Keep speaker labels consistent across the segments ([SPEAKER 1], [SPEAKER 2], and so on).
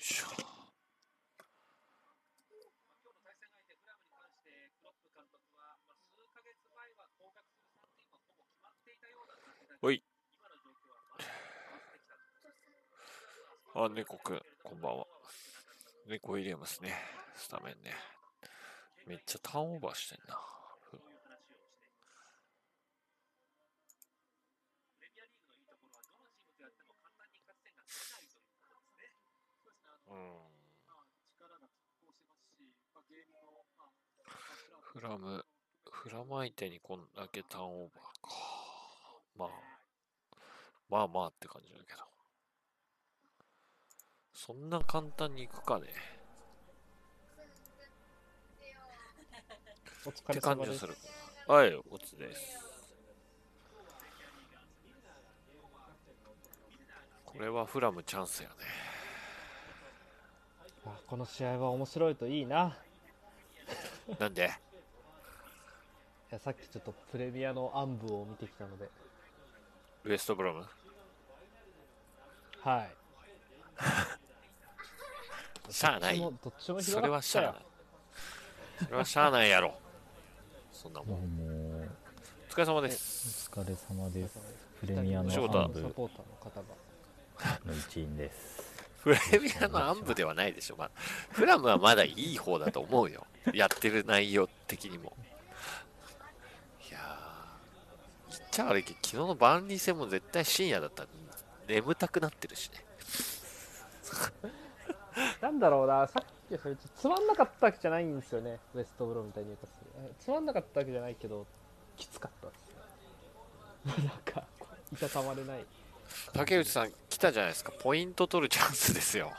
[SPEAKER 1] いしょおいあ猫くんこんばんは猫入れますねスタメンねめっちゃターンオーバーしてんなフラム、フラム相手にこんだけターンオーバーか。まあ、まあまあって感じだけど。そんな簡単にいくかね。
[SPEAKER 2] お
[SPEAKER 1] っ
[SPEAKER 2] 疲
[SPEAKER 1] て
[SPEAKER 2] れ
[SPEAKER 1] 感
[SPEAKER 2] 様
[SPEAKER 1] じ
[SPEAKER 2] で
[SPEAKER 1] が
[SPEAKER 2] す
[SPEAKER 1] す。る。はい、おつです。これはフラムチャンスやね。
[SPEAKER 2] あこの試合は面白いといいな。
[SPEAKER 1] なんで
[SPEAKER 2] いやさっきちょっとプレミアの暗部を見てきたので、
[SPEAKER 1] ウエストブラム
[SPEAKER 2] はい。
[SPEAKER 1] しゃあ
[SPEAKER 2] どっ
[SPEAKER 1] な
[SPEAKER 2] ち
[SPEAKER 1] い
[SPEAKER 2] も。どっちも
[SPEAKER 1] そ
[SPEAKER 2] 広
[SPEAKER 1] れ
[SPEAKER 2] が
[SPEAKER 1] は
[SPEAKER 2] っ
[SPEAKER 1] したゃあな
[SPEAKER 2] よ
[SPEAKER 1] い。。それはしゃあないやろ。そんなもん。
[SPEAKER 3] どうも
[SPEAKER 1] お疲れ様で
[SPEAKER 3] お
[SPEAKER 1] す。
[SPEAKER 3] 疲れ様ですプ
[SPEAKER 2] プ
[SPEAKER 3] レミアの
[SPEAKER 1] お仕事は
[SPEAKER 3] 暗
[SPEAKER 2] サ
[SPEAKER 3] 部
[SPEAKER 2] ポーターの方が。
[SPEAKER 3] の一員です
[SPEAKER 1] フレミアの暗部ではないでしょ、まだ。フラムはまだいい方だと思うよ。やってる内容的にも。いやー、言っちゃ悪いけど、昨日の万里戦も絶対深夜だったのに、眠たくなってるしね。
[SPEAKER 2] なんだろうな、さっきそれつまんなかったわけじゃないんですよね、ウエストブロみたいに言うとする。えつまんなかったわけじゃないけど、きつかったですね。なん か、いたたまれない。
[SPEAKER 1] 竹内さん来たじゃないですか。ポイント取るチャンスですよ。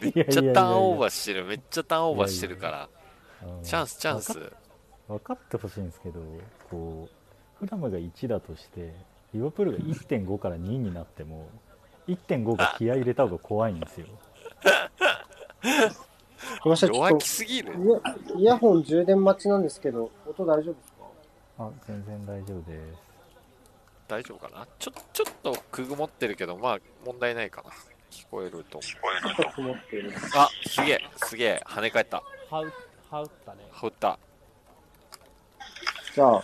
[SPEAKER 3] めっ
[SPEAKER 1] めっちゃターンオー
[SPEAKER 3] ー
[SPEAKER 1] バーしてる。めっちゃターンオーバーしてるから。チャンス、チャンス。
[SPEAKER 3] 分かってほしいんですけどこうフラムが1だとしてリバプールが1.5から2になっても1.5が気合い入れた方が怖いんですよ
[SPEAKER 4] この人ちょっ
[SPEAKER 1] 弱
[SPEAKER 4] と
[SPEAKER 1] 気すぎる。
[SPEAKER 4] イヤイヤホン充電待ちなんですけど、音大丈夫ですか
[SPEAKER 3] あ全然大丈夫です
[SPEAKER 1] 大丈夫かなちょちょっとくぐもってるけどまあ問題ないかな聞こえると思う
[SPEAKER 4] ちょっと曇ってる。
[SPEAKER 1] あすげえすげえ跳ね返った
[SPEAKER 2] はう、はうったね。
[SPEAKER 1] 振った
[SPEAKER 4] じゃあ、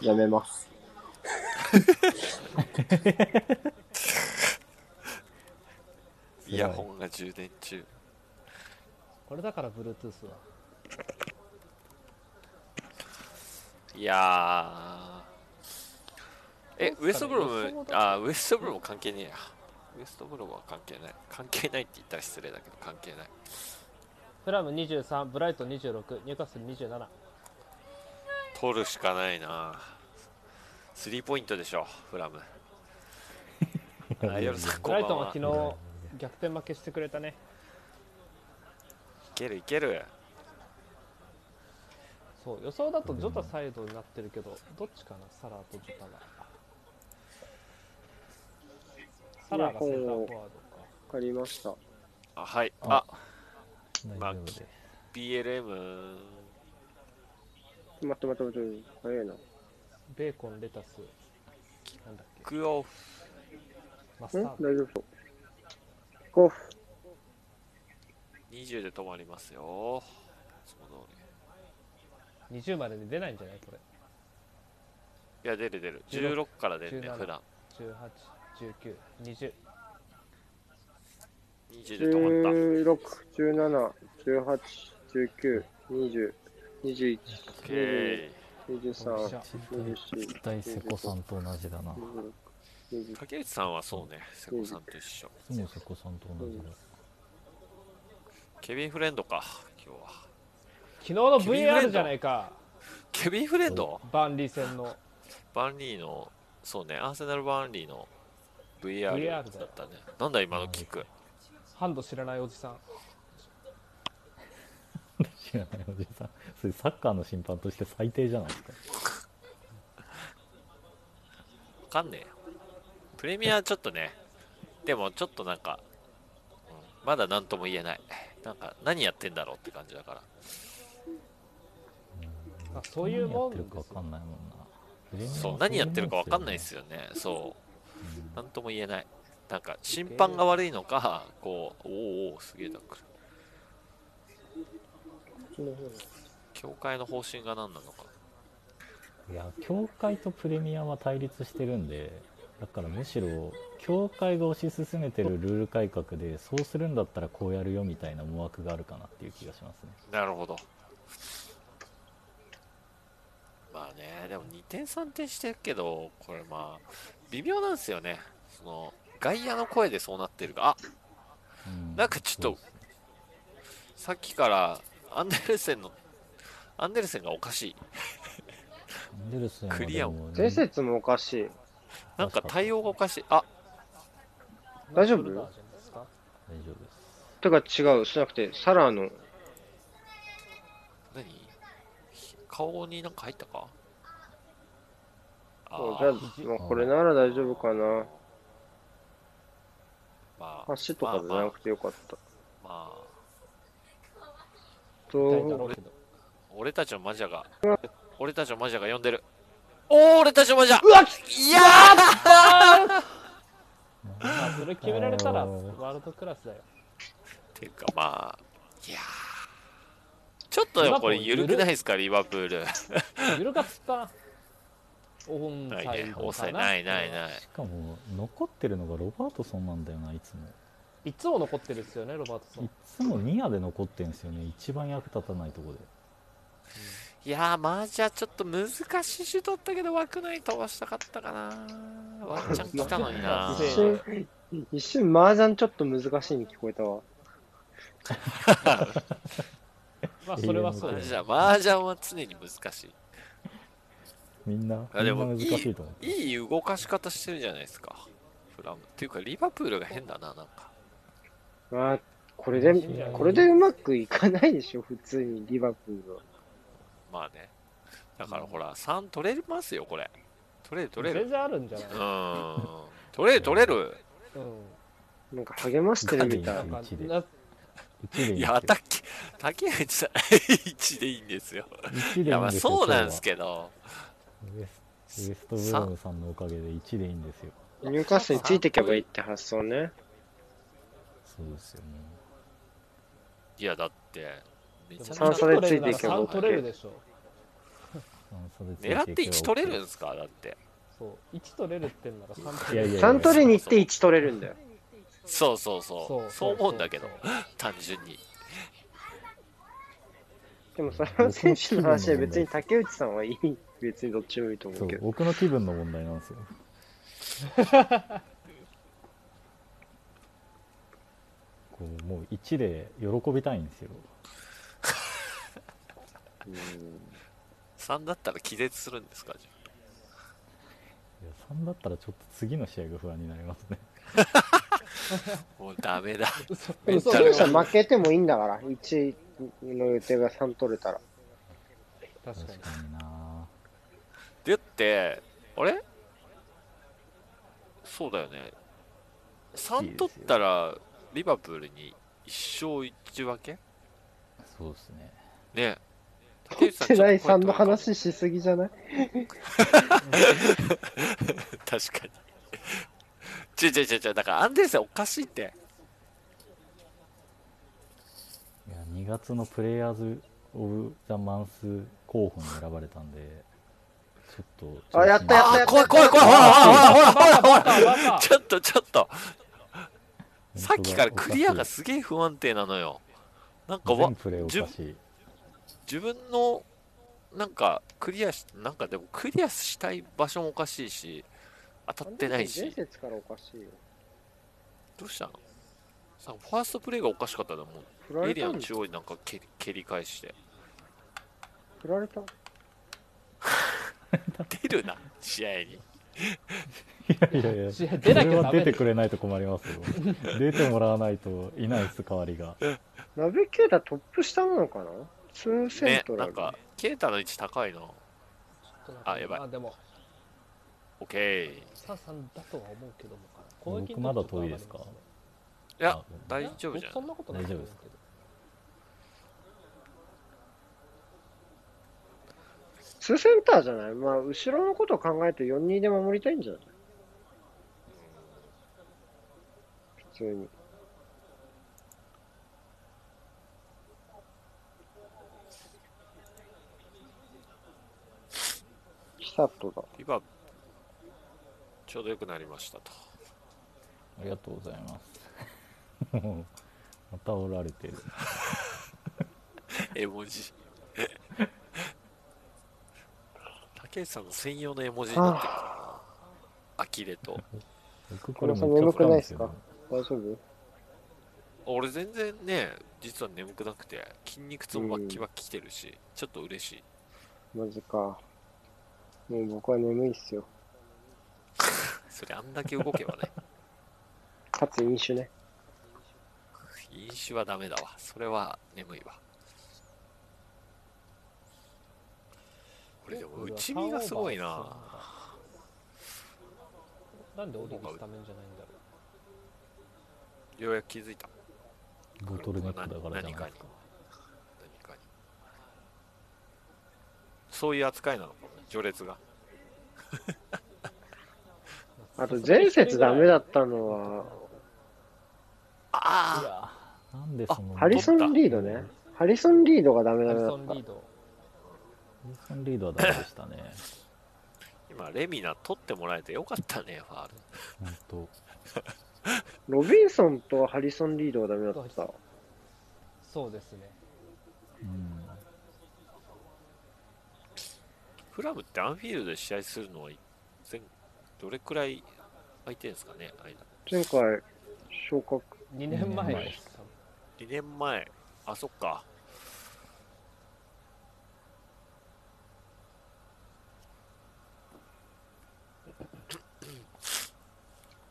[SPEAKER 4] やめます。
[SPEAKER 3] すごい
[SPEAKER 1] イヤホンが充電中
[SPEAKER 2] これだから、Bluetooth は。
[SPEAKER 1] いやーえウエストブロムあウエストブロム関係ねえやウエストブロムは関係ない関係ないって言ったら失礼だけど関係ない
[SPEAKER 2] フラム23、ブライトン26、ニューカッスル27。
[SPEAKER 1] 取るしかないなスリーポイントでしょフラムあ夜さんこ
[SPEAKER 2] ブラ
[SPEAKER 1] ん
[SPEAKER 2] イ
[SPEAKER 1] ば
[SPEAKER 2] ト
[SPEAKER 1] ん
[SPEAKER 2] ンは
[SPEAKER 1] は
[SPEAKER 2] 昨
[SPEAKER 1] い
[SPEAKER 2] 日、逆転負けしてくれたね。
[SPEAKER 1] けるいける
[SPEAKER 2] そう、予想だとジョタサイドになってるけど、どっちかな、サラーとジョタが。サラーがセンターフォワードか。
[SPEAKER 4] わかりました。
[SPEAKER 1] あはいあ
[SPEAKER 3] あ大丈夫です
[SPEAKER 1] BLM
[SPEAKER 4] 待って待って待って、早いな。
[SPEAKER 2] ベーコン、レタス、なんだっけ、
[SPEAKER 1] クオフ
[SPEAKER 2] マス
[SPEAKER 4] ん
[SPEAKER 2] タ
[SPEAKER 4] 大
[SPEAKER 2] ード。
[SPEAKER 4] 丈夫そう。ゴフ。
[SPEAKER 1] 20で止まりますよ。いつも通り。
[SPEAKER 2] 20までに出ないんじゃないこれ。
[SPEAKER 1] いや、出る出る。
[SPEAKER 2] 16
[SPEAKER 1] 16から出るね、
[SPEAKER 2] 17
[SPEAKER 1] 普段。
[SPEAKER 2] 18、19、20。
[SPEAKER 1] 20で止まっ
[SPEAKER 4] 16、17、18、19、20、21、
[SPEAKER 1] た。オッケー。
[SPEAKER 4] 23、24、
[SPEAKER 3] 大瀬古さんと同じだな
[SPEAKER 4] 26、27、
[SPEAKER 1] 竹内さんはそうね、瀬古さんと一緒。
[SPEAKER 3] いつも瀬古さんと同じだ
[SPEAKER 1] ケビン・フレンドか、今日は。
[SPEAKER 2] 昨日の
[SPEAKER 1] キリンブレンド
[SPEAKER 2] VR じゃないか、
[SPEAKER 1] ケビン・フレンド
[SPEAKER 2] バンリー戦の。
[SPEAKER 1] バンリーの、そうね、アーセナル・バンリーの
[SPEAKER 2] VR
[SPEAKER 1] VR だったね。なんだ今のキック。
[SPEAKER 2] ハンド知らないおじさん。
[SPEAKER 3] 知らないおじさんそれサッカーの審判として最低じゃないですか
[SPEAKER 1] わかんねえよ。プレミアちょっとね、でもちょっとなんか、うんまだ何とも言えない。なんか、何やってんだろうって感じだから。
[SPEAKER 2] あそういうもんです
[SPEAKER 3] 何やってる
[SPEAKER 2] よ
[SPEAKER 3] か分かんないもんなプレミアムは
[SPEAKER 1] そう、何やってるか分かんないです
[SPEAKER 3] よ、
[SPEAKER 1] よね。そう。
[SPEAKER 3] うん
[SPEAKER 1] なんとも言えない。なんか、審判が悪いのか、こう、おおおお、すげえタックル。
[SPEAKER 4] その方が
[SPEAKER 1] 協会の方針が何なのか。
[SPEAKER 3] いや協会とプレミアは対立してるんでだからむしろ協会が推し進めてるルール改革でそうするんだったらこうやるよみたいな思惑があるかなっていう気がしますね
[SPEAKER 1] なるほど。まあね、でも2点3点してるけど、これまあ、微妙なんですよね。その、外野の声でそうなってるが、あ
[SPEAKER 3] うん
[SPEAKER 1] なんかちょっと
[SPEAKER 3] そうですね
[SPEAKER 1] さっきからアンデルセンの、アンデルセンがおかしい。
[SPEAKER 3] アンデルセンは
[SPEAKER 1] クリアを
[SPEAKER 3] でもね
[SPEAKER 4] 前節もおかしい。
[SPEAKER 1] なんか対応がおかしい。あ、
[SPEAKER 4] 大丈夫
[SPEAKER 2] ショルダーじゃないですか
[SPEAKER 3] 大丈夫です
[SPEAKER 4] てか違う、しなくて、サラーの、
[SPEAKER 1] 何ひ顔になんか入ったかあ
[SPEAKER 4] じゃ
[SPEAKER 1] ー
[SPEAKER 4] あ、まあ、これなら大丈夫かな。
[SPEAKER 1] まあ、
[SPEAKER 4] 足とかじゃなくてよかった。
[SPEAKER 1] まあ、
[SPEAKER 2] 痛い
[SPEAKER 4] と
[SPEAKER 2] だろうけど
[SPEAKER 1] 俺たちの魔女が、俺たちの魔女が呼んでる。おー、俺たちの魔女うわいや
[SPEAKER 2] まあそれ決められたら
[SPEAKER 3] あー
[SPEAKER 2] ワールドクラスだよ
[SPEAKER 1] ーっていうかまあ、いやーちょっとでもこれ緩くないですか、リバプー ル。
[SPEAKER 2] 緩かったオンサ
[SPEAKER 1] な
[SPEAKER 2] イ
[SPEAKER 1] い
[SPEAKER 2] ドか
[SPEAKER 1] ね
[SPEAKER 2] な。
[SPEAKER 1] 抑えないないない。
[SPEAKER 3] しかも残ってるのがロバートソンなんだよないつも
[SPEAKER 2] いつも残ってるっすよねロバートソ
[SPEAKER 3] い
[SPEAKER 2] ン
[SPEAKER 3] つもニアで残ってんですよね一番役立たないとこで
[SPEAKER 1] いやー、マジャちょっと難しいシュートだったけど、枠内飛ばしたかったかな。ワンチャン来たのにな。
[SPEAKER 4] 一瞬、一瞬、麻雀ちょっと難しいに聞こえたわ。
[SPEAKER 2] まあそれはそう
[SPEAKER 1] マ
[SPEAKER 2] で
[SPEAKER 1] ー
[SPEAKER 2] す
[SPEAKER 1] ジャンマージャンは常に難しい。
[SPEAKER 3] みんな
[SPEAKER 1] あ
[SPEAKER 3] み
[SPEAKER 1] で
[SPEAKER 3] んな
[SPEAKER 1] も
[SPEAKER 3] 難
[SPEAKER 1] い
[SPEAKER 3] し
[SPEAKER 1] い
[SPEAKER 3] いと思って
[SPEAKER 1] いい動かし方してるじゃないですか。フラム。っていうか、リバプールが変だな、なんか。
[SPEAKER 4] まあ、これで、これでうまくいかないでしょ、普通に、リバプールは。
[SPEAKER 1] まあね。だからほら、3取れますよ、これ。取れる、取れる。
[SPEAKER 2] 全然あるんじゃないう
[SPEAKER 1] ーん。取れる、取れる。
[SPEAKER 2] う
[SPEAKER 4] なんか励ましてるみたい
[SPEAKER 3] ガ。
[SPEAKER 2] んなん
[SPEAKER 3] 一で
[SPEAKER 2] かな
[SPEAKER 3] 一でいいん
[SPEAKER 1] い
[SPEAKER 3] です
[SPEAKER 1] や、
[SPEAKER 3] よ
[SPEAKER 1] アタッキ、竹内さん、1でいいんですよ。
[SPEAKER 3] 一でいいんですよ
[SPEAKER 1] いや、まあそうなんです
[SPEAKER 3] け
[SPEAKER 1] けど、
[SPEAKER 3] ウエスウエストブロムさんのおかげで1でいいんですよ。
[SPEAKER 4] 入荷数についていけばいいって発想ね。
[SPEAKER 3] そうですよね。
[SPEAKER 1] いや、だって、めちゃめちゃ
[SPEAKER 4] 三差でついていけば
[SPEAKER 2] 3
[SPEAKER 4] OK
[SPEAKER 2] 取れるでしょ
[SPEAKER 1] 狙って1取れるん
[SPEAKER 3] ん
[SPEAKER 1] ですかだって。
[SPEAKER 2] そう1取れるってんなら3
[SPEAKER 3] い
[SPEAKER 2] 取
[SPEAKER 3] や
[SPEAKER 2] れ
[SPEAKER 3] い
[SPEAKER 2] る
[SPEAKER 3] やいや
[SPEAKER 4] 3取りに行って1取れるんだよ。
[SPEAKER 1] そうそうそう。そう思うんだけど、単純に。
[SPEAKER 4] でも、それは選手の話は別に竹内さんはいい。別にどっちもいいと思
[SPEAKER 3] そうう
[SPEAKER 4] け、ど。
[SPEAKER 3] 僕の気分の問題なん ですよ。こうもう1で喜びたいんですよ。
[SPEAKER 1] 3だったら気絶するんですかじゃあ
[SPEAKER 3] いや3だったらちょっと次の試合が不安になりますね。
[SPEAKER 1] もうダメだ。
[SPEAKER 2] 嘘
[SPEAKER 1] めっち
[SPEAKER 4] そう、
[SPEAKER 1] ゃあ
[SPEAKER 4] そ
[SPEAKER 1] る
[SPEAKER 4] うしたら負けてもいいんだから、1の予定が3取れたら。
[SPEAKER 2] 確
[SPEAKER 3] 確
[SPEAKER 2] かに
[SPEAKER 3] かにな。
[SPEAKER 1] でって、あれそうだよね。3取ったら、リバプールに1勝1分け
[SPEAKER 3] そうですね。
[SPEAKER 1] ね。竹
[SPEAKER 4] 取
[SPEAKER 1] 内さ
[SPEAKER 4] っ
[SPEAKER 1] んち
[SPEAKER 4] てない3の
[SPEAKER 1] ょっと声遠いかも
[SPEAKER 4] 話しすぎじゃない
[SPEAKER 1] 確かに。ちょちょちょちょ、だからアンデルセンおかしいって。
[SPEAKER 3] いや2月のプレイヤーズ・オブ・ザ・マンス候補に選ばれたんで、ちょっと。
[SPEAKER 4] あやったやった
[SPEAKER 1] あ、怖い怖い怖い、ほらほらほらほらほらほら。ちょっとちょっと、さっきからクリアがすげえ不安定なのよ。なんかわ
[SPEAKER 3] 全、プレーおかしい。
[SPEAKER 1] 自分の、なんかクリアし、なんかでもクリアしたい場所もおかしいし、当たってない
[SPEAKER 4] 前
[SPEAKER 1] し、
[SPEAKER 4] 節からおかしいよ。
[SPEAKER 1] どうしたのなんかファーストプレイがおかしかったな、も
[SPEAKER 4] 振ら
[SPEAKER 1] う。エ
[SPEAKER 4] れ
[SPEAKER 1] リ
[SPEAKER 4] た
[SPEAKER 1] ア
[SPEAKER 4] ん
[SPEAKER 1] の
[SPEAKER 4] だ
[SPEAKER 1] 中央になんか蹴り蹴り返 して。
[SPEAKER 4] 振られた
[SPEAKER 1] 出るな、試合に。
[SPEAKER 3] いやいや、
[SPEAKER 2] 試合出なきゃ
[SPEAKER 3] それ
[SPEAKER 2] ダ
[SPEAKER 3] は
[SPEAKER 2] メ
[SPEAKER 3] 出てくれないと困ります よ。出てもらわないといないです、代わりが。
[SPEAKER 4] 鍋ケータトップ下なのかな2セン
[SPEAKER 1] ね、
[SPEAKER 4] ト
[SPEAKER 1] な
[SPEAKER 4] ラ
[SPEAKER 1] ん
[SPEAKER 4] ル。
[SPEAKER 1] か、ケータの位置高いな。あやばい
[SPEAKER 2] あでも
[SPEAKER 1] オッケー。い
[SPEAKER 2] 3-3だとは思うけどもかな
[SPEAKER 3] 僕まだ遠いですか
[SPEAKER 1] や
[SPEAKER 3] あ、
[SPEAKER 1] 大丈夫じゃん
[SPEAKER 2] 僕そ。んなことないと思うけど
[SPEAKER 3] い
[SPEAKER 4] 2センターじゃないまあ、後ろのことを考えると4-2で守りたいんじゃない普通に。キサトだ。
[SPEAKER 1] リバーちょうど良くなりました と。
[SPEAKER 3] ありがとうございます。 もうまたおられてる。
[SPEAKER 1] 絵文字。 竹内さんの専用の絵文字になってる
[SPEAKER 4] あ
[SPEAKER 1] から、呆れと。
[SPEAKER 3] 僕こ
[SPEAKER 4] こ
[SPEAKER 3] れ
[SPEAKER 4] れ
[SPEAKER 3] め
[SPEAKER 4] さん
[SPEAKER 3] っちゃ
[SPEAKER 4] 眠
[SPEAKER 3] 使
[SPEAKER 4] く
[SPEAKER 3] うん
[SPEAKER 4] ない
[SPEAKER 3] で
[SPEAKER 4] ですす
[SPEAKER 3] よ、
[SPEAKER 4] か大丈夫
[SPEAKER 1] 俺全然ね、実は眠くなくて、筋肉痛もバッキバッキきてるし、ちょっと嬉しい。
[SPEAKER 4] マジか。もう僕は眠いっすよ。
[SPEAKER 1] それあんだけ動けばね、
[SPEAKER 4] かつ飲酒ね。
[SPEAKER 1] 飲酒はダメだわ。それは眠いわ。俺でも内身がすごいな。
[SPEAKER 2] なんでオリックスタメンじゃないんだろ
[SPEAKER 1] ようやく気づいた。
[SPEAKER 3] ボトルネックだからじゃないですか。
[SPEAKER 1] 何かにそういう扱いなのかもね序列が
[SPEAKER 2] う
[SPEAKER 4] あと前節ダメだったのは、
[SPEAKER 3] い
[SPEAKER 1] ああ
[SPEAKER 3] やーなんでその
[SPEAKER 4] ハリソン・リードね。ハリソン・リードがダメ
[SPEAKER 2] ハ
[SPEAKER 4] ダ
[SPEAKER 2] リ
[SPEAKER 4] メだ
[SPEAKER 2] ソン・
[SPEAKER 4] っ
[SPEAKER 2] リ
[SPEAKER 4] た
[SPEAKER 2] ー。ド
[SPEAKER 3] ハリソンリードはダメでしたね。
[SPEAKER 1] 今レミナ取ってもらえてよかったねファール
[SPEAKER 3] 本当。
[SPEAKER 4] ロビンソンとハリソン・リードがダメだった。
[SPEAKER 2] そうですね
[SPEAKER 3] うん。
[SPEAKER 1] フラムってアンフィールドで試合するのは全どれくらい空いてるんですかね間
[SPEAKER 4] 前回、昇格。
[SPEAKER 2] 2年前
[SPEAKER 3] 二年前
[SPEAKER 2] です
[SPEAKER 1] 2年前あそっか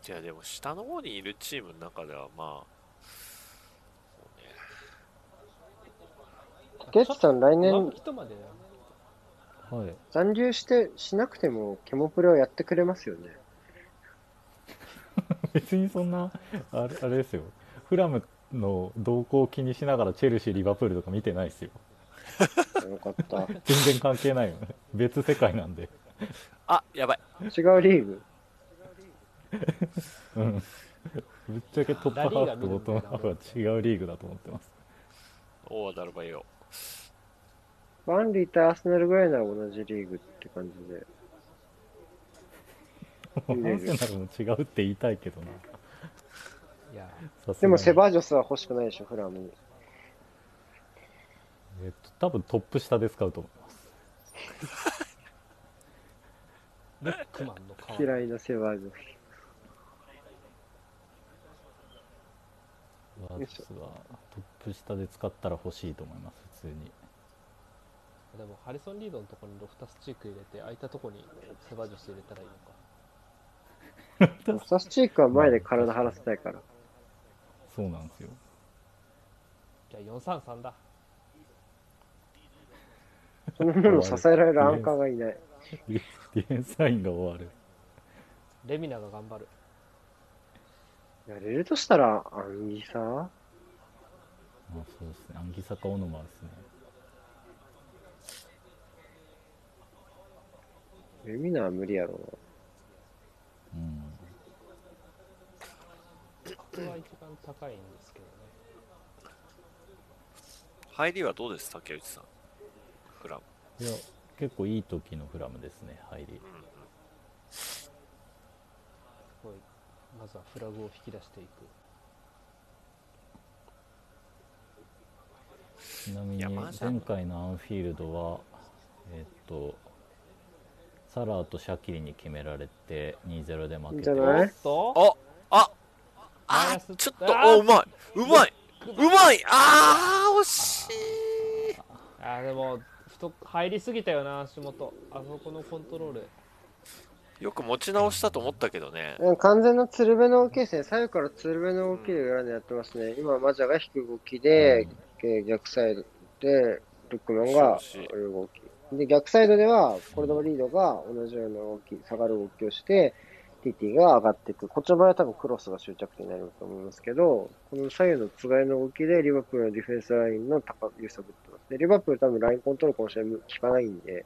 [SPEAKER 1] いやでも下の方にいるチームの中ではまあそうね
[SPEAKER 4] 竹内さん、来
[SPEAKER 2] 多分上
[SPEAKER 4] 年
[SPEAKER 2] 向きとまで
[SPEAKER 3] はい。
[SPEAKER 4] 残留して、しなくても、ケモプレをやってくれますよね。
[SPEAKER 3] 別にそんなあれあれですよフラムの動向を気にしながらチェルシーリバプールとか見てないですよ
[SPEAKER 4] よかった。
[SPEAKER 3] 全然関係ないよね別世界なんで
[SPEAKER 1] あやばい
[SPEAKER 4] 違うリーグ。
[SPEAKER 3] うんぶっちゃけトップハーフとボトムハーフは違うリーグだと思ってます
[SPEAKER 1] おおダルバイオ
[SPEAKER 4] バンリーとアーセナルぐらいなら同じリーグって感じで。
[SPEAKER 3] ア ーセナルも違うって言いたいけどない
[SPEAKER 2] や
[SPEAKER 3] さすがに
[SPEAKER 4] でも、セバージョスは欲しくないでしょ、フラムに。
[SPEAKER 3] えっと多分トップ下で使うと思います
[SPEAKER 2] ロックマンの顔
[SPEAKER 4] 嫌いなセバージョス。
[SPEAKER 3] ワーツはトップ下で使ったら欲しいと思います普通に
[SPEAKER 2] でもハリソン・リードのところにロフタスチーク入れて空いたところにセバジョス入れたらいいのか
[SPEAKER 4] ロサスチークは前で体張らせたいから。
[SPEAKER 3] そうなんですよ
[SPEAKER 2] じゃあ433だ
[SPEAKER 4] その分を支えられるアンカーがいない。
[SPEAKER 3] ディフェンスラインが終わる
[SPEAKER 2] レミナが頑張る
[SPEAKER 4] やれるとしたら、アンギサ
[SPEAKER 3] まあそうですねアンギサカオノマですね
[SPEAKER 4] レミナは無理やろ
[SPEAKER 3] うん
[SPEAKER 2] ここは一番高いんですけどね
[SPEAKER 1] 入りはどうです竹内さんフラム
[SPEAKER 3] いや結構いい時のフラムですね入り
[SPEAKER 1] うんうん
[SPEAKER 2] すごいまずはフラグを引き出していく
[SPEAKER 3] ちなみ
[SPEAKER 1] い
[SPEAKER 3] に
[SPEAKER 1] やマジだ
[SPEAKER 3] 前回のアンフィールドはえっとサラーとシャキリに決められて2-0で負け
[SPEAKER 4] じ
[SPEAKER 3] て
[SPEAKER 4] ゃ
[SPEAKER 2] お
[SPEAKER 4] ない
[SPEAKER 2] っと
[SPEAKER 1] ああ
[SPEAKER 2] マイ
[SPEAKER 1] あ
[SPEAKER 2] ナス
[SPEAKER 1] ちょっ
[SPEAKER 2] あ
[SPEAKER 1] と
[SPEAKER 2] ー
[SPEAKER 1] あうまいうまいうまいあー惜しい
[SPEAKER 2] あーでも太く入りすぎたよな足元あそこのコントロール
[SPEAKER 1] よく持ち直したと思ったけどね
[SPEAKER 4] う。完全な鶴瓶の動きですね。左右から鶴瓶の動きで裏でやってますね。今、マジャが引く動きで、えー逆サイドで、ルックマンが
[SPEAKER 1] そうそう
[SPEAKER 4] 動き。で、逆サイドでは、コルドバリードが同じような動き、下がる動きをして、ティティが上がっていく。こっちの場合は多分クロスが終着点になると思いますけど、この左右のつがいの動きで、リバプールのディフェンスラインの高く揺さぶってます。で、リバプール多分ラインコントロールこの試合効かないんで、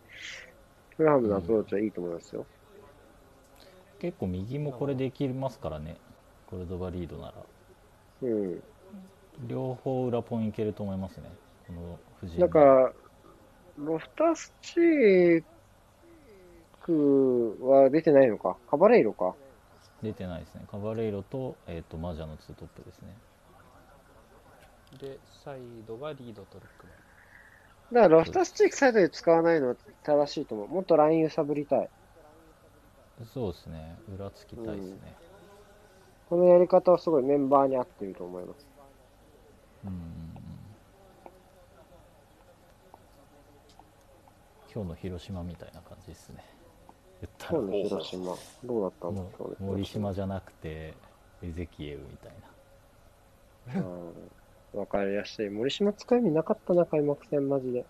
[SPEAKER 4] フラハムのアプローチはいいと思いますよ。
[SPEAKER 3] 結構右もこれできますからねコルドバリードなら
[SPEAKER 4] うん。
[SPEAKER 3] 両方裏ポンいけると思いますねこの藤井
[SPEAKER 4] だから、ロフタスチークは出てないのか。カバレイロか。
[SPEAKER 3] 出てないですねカバレイロと,、えー、とマジャのツートップですね
[SPEAKER 2] で、サイドがリードとルックマ
[SPEAKER 4] だか
[SPEAKER 2] ン。
[SPEAKER 4] らロフタスチークサイドで使わないのは正しいと思う。もっとライン揺さぶりたい。
[SPEAKER 3] そうですね裏つきたいですね、
[SPEAKER 4] このやり方はすごいメンバーに合ってると思います。
[SPEAKER 3] うん今日の広島みたいな感じですね。言った
[SPEAKER 4] 今
[SPEAKER 3] ら
[SPEAKER 4] 日の広島、どうだったん
[SPEAKER 3] も
[SPEAKER 4] でしょうね。
[SPEAKER 3] う森島じゃなくてエゼキエウみたいな。
[SPEAKER 4] うんわかりやすい。森島使う意味なかったな、開幕戦、マジで。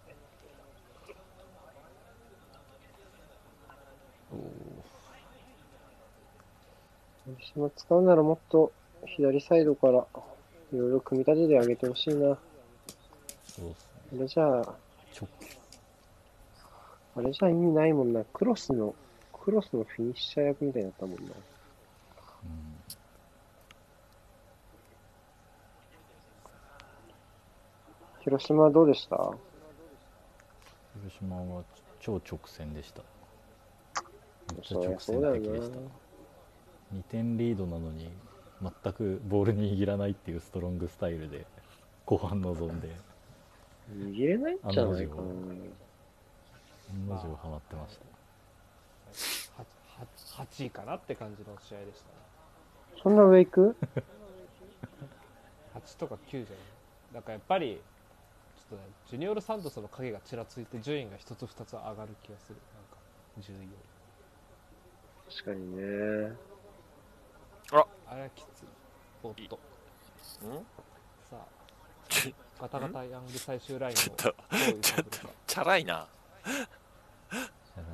[SPEAKER 4] 森島使うならもっと左サイドからいろいろ組み立ててあげてほしいな。
[SPEAKER 3] そうっすね
[SPEAKER 4] あれじゃあ、
[SPEAKER 3] 直
[SPEAKER 4] あれじゃ意味ないもんな。クロスの、クロスのフィニッシャー役みたいになったもんな。
[SPEAKER 3] うん
[SPEAKER 4] 広島はどうでした
[SPEAKER 3] 広島は超直線でした。めっちゃ
[SPEAKER 4] そりゃ
[SPEAKER 3] 直
[SPEAKER 4] そう
[SPEAKER 3] 線
[SPEAKER 4] だよ
[SPEAKER 3] 的でした
[SPEAKER 4] な。。
[SPEAKER 3] 2点リードなのに全くボール握らないっていうストロングスタイルで後半臨んで
[SPEAKER 4] 握れないんじゃないか
[SPEAKER 3] あ
[SPEAKER 4] な
[SPEAKER 3] の。文字をはまってました。
[SPEAKER 2] はは8位かなって感じの試合でしたね。
[SPEAKER 4] そんな上行く
[SPEAKER 2] 8とか9じゃないなんかやっぱりちょっとねジュニオール・サントスの影がちらついて順位が1つ2つ上がる気がするなんか10位より
[SPEAKER 4] 確かにね。
[SPEAKER 2] あれはきついおっと
[SPEAKER 1] ん
[SPEAKER 2] さあガタガタヤング最終ラインを
[SPEAKER 1] ちょっ
[SPEAKER 2] どう揺
[SPEAKER 1] ち
[SPEAKER 2] さ
[SPEAKER 1] ょっと
[SPEAKER 2] ぶるか
[SPEAKER 1] チャラいな
[SPEAKER 3] じゃな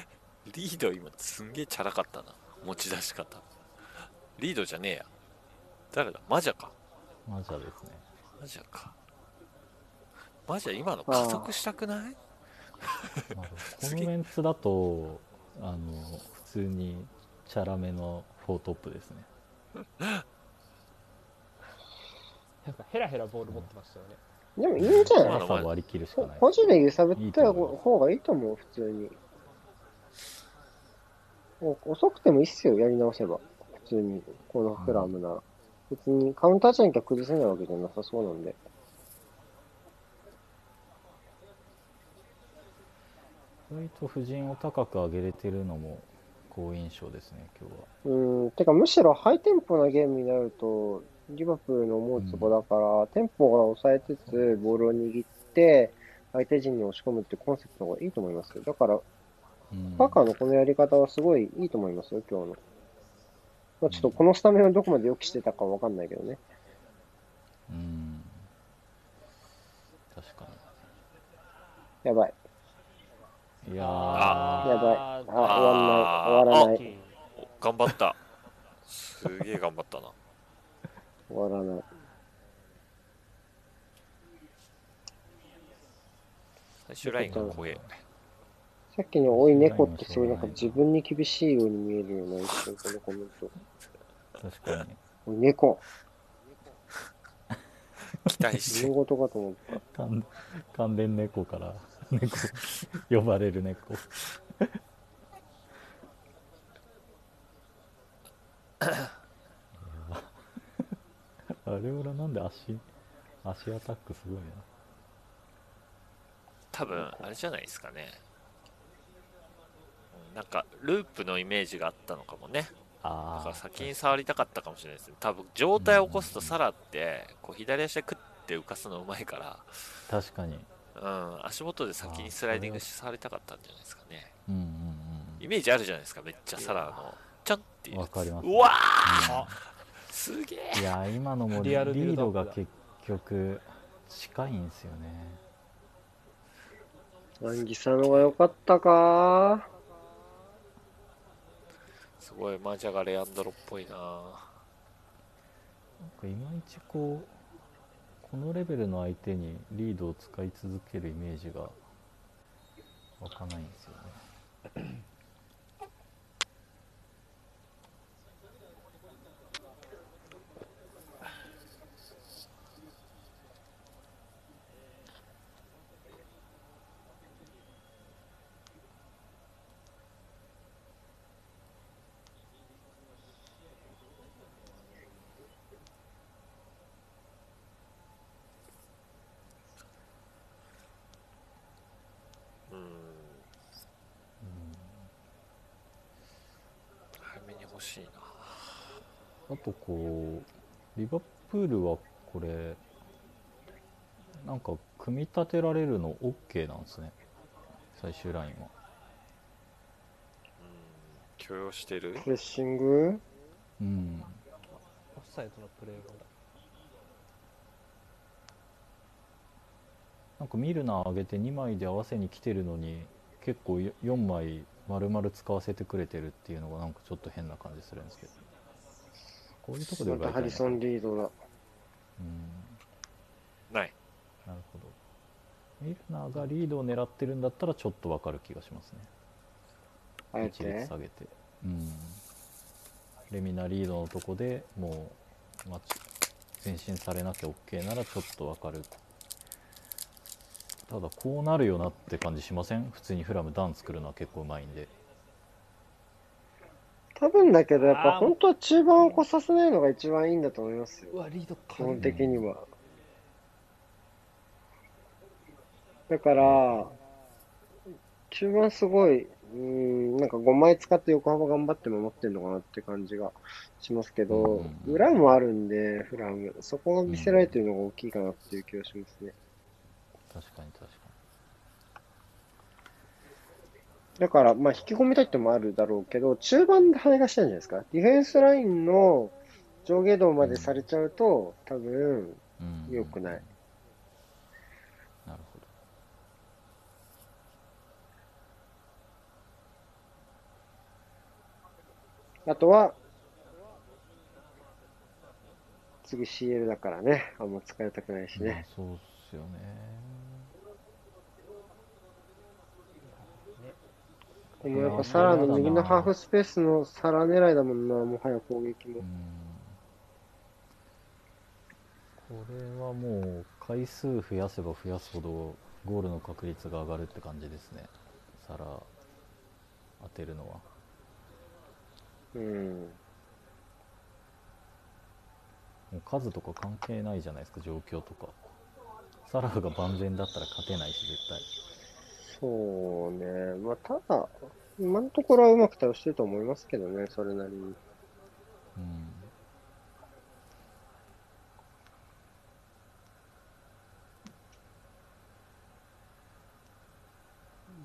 [SPEAKER 3] い
[SPEAKER 1] リード今すんげえチャラかったな持ち出し方リードじゃねえや誰だマジャか
[SPEAKER 3] マジャですね。
[SPEAKER 1] マジャかマジャ今の加速したくない
[SPEAKER 3] まあこ
[SPEAKER 1] 次
[SPEAKER 3] のメンツだとあの普通にチャラめのフォートップですね
[SPEAKER 2] なんかヘラヘラボール持ってましたよね
[SPEAKER 4] でもいいんじゃない
[SPEAKER 1] まあ
[SPEAKER 3] 朝割り切るしかない
[SPEAKER 4] 個人で揺さぶった
[SPEAKER 3] いいと思います
[SPEAKER 4] 方がいいと思う、普通に。お遅くてもいいっすよ、やり直せば。普通に、このフラムなら。別にカウンターじゃなきゃ崩せないわけじゃなさそうなんで。
[SPEAKER 3] 意外と夫人を高く上げれてるのも好印象ですね今日は
[SPEAKER 4] うん、てかむしろハイテンポなゲームになると、リバプールの思うツボだから、テンポが抑えつつ、ボールを握って、相手陣に押し込むってコンセプトの方がいいと思いますよ。だから、
[SPEAKER 3] うん
[SPEAKER 4] パカのこのやり方はすごいいいと思いますよ、今日の。まあ、ちょっとこのスタメンをどこまで予期してたかわかんないけどね。
[SPEAKER 3] うん確か
[SPEAKER 4] やばい。
[SPEAKER 3] にいやー
[SPEAKER 1] あ
[SPEAKER 4] やばい。あ、終わんない。終わら
[SPEAKER 2] あ
[SPEAKER 4] な
[SPEAKER 2] ー
[SPEAKER 4] い。
[SPEAKER 1] お頑張ったすげえ頑張ったな
[SPEAKER 4] 終わらない。
[SPEAKER 1] 最終ラインが怖え
[SPEAKER 4] さっきのおい猫ってすごいなんか自分に厳しいように見えるよね、一瞬このコメント。
[SPEAKER 3] 確かに
[SPEAKER 4] おい猫、
[SPEAKER 1] 期待して
[SPEAKER 4] 自分事かと思った。
[SPEAKER 3] 関関連猫から猫呼ばれる猫あれ俺なんで足足アタックすごいな
[SPEAKER 1] 多分あれじゃないですかねうんなんかループのイメージがあったのかもねだ
[SPEAKER 3] あ
[SPEAKER 1] から
[SPEAKER 3] あ
[SPEAKER 1] 先に触りたかったかもしれないですね多分状態を起こすとサラってこう左足でクッて浮かすのうまいから
[SPEAKER 3] 確かに
[SPEAKER 1] うん、足元で先にスライディングしされたかったんじゃないですかね。
[SPEAKER 3] うんうん
[SPEAKER 1] イメージあるじゃないですか、めっちゃサラの、ちゃんっていうやつ。
[SPEAKER 3] わかります
[SPEAKER 1] うわ
[SPEAKER 2] あ
[SPEAKER 1] ーすげえ
[SPEAKER 3] うんいやー今のもリ
[SPEAKER 2] リアルビ
[SPEAKER 3] ー
[SPEAKER 2] ルドア
[SPEAKER 3] ド
[SPEAKER 2] ップだ
[SPEAKER 3] が結局近いんですよね
[SPEAKER 4] アンギサのが良かったか
[SPEAKER 1] すごい、マジャがレアンドロっぽいな
[SPEAKER 3] なんかいまいちこうこのレベルの相手にリードを使い続けるイメージが湧かないんですよね
[SPEAKER 1] うん早めに欲しいな
[SPEAKER 3] あとこうリバプールはこれなんか組み立てられるの OK なんですね最終ラインは
[SPEAKER 1] 許容してる
[SPEAKER 4] プレッシング
[SPEAKER 3] うん
[SPEAKER 2] オフサイドのプレーが
[SPEAKER 3] なんかミルナー上げて2枚で合わせに来てるのに結構4枚丸々使わせてくれてるっていうのがなんかちょっと変な感じするんですけどこういうとこで
[SPEAKER 4] ま
[SPEAKER 3] 奪
[SPEAKER 4] た
[SPEAKER 3] いた
[SPEAKER 4] ハ
[SPEAKER 3] いな
[SPEAKER 4] リソン・リードだ。
[SPEAKER 3] うん
[SPEAKER 1] ない
[SPEAKER 3] なるほど。ミルナーがリードを狙ってるんだったらちょっとわかる気がします
[SPEAKER 4] あ
[SPEAKER 3] ね。
[SPEAKER 4] え
[SPEAKER 3] 一列
[SPEAKER 4] て
[SPEAKER 3] 下。げて。うん。レミナリードのとこでもう、まあち前進されなきゃ OK ならちょっとわかる。ただこうなるよなって感じしません普通にフラムダン作るのは結構うまいんで。
[SPEAKER 4] 多分だけど、やっ
[SPEAKER 2] あ
[SPEAKER 4] ぱ
[SPEAKER 2] ー
[SPEAKER 4] 本当は中盤を越させないのが一番いいんだと思いますよ。
[SPEAKER 2] うわリード
[SPEAKER 4] 基
[SPEAKER 2] か
[SPEAKER 4] 本的には。だから、中盤すごい、うん、なんか5枚使って横幅頑張って守ってるのかなって感じがしますけど、
[SPEAKER 3] うん
[SPEAKER 4] 裏もあるんで、フラム。そこが見せられてるのが大きいかなっていう気がしますね。
[SPEAKER 3] 確かに確か
[SPEAKER 4] だから、まあ、引き込みたいってのもあるだろうけど、中盤で跳ねがしたいんじゃないですか。ディフェンスラインの上下動までされちゃうと、多分、
[SPEAKER 3] に。うん。
[SPEAKER 4] 良くない。
[SPEAKER 3] なるほど。
[SPEAKER 4] あとは、次 CL だからね、あんま使いたくないし
[SPEAKER 3] まあ
[SPEAKER 4] ね。
[SPEAKER 3] そうっすよね。
[SPEAKER 4] でもやっぱサラの右のハーフスペースのサラ狙いだもんな、もはや攻撃も
[SPEAKER 3] う。んこれはもう回数増やせば増やすほどゴールの確率が上がるって感じですねサラ当てるのは
[SPEAKER 4] うん。
[SPEAKER 3] もう数とか関係ないじゃないですか状況とかサラが万全だったら勝てないし絶対
[SPEAKER 4] そうね。まあ、ただ、今のところはうまく倒してると思いますけどね、それなりに。
[SPEAKER 3] うん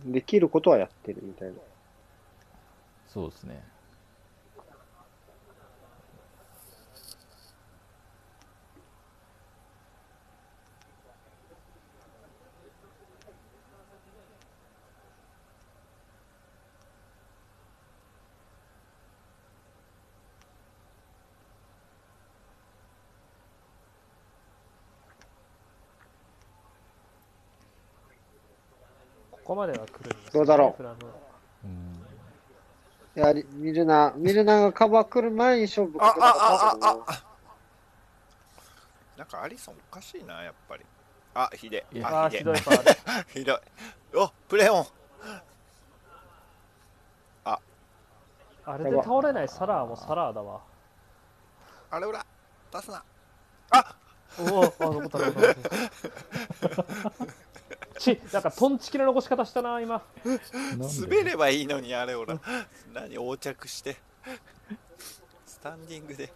[SPEAKER 4] できることはやってるみたいな。
[SPEAKER 3] そうですね
[SPEAKER 2] ここまでは来るんですよね
[SPEAKER 4] どうだろう
[SPEAKER 2] フラムは
[SPEAKER 3] うん
[SPEAKER 4] いや、りミルナ、ミルナがカバー来る前に勝負かけたかったもんな
[SPEAKER 5] なんかアリソンおかしいなやっぱりあひで
[SPEAKER 3] いや
[SPEAKER 5] あ
[SPEAKER 2] あー
[SPEAKER 5] ひ
[SPEAKER 2] ひ
[SPEAKER 5] で
[SPEAKER 2] どいファ ール
[SPEAKER 5] ひどいおプレオン
[SPEAKER 2] あれで倒れないサラーもサラーだわ
[SPEAKER 5] あれ裏出すなあ
[SPEAKER 2] おおあ残った残った残ったちなんかトンチキの残し方したな今
[SPEAKER 3] なん
[SPEAKER 5] 滑
[SPEAKER 3] で
[SPEAKER 5] ればいいのにあれ裏何横着してスタンディングで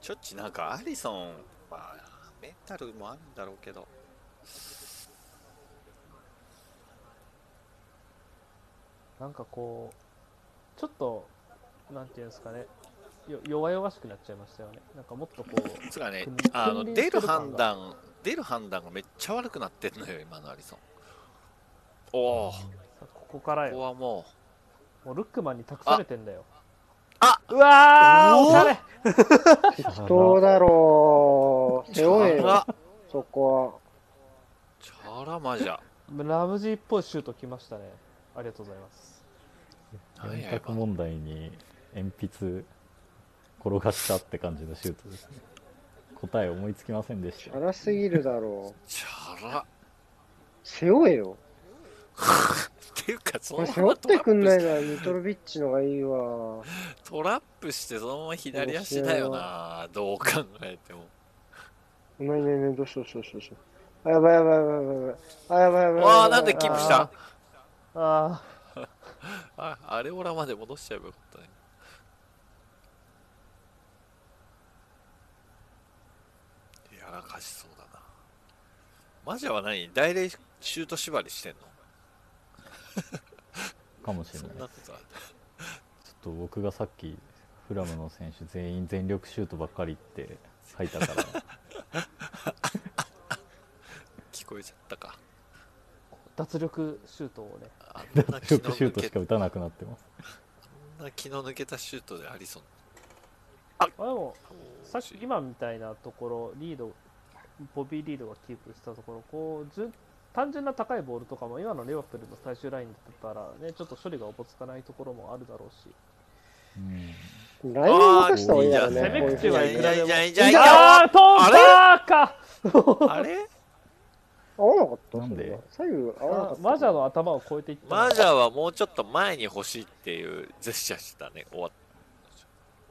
[SPEAKER 5] ちょっちなんかアリソンまあメンタルもあるんだろうけど
[SPEAKER 2] なんかこうちょっとなんていうんですかねよ弱々しくなっちゃいましたよねなんかもっとこう
[SPEAKER 5] つがね
[SPEAKER 2] 君
[SPEAKER 5] あの
[SPEAKER 2] 君臨
[SPEAKER 5] 出
[SPEAKER 2] して
[SPEAKER 5] る
[SPEAKER 2] る感
[SPEAKER 5] 判断出る判断がめっちゃ悪くなってんのよ今のアリソンおお
[SPEAKER 2] さここから
[SPEAKER 5] こ
[SPEAKER 2] よ
[SPEAKER 5] こはもう
[SPEAKER 2] もうルックマンに託されてんだよ
[SPEAKER 5] あ
[SPEAKER 2] うわー
[SPEAKER 5] おー
[SPEAKER 2] おしゃれ
[SPEAKER 3] サラ
[SPEAKER 4] どうだろう。背負えよ、
[SPEAKER 5] あ
[SPEAKER 4] そこは。
[SPEAKER 5] チャラマジャ
[SPEAKER 2] ラムジーっぽいシュート来ましたね。ありがとうございます。
[SPEAKER 1] はい
[SPEAKER 3] 4択問題に鉛筆転がしたって感じのシュートですね答え思いつきませんでした
[SPEAKER 4] 荒すぎるだろう。
[SPEAKER 1] チャラっ
[SPEAKER 4] 背負えよ。
[SPEAKER 1] ていうかそ
[SPEAKER 4] こ
[SPEAKER 1] の
[SPEAKER 4] れ背
[SPEAKER 1] ま
[SPEAKER 4] 負
[SPEAKER 1] ま
[SPEAKER 4] っ
[SPEAKER 1] トラ
[SPEAKER 4] て
[SPEAKER 1] ッ
[SPEAKER 4] くん
[SPEAKER 1] プ
[SPEAKER 4] な
[SPEAKER 1] し
[SPEAKER 4] いならミトロビッチのがいいわ。
[SPEAKER 1] トラップしてそのまま左足だよなどう考えても
[SPEAKER 4] なになになにどうしようどうしようどうしよう。あ、やばいやばいやばいやばいやばい。あ、やばいやばいやばい。
[SPEAKER 1] わあなんでキープした
[SPEAKER 4] あ
[SPEAKER 2] あ
[SPEAKER 1] あアレオラまで戻しちゃえばよかったねやらかしそうだなマジャは何大礼シュート縛りしてんの
[SPEAKER 3] かもしれ
[SPEAKER 1] そ
[SPEAKER 3] ない
[SPEAKER 1] んなことある
[SPEAKER 3] ちょっと僕がさっきフラムの選手全員全力シュートばっかりって書い たから
[SPEAKER 1] 聞こえちゃったか
[SPEAKER 2] ー脱力シュートをね。
[SPEAKER 1] あんな気
[SPEAKER 3] 全
[SPEAKER 1] の
[SPEAKER 3] 力シュート
[SPEAKER 1] 抜け
[SPEAKER 3] しか
[SPEAKER 1] た
[SPEAKER 3] 打たなくなってます
[SPEAKER 1] あんな気の抜けたシュートでアリソン
[SPEAKER 2] あでも、さっ
[SPEAKER 1] 惜し
[SPEAKER 2] き
[SPEAKER 1] い
[SPEAKER 2] 今みたいなところ、リード、ボビー・リードがキープしたところ、こう、順単純な高いボールとかも、今のレバプールの最終ラインだったら、ね、ちょっと処理がおぼつかないところもあるだろうし。
[SPEAKER 3] うん
[SPEAKER 4] ーライン動かした方がいいやろ
[SPEAKER 3] あ
[SPEAKER 4] ね。
[SPEAKER 3] ー攻め
[SPEAKER 4] こういう
[SPEAKER 2] 口は
[SPEAKER 4] 風
[SPEAKER 2] いく
[SPEAKER 4] に
[SPEAKER 2] ら
[SPEAKER 1] い
[SPEAKER 2] でも
[SPEAKER 1] やいや
[SPEAKER 2] あ
[SPEAKER 1] いやい
[SPEAKER 2] あ
[SPEAKER 1] や
[SPEAKER 2] ー、通ったか
[SPEAKER 1] あれ
[SPEAKER 4] 合わなかった。
[SPEAKER 3] なんで
[SPEAKER 4] それが左右合わなか
[SPEAKER 2] あ
[SPEAKER 4] った。
[SPEAKER 2] マジャの頭を超えていったな。
[SPEAKER 1] マジャはもうちょっと前に欲しいっていうジェスチャーしてたね終わっ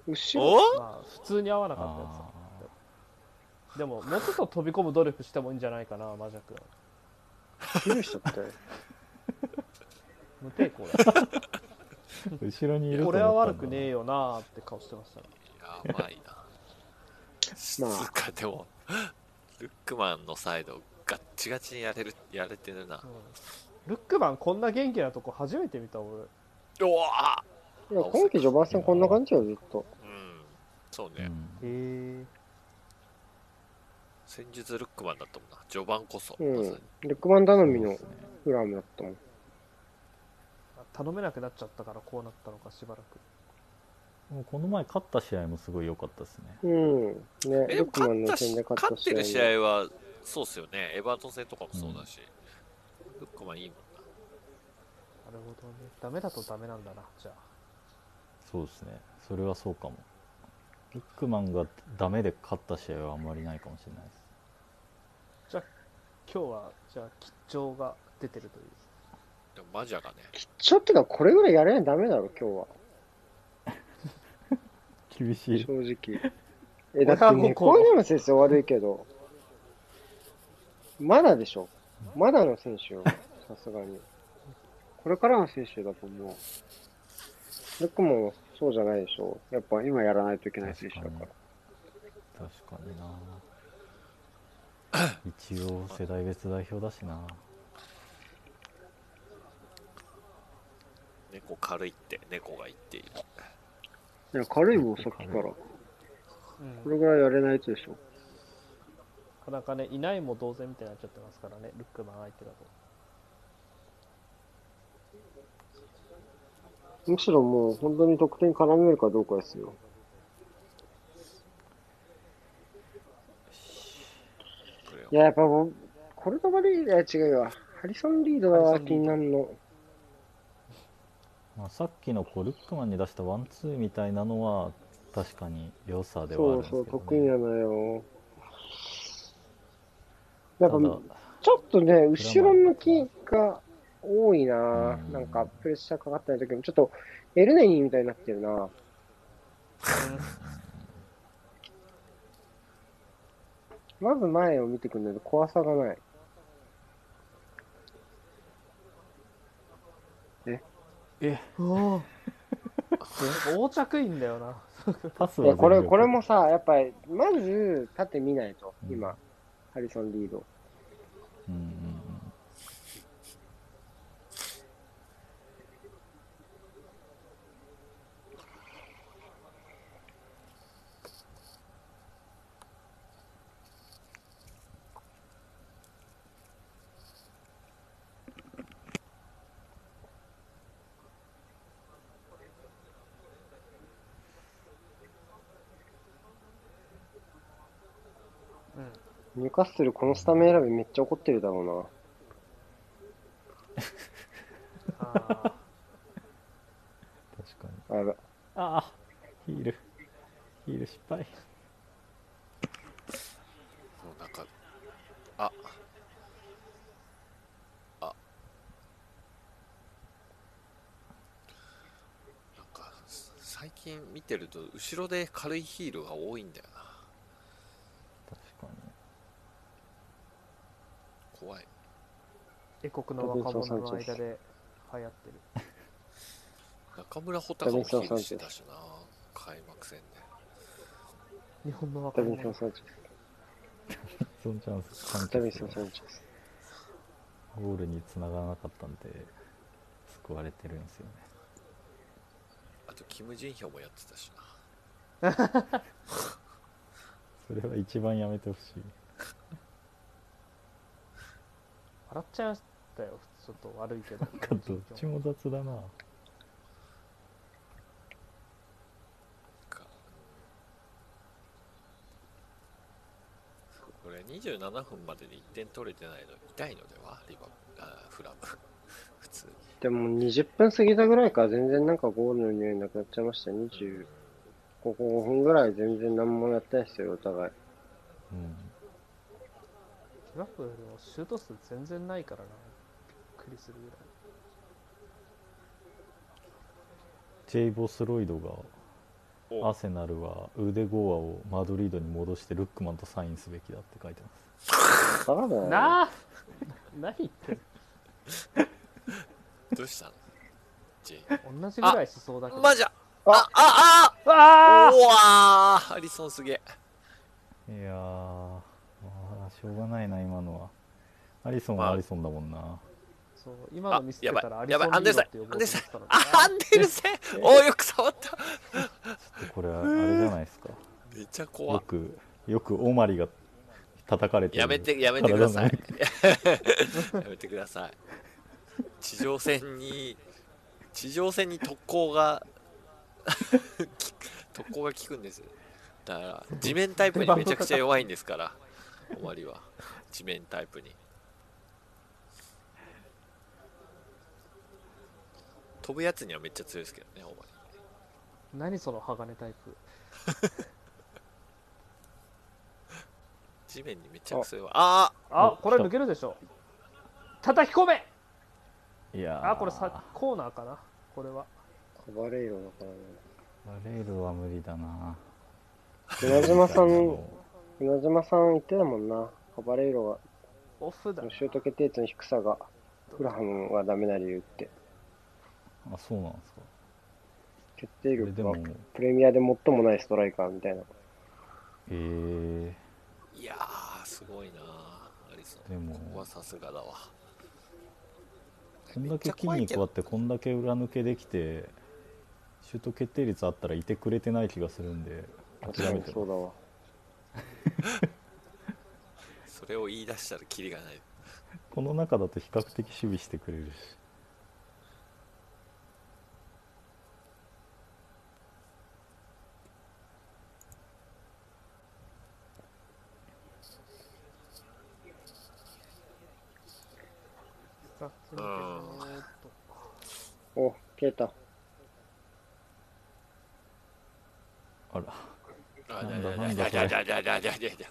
[SPEAKER 4] 後ろ。
[SPEAKER 1] お
[SPEAKER 2] まあ、普通に合わなかったや
[SPEAKER 3] あ
[SPEAKER 2] つ。でも、もうちょっと飛び込む努力してもいいんじゃないかな、マジャ君。
[SPEAKER 4] 切る人って。
[SPEAKER 2] 無抵抗だ。
[SPEAKER 3] ー後ろにいると
[SPEAKER 2] こ
[SPEAKER 3] 思
[SPEAKER 2] れ
[SPEAKER 3] った
[SPEAKER 2] は
[SPEAKER 3] んだ
[SPEAKER 2] 悪くねえよなーって顔してましたね。
[SPEAKER 1] やばいな。つうか、でも、 ルックマンのサイド、ガッチガチにやれるやれてるな
[SPEAKER 2] う。んルックマンこんな元気なとこ初めて見た
[SPEAKER 1] う
[SPEAKER 2] 俺。
[SPEAKER 1] わ
[SPEAKER 4] いや、今季序盤戦こんな感じよ、ずっと。
[SPEAKER 1] ーうん、そう
[SPEAKER 3] う
[SPEAKER 1] ね、
[SPEAKER 3] ん
[SPEAKER 2] へえ。
[SPEAKER 1] 戦術ルックマンだったもんな、序盤こそ。
[SPEAKER 4] う
[SPEAKER 1] まさ
[SPEAKER 4] ん
[SPEAKER 1] に。
[SPEAKER 4] レックマン頼み
[SPEAKER 3] そう
[SPEAKER 4] の
[SPEAKER 3] ですね
[SPEAKER 4] フラムだったもん。
[SPEAKER 2] 頼めなくなっちゃったからこうなったのかしばらく。
[SPEAKER 3] もうこの前勝った試合もすごい良かったですね
[SPEAKER 4] うん。ね、
[SPEAKER 1] え
[SPEAKER 4] レ
[SPEAKER 1] で
[SPEAKER 4] ッ
[SPEAKER 1] も
[SPEAKER 4] クマン
[SPEAKER 1] 勝っ
[SPEAKER 4] の
[SPEAKER 1] た
[SPEAKER 4] 点
[SPEAKER 1] し
[SPEAKER 4] で勝っ
[SPEAKER 1] 勝ったてる試
[SPEAKER 4] 合。
[SPEAKER 1] 合は、そうっすよね、エバートン戦とかもそうだし、ルックマンいいもんな。
[SPEAKER 2] なるほどね。ダメだとダメなんだな、じゃあ。
[SPEAKER 3] そうですねそれはそうかもビッグマンがダメで勝った試合はあんまりないかもしれないです
[SPEAKER 2] 今日は、じゃあ、吉兆が出てるという。
[SPEAKER 1] でもマジャがね、
[SPEAKER 4] ちょっとか、これぐらいやれないとダメだろ、今日は。
[SPEAKER 3] 厳しい
[SPEAKER 4] 正直。え、だって
[SPEAKER 2] も
[SPEAKER 4] ね、
[SPEAKER 2] う
[SPEAKER 4] こ
[SPEAKER 2] こ
[SPEAKER 4] う
[SPEAKER 2] う
[SPEAKER 4] いうの先生悪いけど、まだでしょ。まだの選手よ、さすがに。これからの選手だと思う。レックマンはそうじゃないでしょ。やっぱ今やらないといけない選手だから。
[SPEAKER 3] 確かにな一応世代別代表だしな
[SPEAKER 1] 猫軽いって、猫が言っている。
[SPEAKER 4] いや、軽いもん、さっきから。
[SPEAKER 2] うん
[SPEAKER 4] これぐらいやれないとでしょ。
[SPEAKER 2] なかなかね、いないも同然みたいになっちゃってますからね、ルックマン相手だと。
[SPEAKER 4] むしろもう本当に得点絡めるかどうかですよ。
[SPEAKER 1] これを
[SPEAKER 4] いや、やっぱもう、コルドバリーダー違うわ。ハリソン・リードだ
[SPEAKER 2] ハ
[SPEAKER 4] わ、
[SPEAKER 2] リソン
[SPEAKER 4] 気になるの。
[SPEAKER 3] まあ、さっきのこうルックマンに出したワンツーみたいなのは確かに良さではあ
[SPEAKER 4] そ
[SPEAKER 3] るん
[SPEAKER 4] う
[SPEAKER 3] ですけ
[SPEAKER 4] そ
[SPEAKER 3] ど、
[SPEAKER 4] う、
[SPEAKER 3] ね、
[SPEAKER 4] 得意なのよ。やっぱ、
[SPEAKER 3] ただ
[SPEAKER 4] ちょっとね、後ろ向きが多いな
[SPEAKER 3] うん
[SPEAKER 4] なんか、プレッシャーかかったり時も、ちょっと、エルネニーみたいになってるなまず前を見てくんないと怖さがない。
[SPEAKER 2] おお。横着いんだよな。
[SPEAKER 3] パス
[SPEAKER 4] いや
[SPEAKER 3] は
[SPEAKER 4] これ、
[SPEAKER 3] 全力
[SPEAKER 4] これもさ、やっぱり、まず、縦見ないと、
[SPEAKER 3] う
[SPEAKER 4] 今
[SPEAKER 3] ん、
[SPEAKER 4] ハリソン・リード。
[SPEAKER 3] うんうん
[SPEAKER 4] ニューカッスル、このスタメン選びめっちゃ怒ってるだろうな。
[SPEAKER 2] あ
[SPEAKER 3] 確かに
[SPEAKER 4] あら、
[SPEAKER 3] ああヒールヒール失敗
[SPEAKER 1] もうなんか、あ、あ、なんか、最近見てると、後ろで軽いヒールが多いんだよな。
[SPEAKER 3] 確かに
[SPEAKER 1] 怖い。
[SPEAKER 2] ー異国の若者の間で流行ってる。
[SPEAKER 1] 中村穂高もヒールしてたしな、開幕戦で。
[SPEAKER 2] 日本の
[SPEAKER 4] ダ
[SPEAKER 2] 若
[SPEAKER 4] ビン
[SPEAKER 2] 者
[SPEAKER 4] ソン・サンチ
[SPEAKER 3] そのチャンス
[SPEAKER 4] ェ
[SPEAKER 3] 完
[SPEAKER 4] ス。ダビン
[SPEAKER 3] 結
[SPEAKER 4] ソン・サンチェス。
[SPEAKER 3] ゴールに繋がらなかったんで救われてるんですよね
[SPEAKER 1] あと、キム・ジンヒョンもやってたしな。
[SPEAKER 3] それは一番やめてほしい
[SPEAKER 2] 笑っちゃいましたよ。ちょっと悪いけど。
[SPEAKER 3] なんかどっちも雑だな
[SPEAKER 1] かこれ27分までで1点取れてないの痛いのではリバあーフラム 普通に
[SPEAKER 4] でも20分過ぎたぐらいから全然なんかゴールの匂いなくなっちゃいました。25分ぐらい全然何もやってないですよ、お互い。
[SPEAKER 3] うん
[SPEAKER 2] リバプールのシュート数全然ないからな。びっくりするぐらい。
[SPEAKER 3] ジェイ・ボスロイドが
[SPEAKER 1] お
[SPEAKER 3] アーセナルはウデゴアをマドリードに戻してルックマンとサインすべきだって書いてます
[SPEAKER 4] バカだよね。
[SPEAKER 2] なあ 何言ってん
[SPEAKER 1] どうしたの J
[SPEAKER 2] の同じぐらいしそうだけど。
[SPEAKER 1] マジゃあああ
[SPEAKER 2] あ
[SPEAKER 1] うわーアリソンすげえ
[SPEAKER 3] いやーまあしょうがないな今のはアリソンはアリソンだもんな
[SPEAKER 2] そう、今のミスってたら
[SPEAKER 1] あ
[SPEAKER 2] アリ
[SPEAKER 1] や
[SPEAKER 2] ソ
[SPEAKER 1] ばい
[SPEAKER 2] ンリードって呼ぼうと思ってたのに
[SPEAKER 1] アンデルセンおーよく触った
[SPEAKER 3] ちょっとこれはあれじゃないですか
[SPEAKER 1] めっちゃ
[SPEAKER 3] よ
[SPEAKER 1] 怖
[SPEAKER 3] くよくオマリが叩かれてる
[SPEAKER 1] やめてやめてください
[SPEAKER 3] 体
[SPEAKER 1] やめてください地上戦に地上戦に特攻が き特攻が効くんですだから地面タイプにめちゃくちゃ弱いんですから終わりは地面タイプに飛ぶやつにはめっちゃ強いですけどね終わり
[SPEAKER 2] 何その鋼タイプ。
[SPEAKER 1] 地面にめちゃくちゃ弱いあ
[SPEAKER 2] あ、これ抜けるでしょ。叩き込め
[SPEAKER 3] いやー
[SPEAKER 2] あ、これさコーナーかな。これは。
[SPEAKER 4] カバレイロだからね。
[SPEAKER 3] バレールは無理だな
[SPEAKER 4] 船島さん、
[SPEAKER 3] も
[SPEAKER 4] 船島さん言ってたもんな。カバレイロ
[SPEAKER 2] オフだ
[SPEAKER 4] が、。シュート決定率の低さが、フラハムがダメな理由って。
[SPEAKER 3] うあそうなんですか
[SPEAKER 4] 決定
[SPEAKER 3] これ
[SPEAKER 4] 力
[SPEAKER 3] でも
[SPEAKER 4] がプレミアで最もないストライカーみたいな。
[SPEAKER 3] えー、
[SPEAKER 1] ーいやーすごいなアリソン
[SPEAKER 3] でも
[SPEAKER 1] ここはさすがだわ
[SPEAKER 3] こんだけ筋肉あってこんだけ裏抜けできてシュート決定率あったらいてくれてない気がするんで
[SPEAKER 4] 確か
[SPEAKER 3] 諦め
[SPEAKER 4] に
[SPEAKER 3] て
[SPEAKER 4] そう
[SPEAKER 3] ま
[SPEAKER 4] だわ。
[SPEAKER 1] それを言い出したらキリがない
[SPEAKER 3] すこの中だと比較的守備してくれるし
[SPEAKER 2] さあ次の決勝と
[SPEAKER 4] お、消えた。
[SPEAKER 3] あら
[SPEAKER 1] あ
[SPEAKER 3] なん
[SPEAKER 1] だ
[SPEAKER 3] だ
[SPEAKER 1] だ
[SPEAKER 3] なんだ
[SPEAKER 1] だだだだだだだだ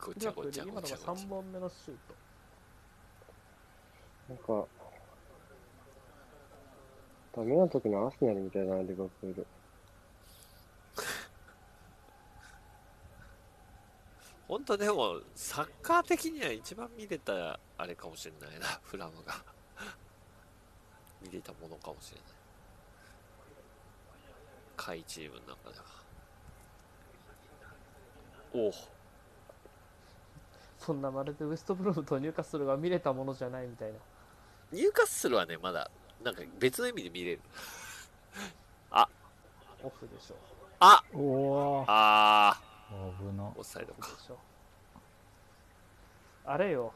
[SPEAKER 1] ご
[SPEAKER 2] リ
[SPEAKER 1] ちゃ
[SPEAKER 2] バプ
[SPEAKER 1] ご
[SPEAKER 2] ール
[SPEAKER 1] ちゃ
[SPEAKER 2] 今
[SPEAKER 1] ご
[SPEAKER 2] のが
[SPEAKER 1] ちゃごち
[SPEAKER 2] 3本目のシュート。
[SPEAKER 4] なんか、ダメな時のアーセナルみたいだな、リバプール。
[SPEAKER 1] 本当でもサッカー的には一番見れたあれかもしれないな フラムが見れたものかもしれない下位チームの中ではおお
[SPEAKER 2] そんなまるでウエストブロムとニューカッスルが見れたものじゃないみたいな。
[SPEAKER 1] ニューカッスルはねまだなんか別の意味で見れる
[SPEAKER 2] オフでしょ。
[SPEAKER 1] あ
[SPEAKER 3] おお
[SPEAKER 1] あ
[SPEAKER 3] 危な
[SPEAKER 1] ーオフサイド
[SPEAKER 2] オフ
[SPEAKER 1] か
[SPEAKER 2] でしょ。あれよ。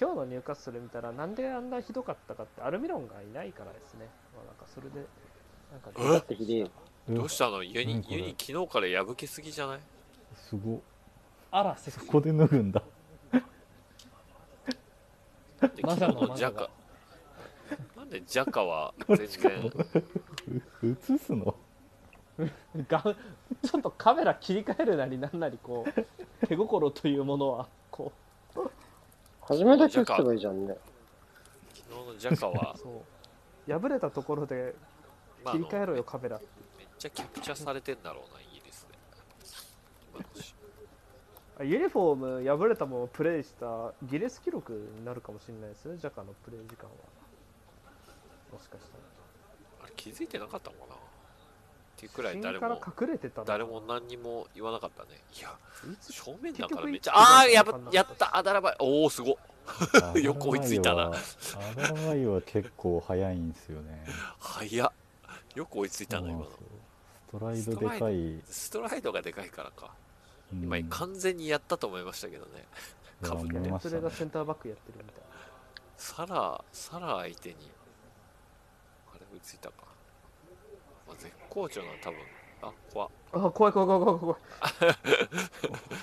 [SPEAKER 2] 今日のニューカッスル見たらなんであんなひどかったかってアルミロンがいないからですね。まあ、なんかそれでなんか
[SPEAKER 1] え
[SPEAKER 4] だってひでえ。
[SPEAKER 1] どうしたのユニ
[SPEAKER 3] 何これ
[SPEAKER 1] ユニ昨日から破けすぎじゃない
[SPEAKER 3] すご
[SPEAKER 2] あらせ
[SPEAKER 3] ここで脱ぐんだ
[SPEAKER 1] で 昨
[SPEAKER 2] まさ
[SPEAKER 1] 日
[SPEAKER 2] のま
[SPEAKER 1] のジ
[SPEAKER 2] さ
[SPEAKER 1] ャ
[SPEAKER 2] が
[SPEAKER 1] カ。なんでジャカは全然、
[SPEAKER 3] 映すの
[SPEAKER 2] 画面ちょっとカメラ切り替えるなりなんなりこう手心というものはこ
[SPEAKER 4] 初めだけ打てばいいじゃんね。
[SPEAKER 1] 昨日のジャカは
[SPEAKER 2] う、そう破れたところで
[SPEAKER 1] まあ、あ
[SPEAKER 2] 切り
[SPEAKER 1] の
[SPEAKER 2] 替えろよカメラ
[SPEAKER 1] めっちゃキャプチャされてんだろうな、イギリスで。今の試合
[SPEAKER 2] あユニフォーム破れたままプレイしたギネス記録になるかもしれないですねジャカのプレイ時間はもしかしたら
[SPEAKER 1] あれ気づいてなかったのかなっていうくらい
[SPEAKER 2] 真
[SPEAKER 1] 誰
[SPEAKER 2] から
[SPEAKER 1] も、
[SPEAKER 2] 隠れてたの
[SPEAKER 1] 誰も何にも言わなかったね。いや、
[SPEAKER 2] いつ
[SPEAKER 1] 正面だからめっちゃ、
[SPEAKER 2] 結局
[SPEAKER 1] ああー、やば
[SPEAKER 2] 一番
[SPEAKER 1] やった、あだらばい、おお、すごっ 横追いついたな
[SPEAKER 3] アダラバイは結構早いんですよね
[SPEAKER 1] 早っ。よく追いついたな、今の。
[SPEAKER 3] そうなんですよストライドでかい、
[SPEAKER 1] ストライドがでかいからか。
[SPEAKER 3] うん
[SPEAKER 1] 今、完全にやったと思いましたけどね。かぶって
[SPEAKER 3] いや思いま
[SPEAKER 2] そ
[SPEAKER 3] し
[SPEAKER 2] れ
[SPEAKER 3] たね
[SPEAKER 2] がセンターバックやってるみたい
[SPEAKER 1] サラー、サラー相手に、あれ追いついたか。まあ、絶好調な、多分。あ、怖っ
[SPEAKER 2] なあ怖い怖い怖い怖い怖い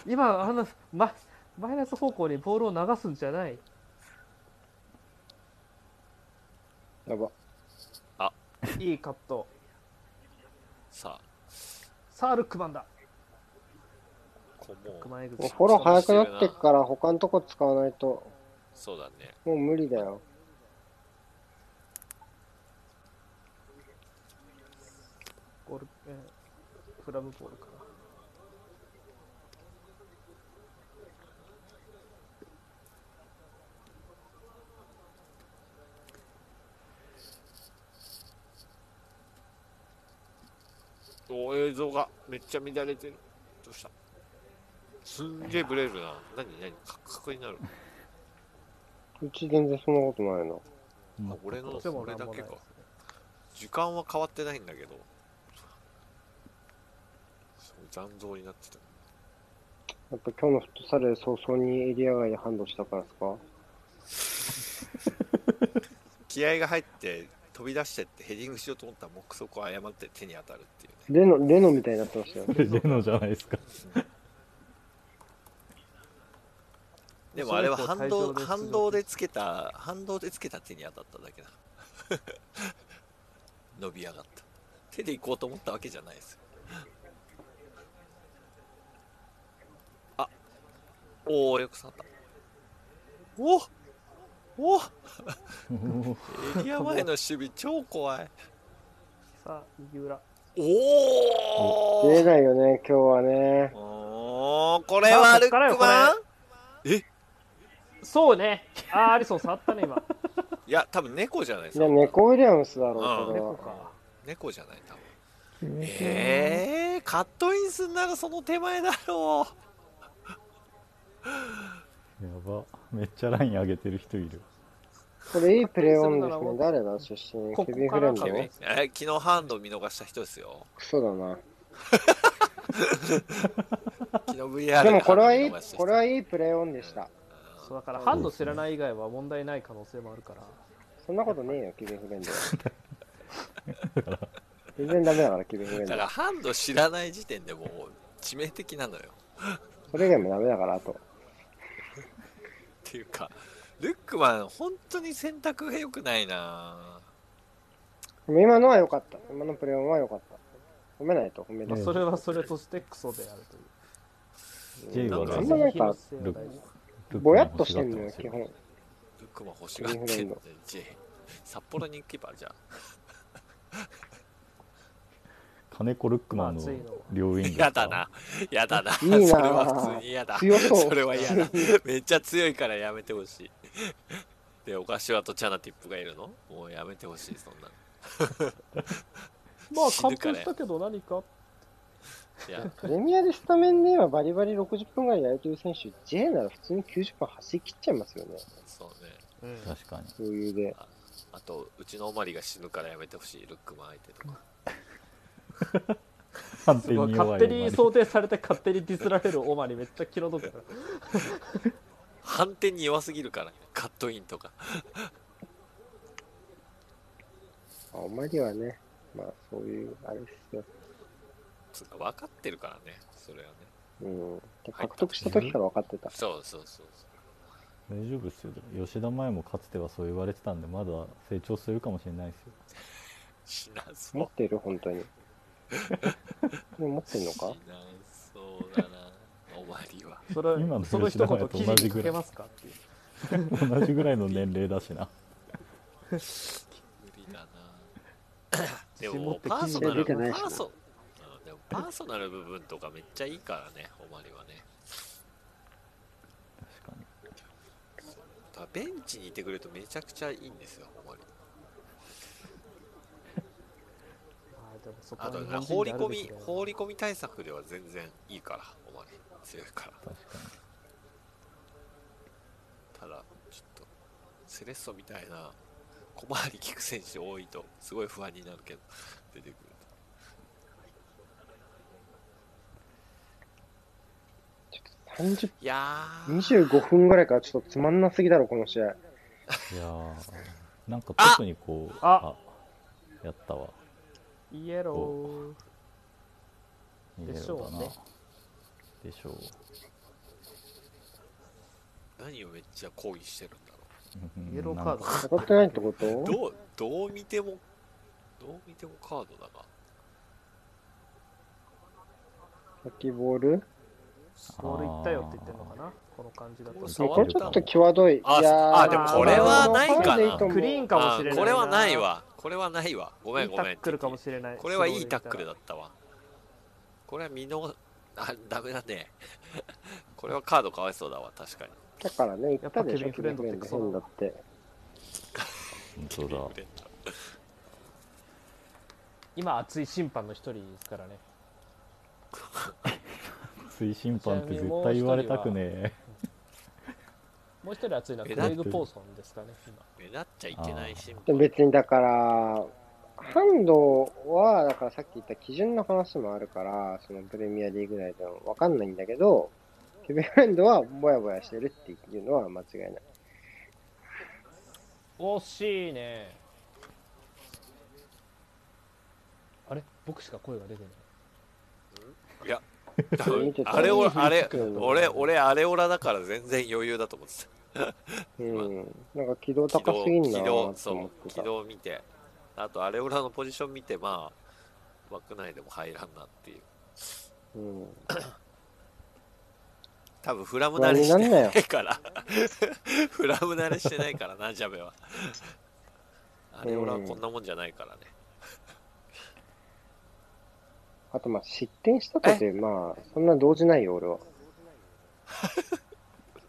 [SPEAKER 2] 今あのママイナス方向にボールを流すんじゃない
[SPEAKER 4] やば。
[SPEAKER 2] いいカット
[SPEAKER 1] さあ、
[SPEAKER 2] さあルックマンだ
[SPEAKER 1] こう
[SPEAKER 2] ルック
[SPEAKER 1] もう、
[SPEAKER 2] マンエグ
[SPEAKER 4] もう
[SPEAKER 2] ゼ
[SPEAKER 4] フォロー早くなってっから他のとこ使わないと、
[SPEAKER 1] そうだね。
[SPEAKER 4] もう無理だよ。
[SPEAKER 2] ゴール、えーフラムボールかな
[SPEAKER 1] お映像がめっちゃ乱れてるどうしたすんげえブレるな何何カクカクになる
[SPEAKER 4] うち全然そんなことないな。
[SPEAKER 3] うん
[SPEAKER 1] あ俺
[SPEAKER 2] こ
[SPEAKER 1] の
[SPEAKER 2] っち
[SPEAKER 1] そ
[SPEAKER 2] も
[SPEAKER 1] れ
[SPEAKER 2] なん
[SPEAKER 1] だ
[SPEAKER 2] も
[SPEAKER 1] け
[SPEAKER 2] ない
[SPEAKER 1] か
[SPEAKER 2] ですね
[SPEAKER 1] 時間は変わってないんだけどすごい残像になってた
[SPEAKER 4] やっぱ今日のフットサル早々にエリア外でハンドしたからですか
[SPEAKER 5] 気合が入って飛び出してってヘディングしようと思ったら目測を誤って手に当たるっていうね
[SPEAKER 4] レノ、レノみたいになってましたよ。
[SPEAKER 3] レノじゃないですか
[SPEAKER 5] でもあれは
[SPEAKER 2] おそらく
[SPEAKER 5] 反動
[SPEAKER 2] 退場です
[SPEAKER 5] 反動でつけた反動でつけた手に当たっただけだ 伸び上がった手で行こうと思ったわけじゃないですよあおおよく触ったお おおおエリア前の守備超怖い
[SPEAKER 2] さあ右裏
[SPEAKER 5] お
[SPEAKER 4] 出れ
[SPEAKER 5] お
[SPEAKER 4] ないよね、今日はね。
[SPEAKER 5] おーこれはルックマン
[SPEAKER 2] そうねあーアリソン触ったね今
[SPEAKER 5] いや多分猫じゃないです
[SPEAKER 4] じゃ
[SPEAKER 5] か
[SPEAKER 4] あ、猫ウィリアムスだろう、
[SPEAKER 5] うん
[SPEAKER 4] それ
[SPEAKER 2] 猫
[SPEAKER 4] は。
[SPEAKER 2] か
[SPEAKER 5] 猫じゃない多分
[SPEAKER 3] え
[SPEAKER 5] えー、カットインすんならその手前だろう
[SPEAKER 3] やばめっちゃライン上げてる人いる
[SPEAKER 4] これいいプレーオンですね。誰だ出身。
[SPEAKER 2] ここ
[SPEAKER 4] ケビン・フレンド
[SPEAKER 2] かな
[SPEAKER 4] ク
[SPEAKER 5] えー昨日ハンド見逃した人ですよ
[SPEAKER 4] ソだな。
[SPEAKER 5] 昨日 VR
[SPEAKER 4] でもこれはいい
[SPEAKER 5] ハンド見逃した、人
[SPEAKER 4] これはいいプレーオンでした。
[SPEAKER 2] そうだからハンド知らない以外は問題ない可能性もあるから
[SPEAKER 4] そんなことねえよ、ケビン・フレ ンドは。全然ダメだから、ケビン・フレンド
[SPEAKER 5] だか
[SPEAKER 4] は。
[SPEAKER 5] らハンド知らない時点でもう致命的なのよ
[SPEAKER 4] それ以外もダメだから、あと。
[SPEAKER 5] っていうかルックマン本当に選択が良くないな
[SPEAKER 4] でも今のは良かった。今のプレーオンは良かった。褒めないと褒め
[SPEAKER 2] ま
[SPEAKER 4] な
[SPEAKER 2] あ
[SPEAKER 4] い
[SPEAKER 3] うん
[SPEAKER 4] と。
[SPEAKER 2] それはそれとしてクソであるという
[SPEAKER 3] J は
[SPEAKER 4] そ
[SPEAKER 3] ラ
[SPEAKER 4] ん
[SPEAKER 3] イ
[SPEAKER 4] な
[SPEAKER 3] ン
[SPEAKER 4] なんか、
[SPEAKER 2] ルッ
[SPEAKER 4] ぼやっとしてん のよ、基本。
[SPEAKER 5] ルックマン欲しがってんの J 札幌に行けばじゃ
[SPEAKER 3] 金子ルックマンの両ウィン
[SPEAKER 5] あ
[SPEAKER 3] グ
[SPEAKER 5] 嫌だな嫌だない
[SPEAKER 4] いなぁ
[SPEAKER 5] それは普通に嫌だ
[SPEAKER 4] 強そう。
[SPEAKER 5] それは嫌だ めっちゃ強いからやめてほしいでお柏とチャナティップがいるのもうやめてほしいそんなの
[SPEAKER 2] まあ
[SPEAKER 5] 死
[SPEAKER 2] 完
[SPEAKER 5] ぬから
[SPEAKER 2] 封したけど何か
[SPEAKER 5] いや
[SPEAKER 4] プレミアでスタメンで今バリバリ60分ぐらいやれてる選手、J なら普通に90分走り切っちゃいますよね。
[SPEAKER 5] そうね
[SPEAKER 2] うん
[SPEAKER 3] 確かに
[SPEAKER 4] 余裕で。
[SPEAKER 5] あとうちのおまりが死ぬからやめてほしいルックマン相手とか
[SPEAKER 3] 判
[SPEAKER 2] す
[SPEAKER 3] 定
[SPEAKER 2] ご
[SPEAKER 3] に
[SPEAKER 2] い
[SPEAKER 3] 弱
[SPEAKER 2] 勝
[SPEAKER 3] い
[SPEAKER 2] 手に想定されて勝手にディスられるオマにめっちゃ気の毒だ
[SPEAKER 5] 反転に弱すぎるから、ね、カットインとか
[SPEAKER 4] あおまりはね、まあそういう、あれですよ。
[SPEAKER 5] つうか分かってるからねそれはね
[SPEAKER 4] うん。獲得した時から分かってた。
[SPEAKER 5] そうそうそうそう
[SPEAKER 3] 大丈夫ですよ吉田麻也もかつてはそう言われてたんでまだ成長するかもしれないです
[SPEAKER 1] 死
[SPEAKER 3] よ
[SPEAKER 1] なそ
[SPEAKER 4] 持っ
[SPEAKER 1] う。
[SPEAKER 4] てる本 当に。でも持ってんの
[SPEAKER 1] 死な
[SPEAKER 4] か
[SPEAKER 1] そうだな。終わりは。
[SPEAKER 2] それ
[SPEAKER 3] 今の
[SPEAKER 2] その一言記
[SPEAKER 3] 吉田麻也と
[SPEAKER 2] 事
[SPEAKER 3] 同じ
[SPEAKER 2] に
[SPEAKER 3] ぐ
[SPEAKER 2] 書
[SPEAKER 3] らい
[SPEAKER 2] けますかっていう
[SPEAKER 3] 同じぐらいの年齢だしな
[SPEAKER 1] 無理だな。で
[SPEAKER 2] 自信持
[SPEAKER 1] も
[SPEAKER 2] って
[SPEAKER 1] パーソナ
[SPEAKER 4] 出
[SPEAKER 1] ル、パ
[SPEAKER 4] てないしな
[SPEAKER 1] ーソ、うんでもパーソナル部分とかめっちゃいいからね、おまりはね。
[SPEAKER 3] 確かに
[SPEAKER 1] だからベンチにいてくれるとめちゃくちゃいいんですよ、おまり。
[SPEAKER 2] あーでもそこ
[SPEAKER 1] あ
[SPEAKER 2] は
[SPEAKER 1] と
[SPEAKER 2] 日
[SPEAKER 1] ね、
[SPEAKER 2] 本人
[SPEAKER 1] 放り
[SPEAKER 2] であ
[SPEAKER 1] 込
[SPEAKER 2] る
[SPEAKER 1] み
[SPEAKER 2] べきだよ、な
[SPEAKER 1] 放り込み対策では全然いいから、おまり。強いから。
[SPEAKER 3] 確かに
[SPEAKER 1] ただ、ちょっと、セレッソみたいな、小回り利く選手多いと、すごい不安になるけど、出てくると。
[SPEAKER 4] ?30、
[SPEAKER 1] いやー、
[SPEAKER 4] 25分ぐらいからちょっとつまんなすぎだろ、この試合。
[SPEAKER 3] いやーなんか特にこう
[SPEAKER 2] あ
[SPEAKER 3] やったわ
[SPEAKER 2] イエロー
[SPEAKER 3] 逃げ
[SPEAKER 2] で
[SPEAKER 3] ろ
[SPEAKER 2] しょう
[SPEAKER 3] だな
[SPEAKER 2] ね
[SPEAKER 3] でしょう,、
[SPEAKER 1] 何をめっちゃ抗議してるんだろ
[SPEAKER 3] う ん
[SPEAKER 2] イエローカー
[SPEAKER 4] 当
[SPEAKER 2] ド
[SPEAKER 4] たってないってこと
[SPEAKER 1] う。どう、どう見ても、どう見てもカードだな。
[SPEAKER 4] 先ボール
[SPEAKER 2] ボールいったよって言ってんのかなこの感じだと
[SPEAKER 1] もう
[SPEAKER 4] でもこれちょっと
[SPEAKER 1] 触
[SPEAKER 4] 際どい。い
[SPEAKER 1] あ
[SPEAKER 4] や
[SPEAKER 1] あでもこれはないかな
[SPEAKER 4] ファウルでいいと思う
[SPEAKER 2] クリーンかもしれない
[SPEAKER 1] あーこれはないわ。これはないわ。ごめ
[SPEAKER 2] い
[SPEAKER 1] ん
[SPEAKER 2] い
[SPEAKER 1] ご
[SPEAKER 2] タ
[SPEAKER 1] め
[SPEAKER 2] ッ
[SPEAKER 1] ん。
[SPEAKER 2] クルかもしれない
[SPEAKER 1] これはいいタックル
[SPEAKER 2] だ
[SPEAKER 1] だったわ。これは見逃、あ、ダメだね。 これはカードかわいそうだわ、確かに。
[SPEAKER 4] だからね、言ったでし
[SPEAKER 2] や
[SPEAKER 4] ょ、
[SPEAKER 2] っぱケビンフレンドってクソ
[SPEAKER 4] 変だって。
[SPEAKER 3] 本当だ
[SPEAKER 2] 今熱い審判の一人ですからね
[SPEAKER 3] 推進パンって絶対言われたくねえ
[SPEAKER 2] もう一人熱いのは
[SPEAKER 1] え
[SPEAKER 2] クレイグ・ポーソンですかね今
[SPEAKER 1] 目立っちゃいけない審
[SPEAKER 4] で
[SPEAKER 1] 判
[SPEAKER 4] も。別にだから、ハンドは、だからさっき言った基準の話もあるから、そのプレミアリーグ内ではわかんないんだけど、ケビン・フレンドはぼやぼやしてるっていうのは間違いない。
[SPEAKER 2] 惜しいねあれ僕しか声が出てない
[SPEAKER 1] いや、
[SPEAKER 4] 見てた
[SPEAKER 1] あれ
[SPEAKER 4] いい
[SPEAKER 1] を、
[SPEAKER 4] 振り
[SPEAKER 1] あれ
[SPEAKER 4] 付けだ、な
[SPEAKER 1] 俺、俺、あれオラだから全然余裕だと思って
[SPEAKER 4] うん。なんか軌道
[SPEAKER 1] た。
[SPEAKER 4] 高すぎんな
[SPEAKER 1] 軌
[SPEAKER 4] と
[SPEAKER 1] 道、
[SPEAKER 4] 思
[SPEAKER 1] そ
[SPEAKER 4] っ
[SPEAKER 1] う、
[SPEAKER 4] てた
[SPEAKER 1] 軌。道を見て、あとあれオラのポジション見て、まあ、枠内でも入らんなってい
[SPEAKER 4] う
[SPEAKER 1] う。
[SPEAKER 4] ん。
[SPEAKER 1] 多分フラム慣れし
[SPEAKER 4] 何な
[SPEAKER 1] て
[SPEAKER 4] んだ
[SPEAKER 1] な
[SPEAKER 4] よ
[SPEAKER 1] いから、 フラム慣れしてないからな、ジャベは。あれオラはこんなもんじゃないからね。
[SPEAKER 4] あと、まあ、失点したとて、まあ、そんな動じないよ、俺は。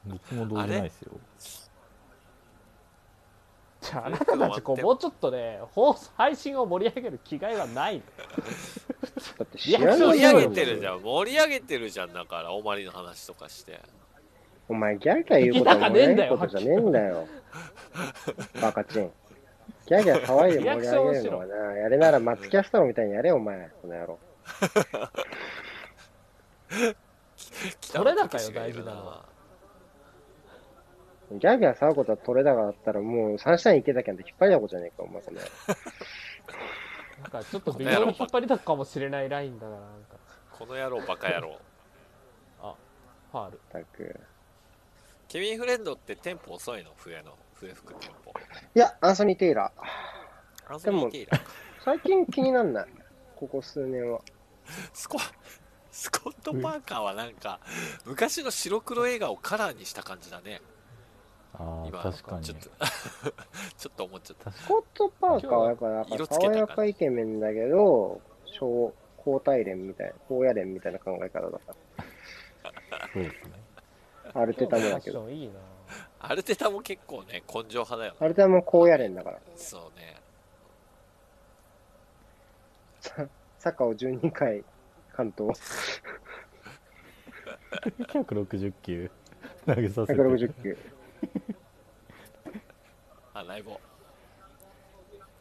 [SPEAKER 3] 僕も同じないですよ
[SPEAKER 2] じゃああなたたちこうもうちょっとね放送配信を盛り上げる気概はないの
[SPEAKER 4] だって
[SPEAKER 2] いや
[SPEAKER 4] ない
[SPEAKER 1] 盛り上げ
[SPEAKER 4] もん
[SPEAKER 1] てるじゃん、盛り上げてるじゃん、だから、おまりの話とかして。
[SPEAKER 4] お前、ギャーギャー言うことはもうね
[SPEAKER 2] いや
[SPEAKER 4] えことじゃねえんだよ。バカチン。ギャーギャー騒いで盛り上げるのはな、やれなら松キャスターみたいにやれよ、お前、この野郎。
[SPEAKER 2] それだかよ大事なのは
[SPEAKER 4] ギャーギャー騒ぐことは取れ高だったら、もうサンシャイン池崎なんて引っ張りだこじゃねえか、お前、この野郎。
[SPEAKER 2] なんかちょっと微妙に引っ張りだくかもしれないラインだからなんか
[SPEAKER 1] この野郎、バカ野郎。
[SPEAKER 2] あファール
[SPEAKER 4] ったく。
[SPEAKER 1] ケビン・フレンドってテンポ遅いの笛の、笛吹くテンポ。
[SPEAKER 4] いや、アンソニー・テイラー。
[SPEAKER 1] アンソニー・テイラー。
[SPEAKER 4] 最近気になんない。ここ数年は。
[SPEAKER 1] スコ、スコット・パーカーはなんか、昔の白黒映画をカラーにした感じだね。
[SPEAKER 3] ああ
[SPEAKER 1] 今、
[SPEAKER 3] 確かに
[SPEAKER 1] ちょっと、 ちょっと思っちゃった。
[SPEAKER 4] スコット・パーカーはやっぱ、なん
[SPEAKER 1] 色
[SPEAKER 4] か
[SPEAKER 1] つけ
[SPEAKER 4] 爽
[SPEAKER 1] たから
[SPEAKER 4] やかイケメンだけど、小、高体連みたいな、高野連みたいな考え方だか
[SPEAKER 3] そうですね
[SPEAKER 4] ら。アルテ
[SPEAKER 2] 今
[SPEAKER 4] タ
[SPEAKER 2] 日
[SPEAKER 4] も
[SPEAKER 2] のファ
[SPEAKER 4] だ
[SPEAKER 2] ッ
[SPEAKER 4] け
[SPEAKER 2] シ
[SPEAKER 4] ど。
[SPEAKER 2] ョンいいな
[SPEAKER 1] アルテタも結構ね、根性派だよね。
[SPEAKER 4] アルテタも高野連だから。
[SPEAKER 1] そうね。
[SPEAKER 4] サッカーを12回関東
[SPEAKER 3] 160球 投げさせて
[SPEAKER 4] 160球
[SPEAKER 1] あ、ライボ。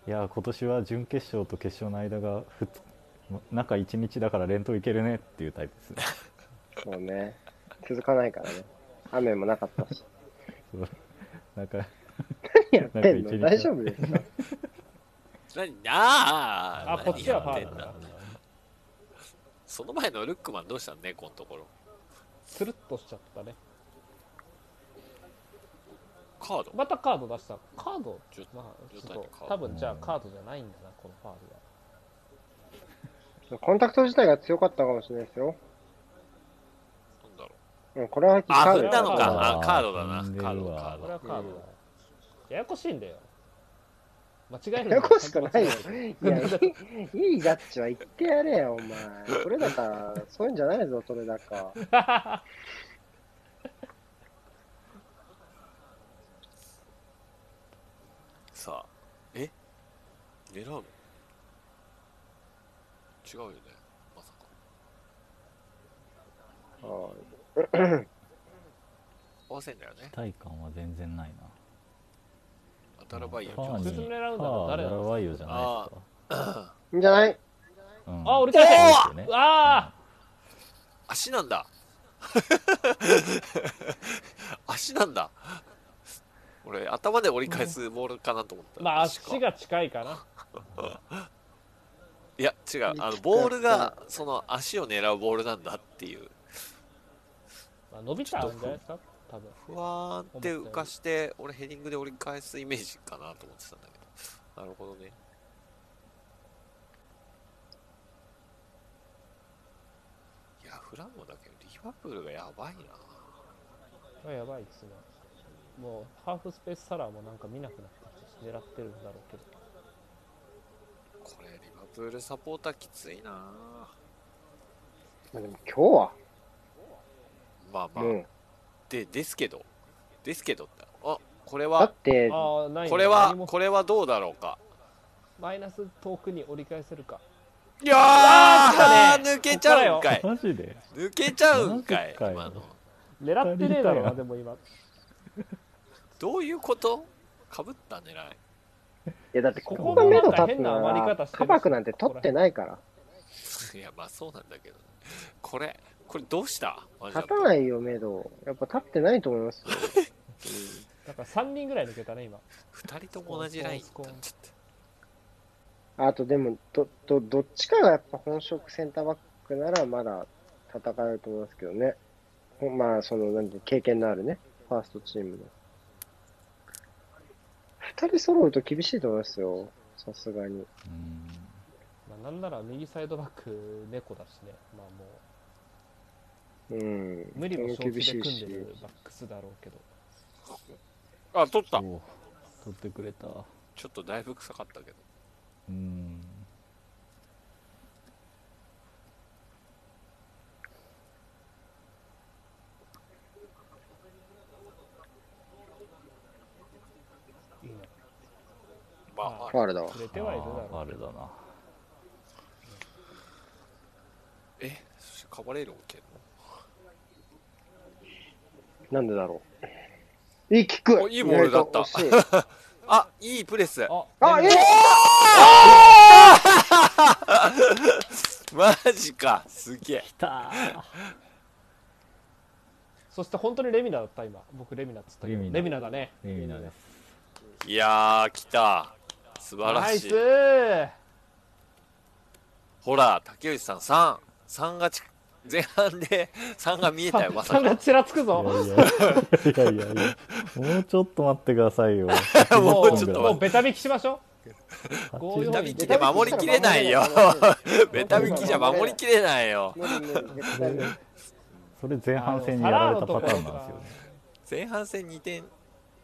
[SPEAKER 3] いやー今年は準決勝と決勝の間がふつま中1日だから連投いけるねっていうタイプですね
[SPEAKER 4] そうね続かないからね雨もなかったし
[SPEAKER 3] そうなんか
[SPEAKER 4] 何やってん
[SPEAKER 3] なんか一日
[SPEAKER 4] の大丈夫ですか
[SPEAKER 1] 何あー
[SPEAKER 2] あこっちはファ
[SPEAKER 1] 何やって
[SPEAKER 2] ール
[SPEAKER 1] ん
[SPEAKER 2] だ
[SPEAKER 1] だ
[SPEAKER 2] な
[SPEAKER 1] その前のルックマンどうしたの猫のところ。
[SPEAKER 2] つるっとしちゃったね
[SPEAKER 1] カード
[SPEAKER 2] またカード出したカード
[SPEAKER 1] ちょっと
[SPEAKER 2] まあち
[SPEAKER 1] 状
[SPEAKER 2] ょ
[SPEAKER 1] 態
[SPEAKER 2] っ
[SPEAKER 1] にカード
[SPEAKER 2] と多分じゃあカードじゃないんだなこのファールは
[SPEAKER 4] コンタクト自体が強かったかもしれないですよ。
[SPEAKER 1] なんだろう
[SPEAKER 4] うん、これは
[SPEAKER 6] あ
[SPEAKER 4] カー
[SPEAKER 6] 踏ん
[SPEAKER 4] ド
[SPEAKER 6] だのかあ
[SPEAKER 3] あー
[SPEAKER 6] カードだな
[SPEAKER 3] 踏んでる
[SPEAKER 6] カ
[SPEAKER 3] わ
[SPEAKER 6] ードカー
[SPEAKER 2] こ
[SPEAKER 6] ド
[SPEAKER 2] れはカードだよややこしいんだよ間違える
[SPEAKER 4] ややこしくないよ
[SPEAKER 2] よ。
[SPEAKER 4] いや、いいガッチは言ってやれよ、お前。それだから、そういうんじゃないぞ、それだか。
[SPEAKER 1] さあえ狙うの違うよねまさか
[SPEAKER 4] は
[SPEAKER 1] 合わせんだよね
[SPEAKER 3] 体感は全然ないな
[SPEAKER 1] 当たらばいいよ
[SPEAKER 3] パー
[SPEAKER 2] 直
[SPEAKER 3] に
[SPEAKER 2] 接狙うんだろう
[SPEAKER 3] パー
[SPEAKER 2] 誰だろう
[SPEAKER 3] ダラワイオじゃないです
[SPEAKER 4] いいんじゃない
[SPEAKER 3] か、うん、
[SPEAKER 2] あ俺だ
[SPEAKER 3] そうですよね
[SPEAKER 2] あ
[SPEAKER 1] 足なんだ足なんだ俺頭で折り返すボールかなと思った
[SPEAKER 2] あまあ
[SPEAKER 1] 確か
[SPEAKER 2] 足が近いかない
[SPEAKER 1] や違うあのボールがその足を狙うボールなんだっていう
[SPEAKER 2] まあ伸びちゃうんじゃないですか多分
[SPEAKER 1] ふわーんって浮かして俺ヘディングで折り返すイメージかなと思ってたんだけどなるほどねいやフランボだけどリバプールがやばいな
[SPEAKER 2] あやばいですねもうハーフスペースサラーもなんか見なくなってきて狙ってるんだろうけど
[SPEAKER 1] これリバプールサポーターきついな
[SPEAKER 4] まあでも今日は、
[SPEAKER 1] まあまあ、
[SPEAKER 4] もう、
[SPEAKER 1] でですけどですけどってあこれ
[SPEAKER 4] だっ
[SPEAKER 1] は
[SPEAKER 4] て、
[SPEAKER 2] ああないね
[SPEAKER 1] これは
[SPEAKER 2] 何も
[SPEAKER 1] これはどうだろうか
[SPEAKER 2] マイナス遠くに折り返せるか
[SPEAKER 1] いや
[SPEAKER 2] ー来たね
[SPEAKER 1] 抜けちゃうんかい
[SPEAKER 3] マジで
[SPEAKER 1] 抜けちゃうんかい
[SPEAKER 3] 70回
[SPEAKER 1] 今の
[SPEAKER 2] 狙ってねえだろうな
[SPEAKER 3] やりたいな
[SPEAKER 2] でも今
[SPEAKER 1] どういうことかぶった狙い
[SPEAKER 4] いやだってここ
[SPEAKER 3] ここ
[SPEAKER 4] が
[SPEAKER 3] が
[SPEAKER 4] 目の
[SPEAKER 2] なん
[SPEAKER 4] 立
[SPEAKER 2] か
[SPEAKER 4] つ
[SPEAKER 2] 変な
[SPEAKER 4] な
[SPEAKER 2] 余り
[SPEAKER 4] ら
[SPEAKER 2] 方してるし
[SPEAKER 4] カバクなんて取ってないから
[SPEAKER 1] いやまあそうなんだけど、ね、これこれどうしたマジだ
[SPEAKER 4] 立
[SPEAKER 1] と
[SPEAKER 4] たないよ目処やっぱ立ってないと思いますよ、
[SPEAKER 2] なんか3人ぐらい抜けたね今
[SPEAKER 1] 二人とも同じラインになっちゃって
[SPEAKER 4] うんあとでもどどどっちかがやっぱ本職センターバックならまだ戦えると思いますけどねほんまあそのなんて経験のあるねファーストチームの2人揃うと厳しいと思いますよさすがに
[SPEAKER 3] うん
[SPEAKER 2] まあ、なんなら右サイドバック猫だしね、まあ、も
[SPEAKER 4] うん
[SPEAKER 2] う無理も正気
[SPEAKER 4] 厳
[SPEAKER 2] で
[SPEAKER 4] しい
[SPEAKER 2] 組んで
[SPEAKER 4] し
[SPEAKER 2] るバックスだろうけど、
[SPEAKER 1] あ取った
[SPEAKER 3] おう取ってくれた
[SPEAKER 1] ちょっとだいぶ臭かったけど
[SPEAKER 3] うん
[SPEAKER 2] いいね
[SPEAKER 1] まあ
[SPEAKER 2] あー
[SPEAKER 1] まあ
[SPEAKER 4] ファールだわ
[SPEAKER 2] 触れてはいるだ
[SPEAKER 3] あー
[SPEAKER 2] ろ
[SPEAKER 3] あれだな
[SPEAKER 1] えそしてカバレーロ受ける
[SPEAKER 4] なんでだろういいキック
[SPEAKER 1] おいいボールだった
[SPEAKER 4] 意外と惜しい
[SPEAKER 1] のあいいプレス
[SPEAKER 2] う。
[SPEAKER 4] あ、いい
[SPEAKER 1] マジかすげえ
[SPEAKER 3] 来たー
[SPEAKER 2] そして本当にレミナだった、今。僕、レミナっつったけど
[SPEAKER 3] レミナ
[SPEAKER 2] レミナだね。
[SPEAKER 3] レミナです
[SPEAKER 1] いやー来た素晴ら
[SPEAKER 2] ナイ
[SPEAKER 1] しい
[SPEAKER 2] スー
[SPEAKER 1] ほら竹内さん3 3がち前半で3が見 えたよまさ
[SPEAKER 2] 3が
[SPEAKER 1] か
[SPEAKER 2] ちらつく
[SPEAKER 3] いや
[SPEAKER 2] ぞ。
[SPEAKER 3] い やいやいやいやもうちょっと待ってくださいよ
[SPEAKER 1] もうちょっと
[SPEAKER 2] も
[SPEAKER 1] 待
[SPEAKER 2] うベタ引きしましょ
[SPEAKER 3] 8
[SPEAKER 1] ベ
[SPEAKER 2] う
[SPEAKER 1] タ
[SPEAKER 2] ん
[SPEAKER 1] 引きで守りきれないよ ベタ引きじゃ守りきれないよ
[SPEAKER 4] 無理無理絶対無理
[SPEAKER 3] それ前半戦にやられたパターンなんですよね
[SPEAKER 1] 前半戦2点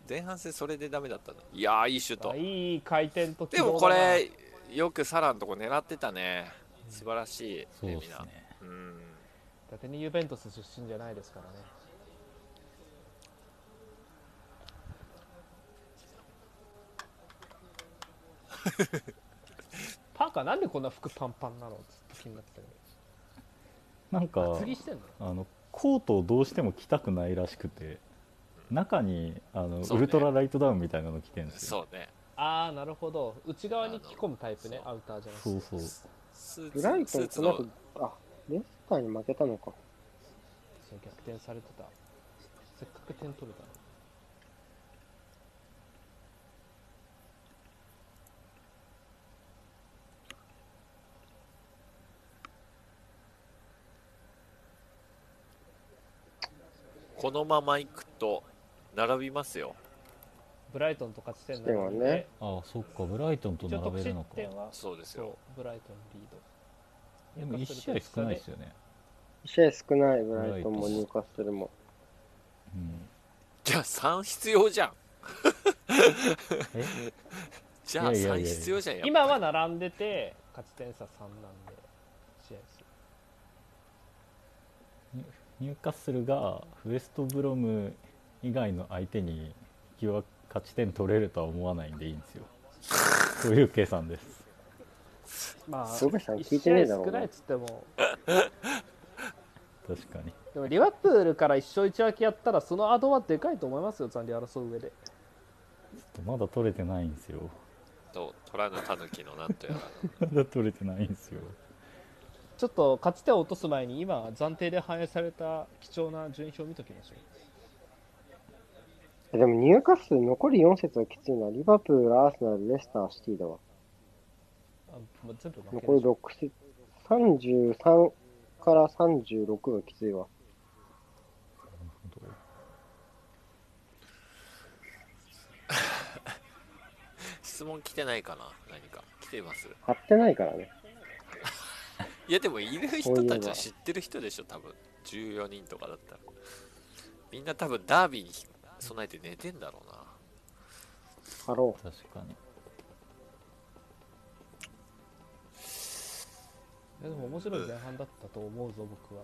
[SPEAKER 1] 前半戦それでダメだったのいやーいいシュー
[SPEAKER 2] う。あ
[SPEAKER 1] ト
[SPEAKER 2] いい回転と
[SPEAKER 1] でもこれよくサラのとこ狙ってたね素晴らしい
[SPEAKER 3] そう
[SPEAKER 1] レ
[SPEAKER 3] で
[SPEAKER 1] ミ
[SPEAKER 3] す
[SPEAKER 1] ナ
[SPEAKER 3] ね
[SPEAKER 1] うん
[SPEAKER 2] 伊達にユベントス出身じゃないです からね。パーカーなんでこんな服パンパンなのずっと気になって
[SPEAKER 3] なん
[SPEAKER 2] た
[SPEAKER 3] か
[SPEAKER 2] の。次してんの
[SPEAKER 3] あのコートをどうしても着たくないらしくて中にあの、
[SPEAKER 1] そう
[SPEAKER 3] ウ
[SPEAKER 1] ね
[SPEAKER 3] ルトラライトダウンみたいなの着てるんですよ
[SPEAKER 1] そうね
[SPEAKER 2] ああ、なるほど。内側に着込むタイプね、アウターじゃなくて。
[SPEAKER 3] そうそう
[SPEAKER 1] スー
[SPEAKER 4] ブライ
[SPEAKER 1] ツ
[SPEAKER 4] ト
[SPEAKER 1] ス
[SPEAKER 4] ン
[SPEAKER 1] ーツ
[SPEAKER 4] この
[SPEAKER 1] の
[SPEAKER 4] 後、あ、レスターに負けたのか。
[SPEAKER 2] そう逆転されてた。せっかく点取れたのに。
[SPEAKER 1] このまま行くと並びますよ
[SPEAKER 2] ブライトンと勝ち点
[SPEAKER 4] でも
[SPEAKER 2] 並んで
[SPEAKER 4] ね、
[SPEAKER 3] ああそっかブライトンと
[SPEAKER 2] 一応
[SPEAKER 3] 並
[SPEAKER 2] 得
[SPEAKER 3] べる
[SPEAKER 2] 失
[SPEAKER 3] のか
[SPEAKER 2] 点は
[SPEAKER 1] そうです
[SPEAKER 2] そ
[SPEAKER 1] よ。
[SPEAKER 2] うブライトンリード
[SPEAKER 3] でも1試合少ないですよね、
[SPEAKER 4] 試合少ない、ブライトンもニューカッスルも。
[SPEAKER 3] うん、
[SPEAKER 1] じゃあ3必要じゃん。
[SPEAKER 3] え
[SPEAKER 1] じゃあ
[SPEAKER 3] いやいやいや
[SPEAKER 1] 3
[SPEAKER 3] いや
[SPEAKER 1] 必要じゃん。やっぱり
[SPEAKER 2] 今は並んでて勝ち点差3なんで試合数
[SPEAKER 3] ニューカッスルがウエストブロム以外の相手に引き分け勝ち点取れるとは思わないんでいいんです よ。という計算です。
[SPEAKER 2] まあ
[SPEAKER 4] すごいさ聞
[SPEAKER 2] 1
[SPEAKER 4] いてねえ
[SPEAKER 2] 試
[SPEAKER 4] だ
[SPEAKER 2] 合
[SPEAKER 4] ろう
[SPEAKER 2] 少
[SPEAKER 4] な
[SPEAKER 2] ないっつっても
[SPEAKER 3] 確かに。
[SPEAKER 2] でもリバプールから1勝1分けやったらそのアドはでかいと思いますよ残留争う上で
[SPEAKER 3] ちょっとまだ取れてないんですよ。
[SPEAKER 1] と虎のたぬきのなんとやら。
[SPEAKER 3] まだ取れてないんですよ。
[SPEAKER 2] ちょっと勝ち点を落とす前に今暫定で反映された貴重な順位表を見ときましょう
[SPEAKER 4] えでもニューカッスル残り4節はきついな。リバプール、アーセナル、レスター、シティだわ。
[SPEAKER 2] あもう全部負け
[SPEAKER 4] 残り6節。33から36がきついわ。
[SPEAKER 1] 質問来てないかな何か。来てます。
[SPEAKER 4] 張ってないからね。
[SPEAKER 1] いやでもいる
[SPEAKER 4] そう
[SPEAKER 1] 人
[SPEAKER 4] いえば
[SPEAKER 1] たちは知ってる人でしょ、多分。14人とかだったら。みんな多分ダービーに備えて寝てんだろうな。
[SPEAKER 4] 張ろ
[SPEAKER 3] 確かに。
[SPEAKER 2] いやでも面白い前半だったと思うぞ僕は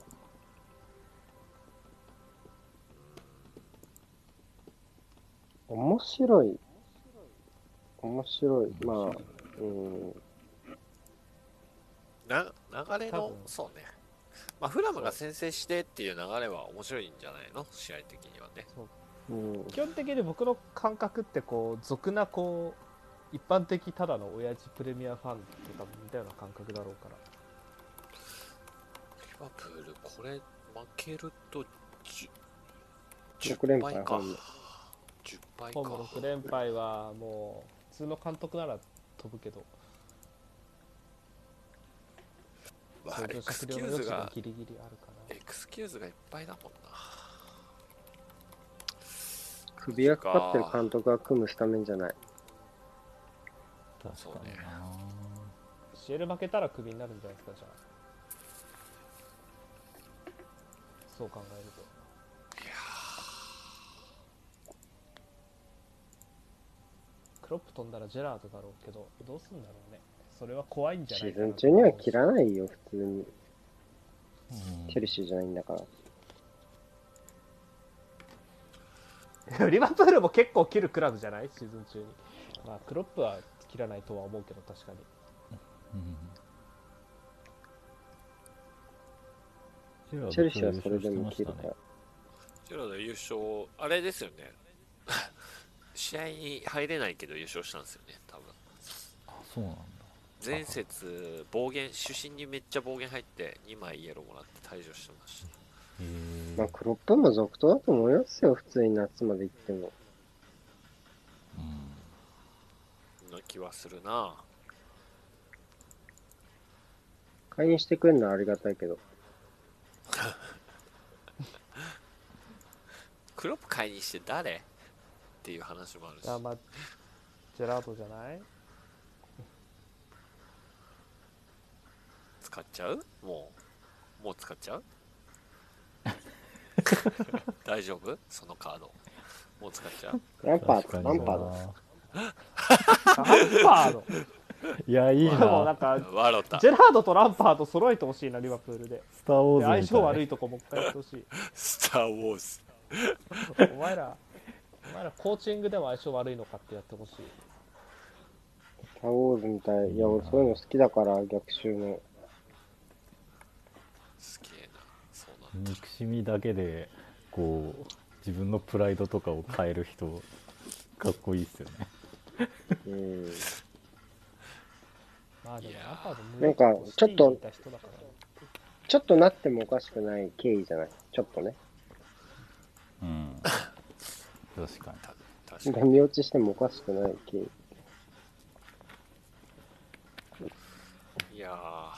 [SPEAKER 4] う。面白い。面白い。まあ、うん。
[SPEAKER 1] な流れ
[SPEAKER 2] 多
[SPEAKER 1] の
[SPEAKER 2] 分
[SPEAKER 1] そうね、まあ、フラムが先制してっていう流れは面白いんじゃないの試合的にはね
[SPEAKER 4] うん、
[SPEAKER 2] 基本的に僕の感覚ってこう俗なこう一般的ただの親父プレミアファンと多分似たような感覚だろうから
[SPEAKER 1] リバプールこれ負けると 10,
[SPEAKER 4] 6連
[SPEAKER 1] 倍
[SPEAKER 4] 敗
[SPEAKER 1] か
[SPEAKER 4] ホーム
[SPEAKER 1] 10倍
[SPEAKER 2] ホーム
[SPEAKER 1] か
[SPEAKER 2] 6連敗はもう普通の監督なら飛ぶけど
[SPEAKER 1] まあ
[SPEAKER 2] そ
[SPEAKER 1] エクス
[SPEAKER 2] 酌
[SPEAKER 1] キ
[SPEAKER 2] 量
[SPEAKER 1] ュー
[SPEAKER 2] の
[SPEAKER 1] ズ
[SPEAKER 2] 余地が
[SPEAKER 1] が
[SPEAKER 2] ギリギリあるか
[SPEAKER 1] エクスキューズがいっぱいだもんな
[SPEAKER 4] 首がかかってる監督が組むスタメンじゃない。
[SPEAKER 3] 確
[SPEAKER 1] そう
[SPEAKER 3] かに
[SPEAKER 1] ね
[SPEAKER 3] な。
[SPEAKER 2] らシエル負けたらクビになるんじゃないですかじゃあそう考えるとクロップ飛んだらジェラートだろうけどどうすんだろうねそれは怖いんじゃ
[SPEAKER 4] シ
[SPEAKER 2] ない
[SPEAKER 4] ー
[SPEAKER 2] か
[SPEAKER 4] ズ
[SPEAKER 2] な
[SPEAKER 4] ン中には切らないよ、普通に。
[SPEAKER 3] うん
[SPEAKER 4] チェルシーじゃないんだから。
[SPEAKER 2] リバプールも結構切るクラブじゃないシーズン中に。まあ、クロップは切らないとは思うけど、確かに。
[SPEAKER 3] うんチェ
[SPEAKER 4] チェルシーはそれでも切る
[SPEAKER 3] ラ
[SPEAKER 4] か
[SPEAKER 3] ード
[SPEAKER 4] ら。
[SPEAKER 1] ジェラード優勝あれですよね 試合に入れないけど優勝したんですよね多分
[SPEAKER 3] あそうなんだ。
[SPEAKER 1] 前節暴言主審にめっちゃ暴言入って2枚イエローもらって退場してました
[SPEAKER 3] へ
[SPEAKER 4] まあ、
[SPEAKER 3] え。
[SPEAKER 4] クロップも続投だと思いますよ、普通に夏まで行っても。
[SPEAKER 3] うん
[SPEAKER 1] な気はするな
[SPEAKER 4] 解任してくれるのはありがたいけど。
[SPEAKER 1] クロップ解任して誰っていう話もあるし
[SPEAKER 2] あまあ、ジェラートじゃない
[SPEAKER 1] 使っちゃうもうもう使っち ゃう大丈夫そのカードもう使っちゃう
[SPEAKER 4] ランパー
[SPEAKER 3] 確か
[SPEAKER 4] ド、
[SPEAKER 3] に
[SPEAKER 4] ラ
[SPEAKER 3] な
[SPEAKER 4] ンパード。
[SPEAKER 2] ランパード。
[SPEAKER 3] いやい
[SPEAKER 2] で
[SPEAKER 3] い
[SPEAKER 2] もな。
[SPEAKER 3] なん
[SPEAKER 2] か、
[SPEAKER 1] ワロタ
[SPEAKER 2] ジェラードとランパード揃えてほしいな、リバプールで。
[SPEAKER 3] スターウォー
[SPEAKER 2] で
[SPEAKER 3] ズ
[SPEAKER 2] 相
[SPEAKER 3] みたい
[SPEAKER 2] 性悪いとこもう一回やってほしい。
[SPEAKER 1] スター・ウォーズ
[SPEAKER 2] お前ら、お前らコーチングでも相性悪いのかってやってほしい。
[SPEAKER 4] スター・ウォーズみたい。いや、俺そういうの好きだから、逆襲の。
[SPEAKER 1] すげえなそうなんだ
[SPEAKER 3] 憎しみだけでこう自分のプライドとかを変える人かっこいいっすよね
[SPEAKER 4] うん。
[SPEAKER 2] まあでも
[SPEAKER 1] いやー
[SPEAKER 2] ランパード
[SPEAKER 4] なんかちょっと
[SPEAKER 2] 見た人だからね
[SPEAKER 4] ちょっとなってもおかしくない経緯じゃない。ちょっとね。
[SPEAKER 3] うん確かに
[SPEAKER 1] た確か
[SPEAKER 4] ダ
[SPEAKER 1] に
[SPEAKER 4] メ落ちしてもおかしくない経緯。
[SPEAKER 1] いやーは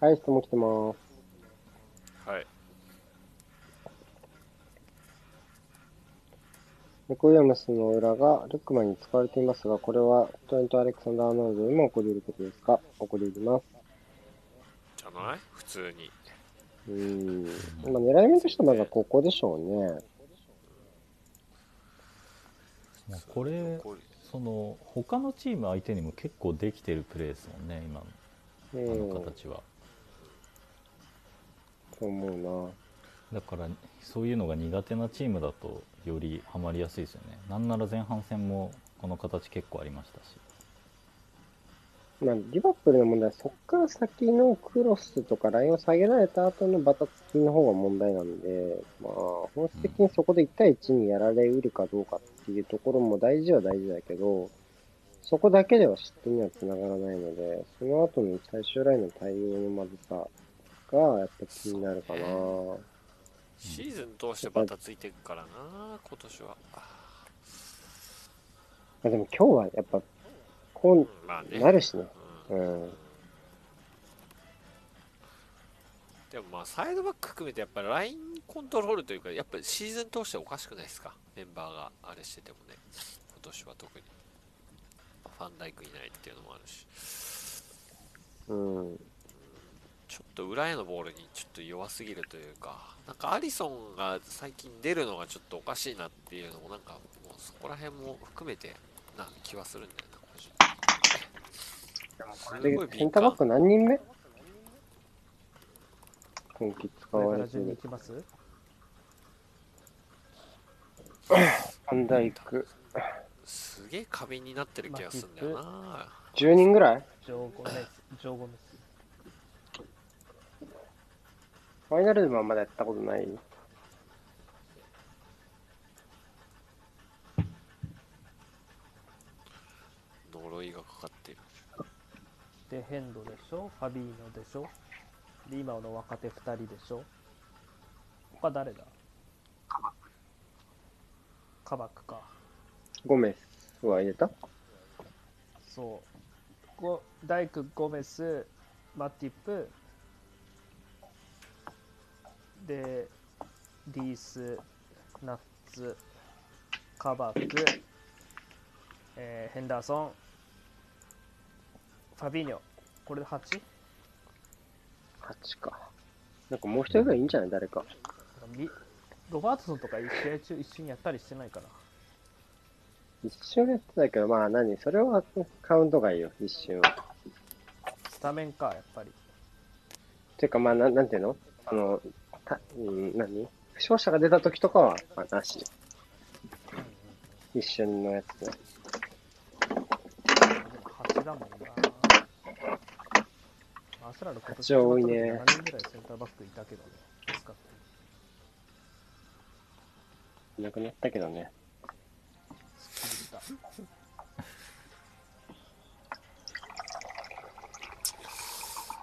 [SPEAKER 4] はい、質問来てます。
[SPEAKER 1] い
[SPEAKER 4] ニコ・ウィリアムスの裏がルックマンに使われていますが、これはトレント・アレクサンダー・アーノルドにも起こり得ることですか起こり得ます。
[SPEAKER 1] じゃない普通に。
[SPEAKER 4] うーん。まあ、狙い目としてはまだここでしょうね。
[SPEAKER 3] まあこれ
[SPEAKER 1] 残り
[SPEAKER 3] その他のチーム相手にも結構できてるプレーですもんね今
[SPEAKER 4] う
[SPEAKER 3] のあの
[SPEAKER 4] ん。
[SPEAKER 3] 形は、
[SPEAKER 4] と思
[SPEAKER 3] だからそういうのが苦手なチームだとよりハマりやすいですよねなんなら前半戦もこの形結構ありましたし
[SPEAKER 4] うな。まあ、リバプールの問題は、そっから先のクロスとかラインを下げられた後のバタつきの方が問題なんで、まあ、本質的にそこで1対1にやられうるかどうかっていうところも大事は大事だけど、そこだけでは失点にはつながらないので、その後の最終ラインの対応のまずさが、やっぱ気になるかな。
[SPEAKER 1] シーズン通してバタついてるからな、今年は。
[SPEAKER 4] まあ、でも今日はやっぱ、こ
[SPEAKER 1] うんまあ
[SPEAKER 4] う
[SPEAKER 1] ね。
[SPEAKER 4] なるしね。
[SPEAKER 1] う
[SPEAKER 4] うんん。
[SPEAKER 1] でもまあサイドバック含めてやっぱラインコントロールというかやっぱシーズン通しておかしくないですかメンバーがあれしててもね今年は特にファンダイクいないっていうのもあるし
[SPEAKER 4] うん。
[SPEAKER 1] ちょっと裏へのボールにちょっと弱すぎるというかなんかアリソンが最近出るのがちょっとおかしいなっていうのもなんかもうそこら辺も含めてな気はするんだよな個人的にすごい
[SPEAKER 4] で、セン
[SPEAKER 1] 敏
[SPEAKER 4] ターバッ
[SPEAKER 1] 感
[SPEAKER 4] ク何人目今季使
[SPEAKER 2] これ
[SPEAKER 4] わ
[SPEAKER 2] か
[SPEAKER 4] れ
[SPEAKER 2] ら
[SPEAKER 4] て
[SPEAKER 2] 順に
[SPEAKER 4] る
[SPEAKER 2] 行。きます
[SPEAKER 4] ファンダイク、
[SPEAKER 1] すげえ過敏になってる気がするんだよな
[SPEAKER 4] 10人ぐらい
[SPEAKER 2] 上ゴメス、上ゴメス。
[SPEAKER 4] ファイナルでもあんまだやったことない。
[SPEAKER 1] 呪いがかかってる
[SPEAKER 2] で、ヘンドでしょファビーノでしょで、今の若手2人でしょ他誰だカバックか。
[SPEAKER 4] ゴメスは入れた
[SPEAKER 2] そう。ゴダイク、ゴメス、マティップ、で、リース、ナッツ、カバック、えーヘンダーソン、ファビーニョ。これで 8?
[SPEAKER 4] 8か。なんかもう一人ぐらいいいんじゃない誰か。
[SPEAKER 2] みロバートソンとか一試合中一緒にやったりしてないから。
[SPEAKER 4] 一瞬やってたけど、まあ何それはカウントがいいよ、一瞬は。
[SPEAKER 2] スタメンか、やっぱり。
[SPEAKER 4] ていうか、まあなん、なんていうのあの、たうん、何負傷者が出た時とかは、まあ、なし。一瞬のやつね。
[SPEAKER 2] 8だもんな。アシュラル今年
[SPEAKER 4] 八多いね
[SPEAKER 2] 7人ぐらいセンターバックいたけどね。助かった
[SPEAKER 4] いなくなったけどね。
[SPEAKER 2] すっきりした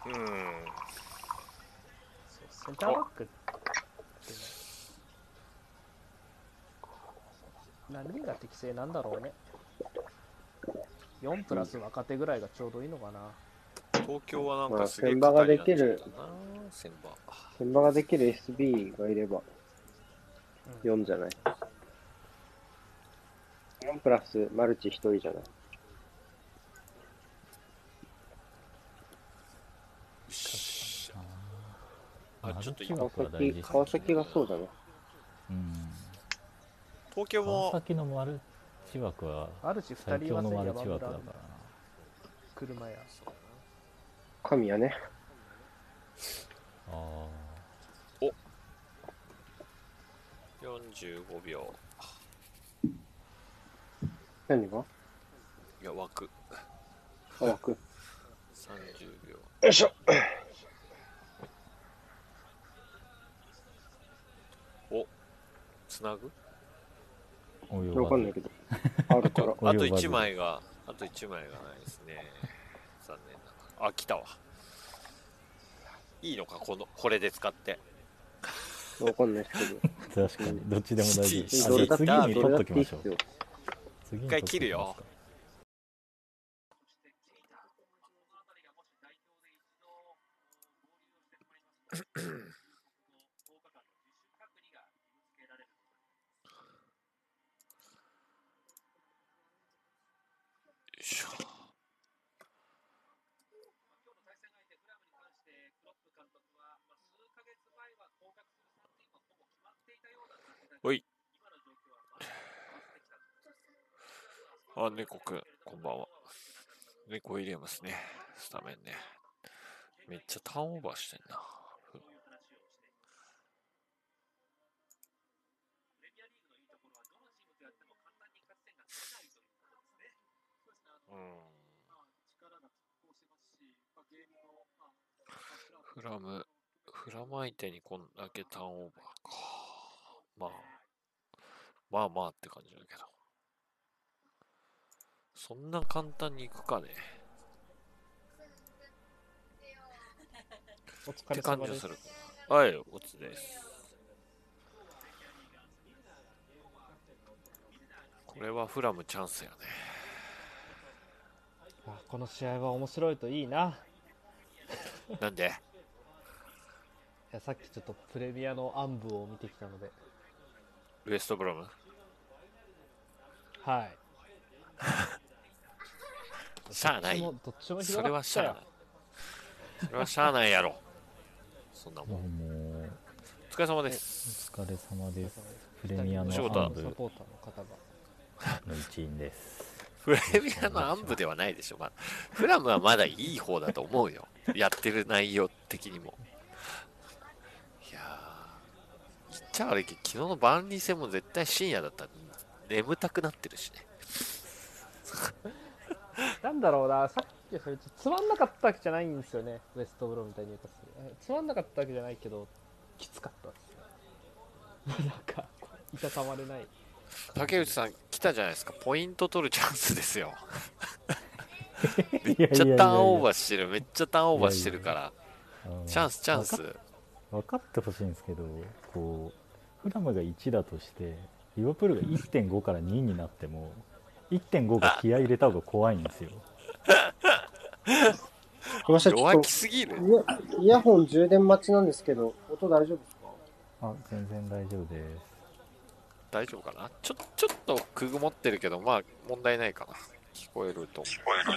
[SPEAKER 5] うん。
[SPEAKER 2] そうセンターバックってね。何が適正なんだろうね。4プラス若手ぐらいがちょうどいいのかな。
[SPEAKER 5] 東京はなんかすげえ
[SPEAKER 4] まあ先場ができる
[SPEAKER 5] 肩になっちゃったな。先場。
[SPEAKER 4] 現場ができる SB がいれば、
[SPEAKER 2] うん
[SPEAKER 4] 4じゃない。4プラスマルチ1人じゃない。
[SPEAKER 1] あ
[SPEAKER 3] マ
[SPEAKER 1] ちょ
[SPEAKER 3] ル
[SPEAKER 1] っと
[SPEAKER 3] チ
[SPEAKER 1] 今
[SPEAKER 4] 川
[SPEAKER 3] 枠は大事
[SPEAKER 4] 崎、
[SPEAKER 3] ですね
[SPEAKER 4] 川崎がそうだね。
[SPEAKER 3] うん
[SPEAKER 5] 東京
[SPEAKER 3] 川
[SPEAKER 5] も
[SPEAKER 3] 崎のマルチ枠は
[SPEAKER 2] あるし2
[SPEAKER 3] 最
[SPEAKER 2] 人い
[SPEAKER 3] 強
[SPEAKER 2] ま
[SPEAKER 3] の
[SPEAKER 2] せん、
[SPEAKER 3] マル
[SPEAKER 2] 山
[SPEAKER 3] チ枠だから
[SPEAKER 2] 村
[SPEAKER 3] な、
[SPEAKER 2] 車や。
[SPEAKER 4] 神谷ね。
[SPEAKER 3] あ
[SPEAKER 5] 45秒。
[SPEAKER 4] 何が
[SPEAKER 5] いや、枠。
[SPEAKER 4] あ枠。
[SPEAKER 5] 30秒。
[SPEAKER 4] よいしょ。
[SPEAKER 5] つなぐ
[SPEAKER 3] あおよ
[SPEAKER 4] わかんない けど。あるから。
[SPEAKER 5] あと1枚が、あと1枚がないですね。残念ながら。あ、来たわ。いいのか、この、これで使って。
[SPEAKER 4] わかんないですけど。
[SPEAKER 3] 確かにどっちでも大丈夫
[SPEAKER 5] シティ
[SPEAKER 3] あ
[SPEAKER 4] どれ
[SPEAKER 3] じゃ
[SPEAKER 4] だっ
[SPEAKER 3] あ
[SPEAKER 4] ていい
[SPEAKER 3] 次に
[SPEAKER 4] ど
[SPEAKER 3] 取
[SPEAKER 4] れ
[SPEAKER 3] っ
[SPEAKER 4] だ
[SPEAKER 3] と
[SPEAKER 4] って
[SPEAKER 3] き
[SPEAKER 4] いい
[SPEAKER 3] ま
[SPEAKER 4] っ
[SPEAKER 3] しょう
[SPEAKER 4] すよ。
[SPEAKER 3] 次に
[SPEAKER 5] 一回切るよ
[SPEAKER 3] 取っとき
[SPEAKER 5] あ
[SPEAKER 1] おい。あ、猫くん、こんばんは。猫入れますね。スタメンね。めっちゃターンオーバーしてんな。うん。フラム、フラム相手にこんだけターンオーバーか。まあ、まあまあって感じだけど。そんな簡単にいくかね。
[SPEAKER 2] お
[SPEAKER 1] っ
[SPEAKER 2] 疲
[SPEAKER 1] て
[SPEAKER 2] れ
[SPEAKER 1] 感
[SPEAKER 2] 様
[SPEAKER 1] じ
[SPEAKER 2] で
[SPEAKER 1] が
[SPEAKER 2] す
[SPEAKER 1] す。る。はい、おつです。これはフラムチャンスやね。
[SPEAKER 2] あこの試合は面白いといいな。
[SPEAKER 1] なんで
[SPEAKER 2] いやさっきちょっとプレミアの暗部を見てきたので。
[SPEAKER 1] ウエストブロム
[SPEAKER 2] はい。
[SPEAKER 1] しゃあな
[SPEAKER 2] どっち
[SPEAKER 1] い
[SPEAKER 2] も。どっちも
[SPEAKER 1] そ
[SPEAKER 2] 広
[SPEAKER 1] れ
[SPEAKER 2] が
[SPEAKER 1] は
[SPEAKER 2] っ
[SPEAKER 1] したゃあな
[SPEAKER 2] よ
[SPEAKER 1] い。。それはしゃあないやろ。そんなもん。
[SPEAKER 3] もう
[SPEAKER 1] お疲れ様で
[SPEAKER 3] お
[SPEAKER 1] す。
[SPEAKER 3] 疲れ様
[SPEAKER 2] お疲れ様
[SPEAKER 3] で
[SPEAKER 2] です
[SPEAKER 3] プレミア
[SPEAKER 2] お
[SPEAKER 3] の
[SPEAKER 1] 仕事
[SPEAKER 3] ア
[SPEAKER 1] は
[SPEAKER 3] ン
[SPEAKER 2] サ
[SPEAKER 3] ブ
[SPEAKER 2] ポーターの方が。
[SPEAKER 3] の一員です
[SPEAKER 1] フレミアの暗部ではないでしょ、まだ。フラムはまだいい方だと思うよ。やってる内容的にも。いやー、言っちゃ悪いけど、昨日のバーンリー戦も絶対深夜だったんで、眠たくなってるしね。
[SPEAKER 2] なんだろうな、さっきそれつまんなかったわけじゃないんですよね、ウエストブロみたいに言うとするえつまんなかったわけじゃないけど、きつかったですね。なん か、いたたまれない。
[SPEAKER 1] 竹内さん来たじゃないですか。ポイント取るチャンスですよ。
[SPEAKER 3] めっ
[SPEAKER 1] めっちゃターンオー
[SPEAKER 3] ー
[SPEAKER 1] バーしてる。めっちゃターンオーバーしてるから。チャンス、チャンス。
[SPEAKER 3] 分かってほしいんですけどこうフラムが1だとしてリバプールが1.5から2になっても1.5が気合い入れた方が怖いんですよ
[SPEAKER 4] この人ちょっ
[SPEAKER 1] 弱
[SPEAKER 4] と
[SPEAKER 1] 気すぎる。
[SPEAKER 4] イヤイヤホン充電待ちなんですけど、音大丈夫ですか
[SPEAKER 3] あ全然大丈夫です
[SPEAKER 1] 大丈夫かなちょ、ちょっとくぐもってるけど、まあ、問題ないかな。聞こえると思う。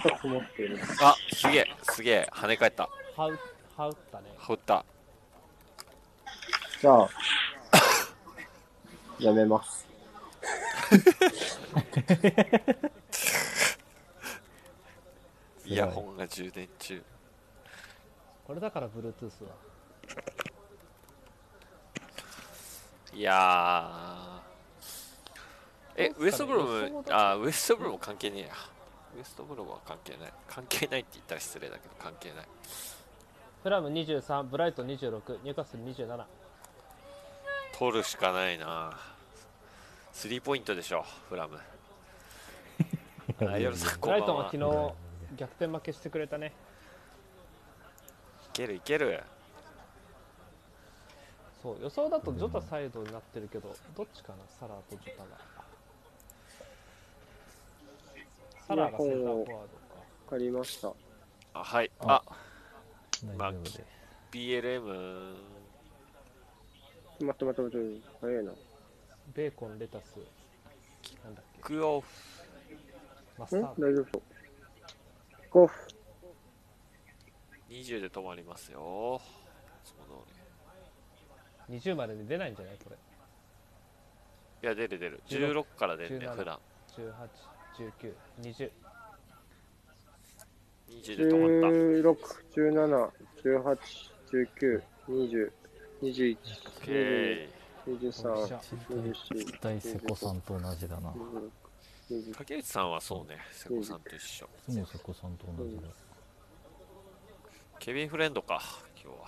[SPEAKER 4] ちょっと曇ってる。
[SPEAKER 1] あ、すげえ、すげえ、跳ね返った。
[SPEAKER 2] はう、はうったね。
[SPEAKER 1] 振った。
[SPEAKER 4] じゃ あ、やめます。
[SPEAKER 1] イヤホンが充電中。
[SPEAKER 2] これだから、Bluetooth は。
[SPEAKER 1] いやー。え、ウエストブロム、あ、ウエストブロム関係ねえや。ウエストブロムは関係ない。関係ないって言ったら失礼だけど、関係ない。
[SPEAKER 2] フラム23、ブライト26、ニューカッスル27。
[SPEAKER 1] 取るしかないな。スリーポイントでしょ、フラム。あ、夜さん、
[SPEAKER 2] ブ
[SPEAKER 1] こ
[SPEAKER 2] ラ
[SPEAKER 1] ん
[SPEAKER 2] イ
[SPEAKER 1] ば
[SPEAKER 2] ト
[SPEAKER 1] ん
[SPEAKER 2] ンは
[SPEAKER 1] は。
[SPEAKER 2] 昨
[SPEAKER 1] い
[SPEAKER 2] 日、逆転負けしてくれたね。
[SPEAKER 1] けるいける。
[SPEAKER 2] そう、予想だとジョタサイドになってるけど、どっちかな、サラーとジョタが。サラーがセンターフォワードか。
[SPEAKER 4] わかりました。
[SPEAKER 1] あ、はい。あ
[SPEAKER 3] あ、大丈夫です、
[SPEAKER 1] BLM。
[SPEAKER 4] 待って待って待って、早いな。
[SPEAKER 2] ベーコン、レタス、なんだっけ、
[SPEAKER 1] クオフ。
[SPEAKER 2] マス
[SPEAKER 4] ん
[SPEAKER 2] タ
[SPEAKER 4] 大
[SPEAKER 2] ード。
[SPEAKER 4] 丈夫そう。ゴフ。
[SPEAKER 1] 20で止まりますよ。いつも通り。
[SPEAKER 2] 20までに出ないんじゃないこれ。
[SPEAKER 1] いや、出る出る。
[SPEAKER 2] 16
[SPEAKER 1] 16から出るね、
[SPEAKER 2] 17
[SPEAKER 1] 普段。
[SPEAKER 2] 18、19、20。
[SPEAKER 1] 20で止まっ
[SPEAKER 4] 16、17、18、19、20、21、
[SPEAKER 1] た。オッケー
[SPEAKER 4] 23、24、
[SPEAKER 3] 大瀬古さんと同じだな
[SPEAKER 4] 26、27、
[SPEAKER 1] 竹内さんはそうね、瀬古さんと一緒。
[SPEAKER 3] いつも瀬古さんと同じだ
[SPEAKER 1] ケビン・フレンドか、今日は。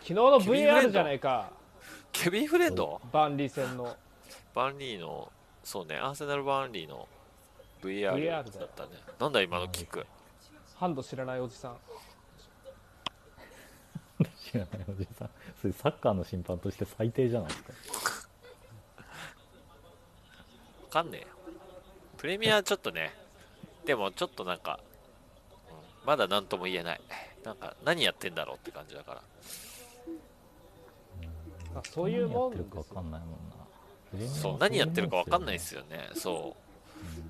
[SPEAKER 2] 昨日の
[SPEAKER 1] キリンブレンド
[SPEAKER 2] VR じゃないか、
[SPEAKER 1] ケビン・フレンド
[SPEAKER 2] バンリー戦の。
[SPEAKER 1] バンリーの、そうね、アーセナル・バンリーの
[SPEAKER 2] VR
[SPEAKER 1] VR だったね。なんだ今のキック。
[SPEAKER 2] ハンド知らないおじさん。
[SPEAKER 3] 知らないおじさんそれサッカーの審判として最低じゃないですか
[SPEAKER 1] わかんねえよ。プレミアちょっとね、でもちょっとなんか、うんまだ何とも言えない。なんか、何やってんだろうって感じだから。
[SPEAKER 2] あそういうもん
[SPEAKER 3] 何や
[SPEAKER 2] で
[SPEAKER 3] ってるか
[SPEAKER 2] す
[SPEAKER 3] わ
[SPEAKER 2] よ
[SPEAKER 3] か。んないもんなプレミアは
[SPEAKER 1] そう、何やってるかわかんないですよね。そ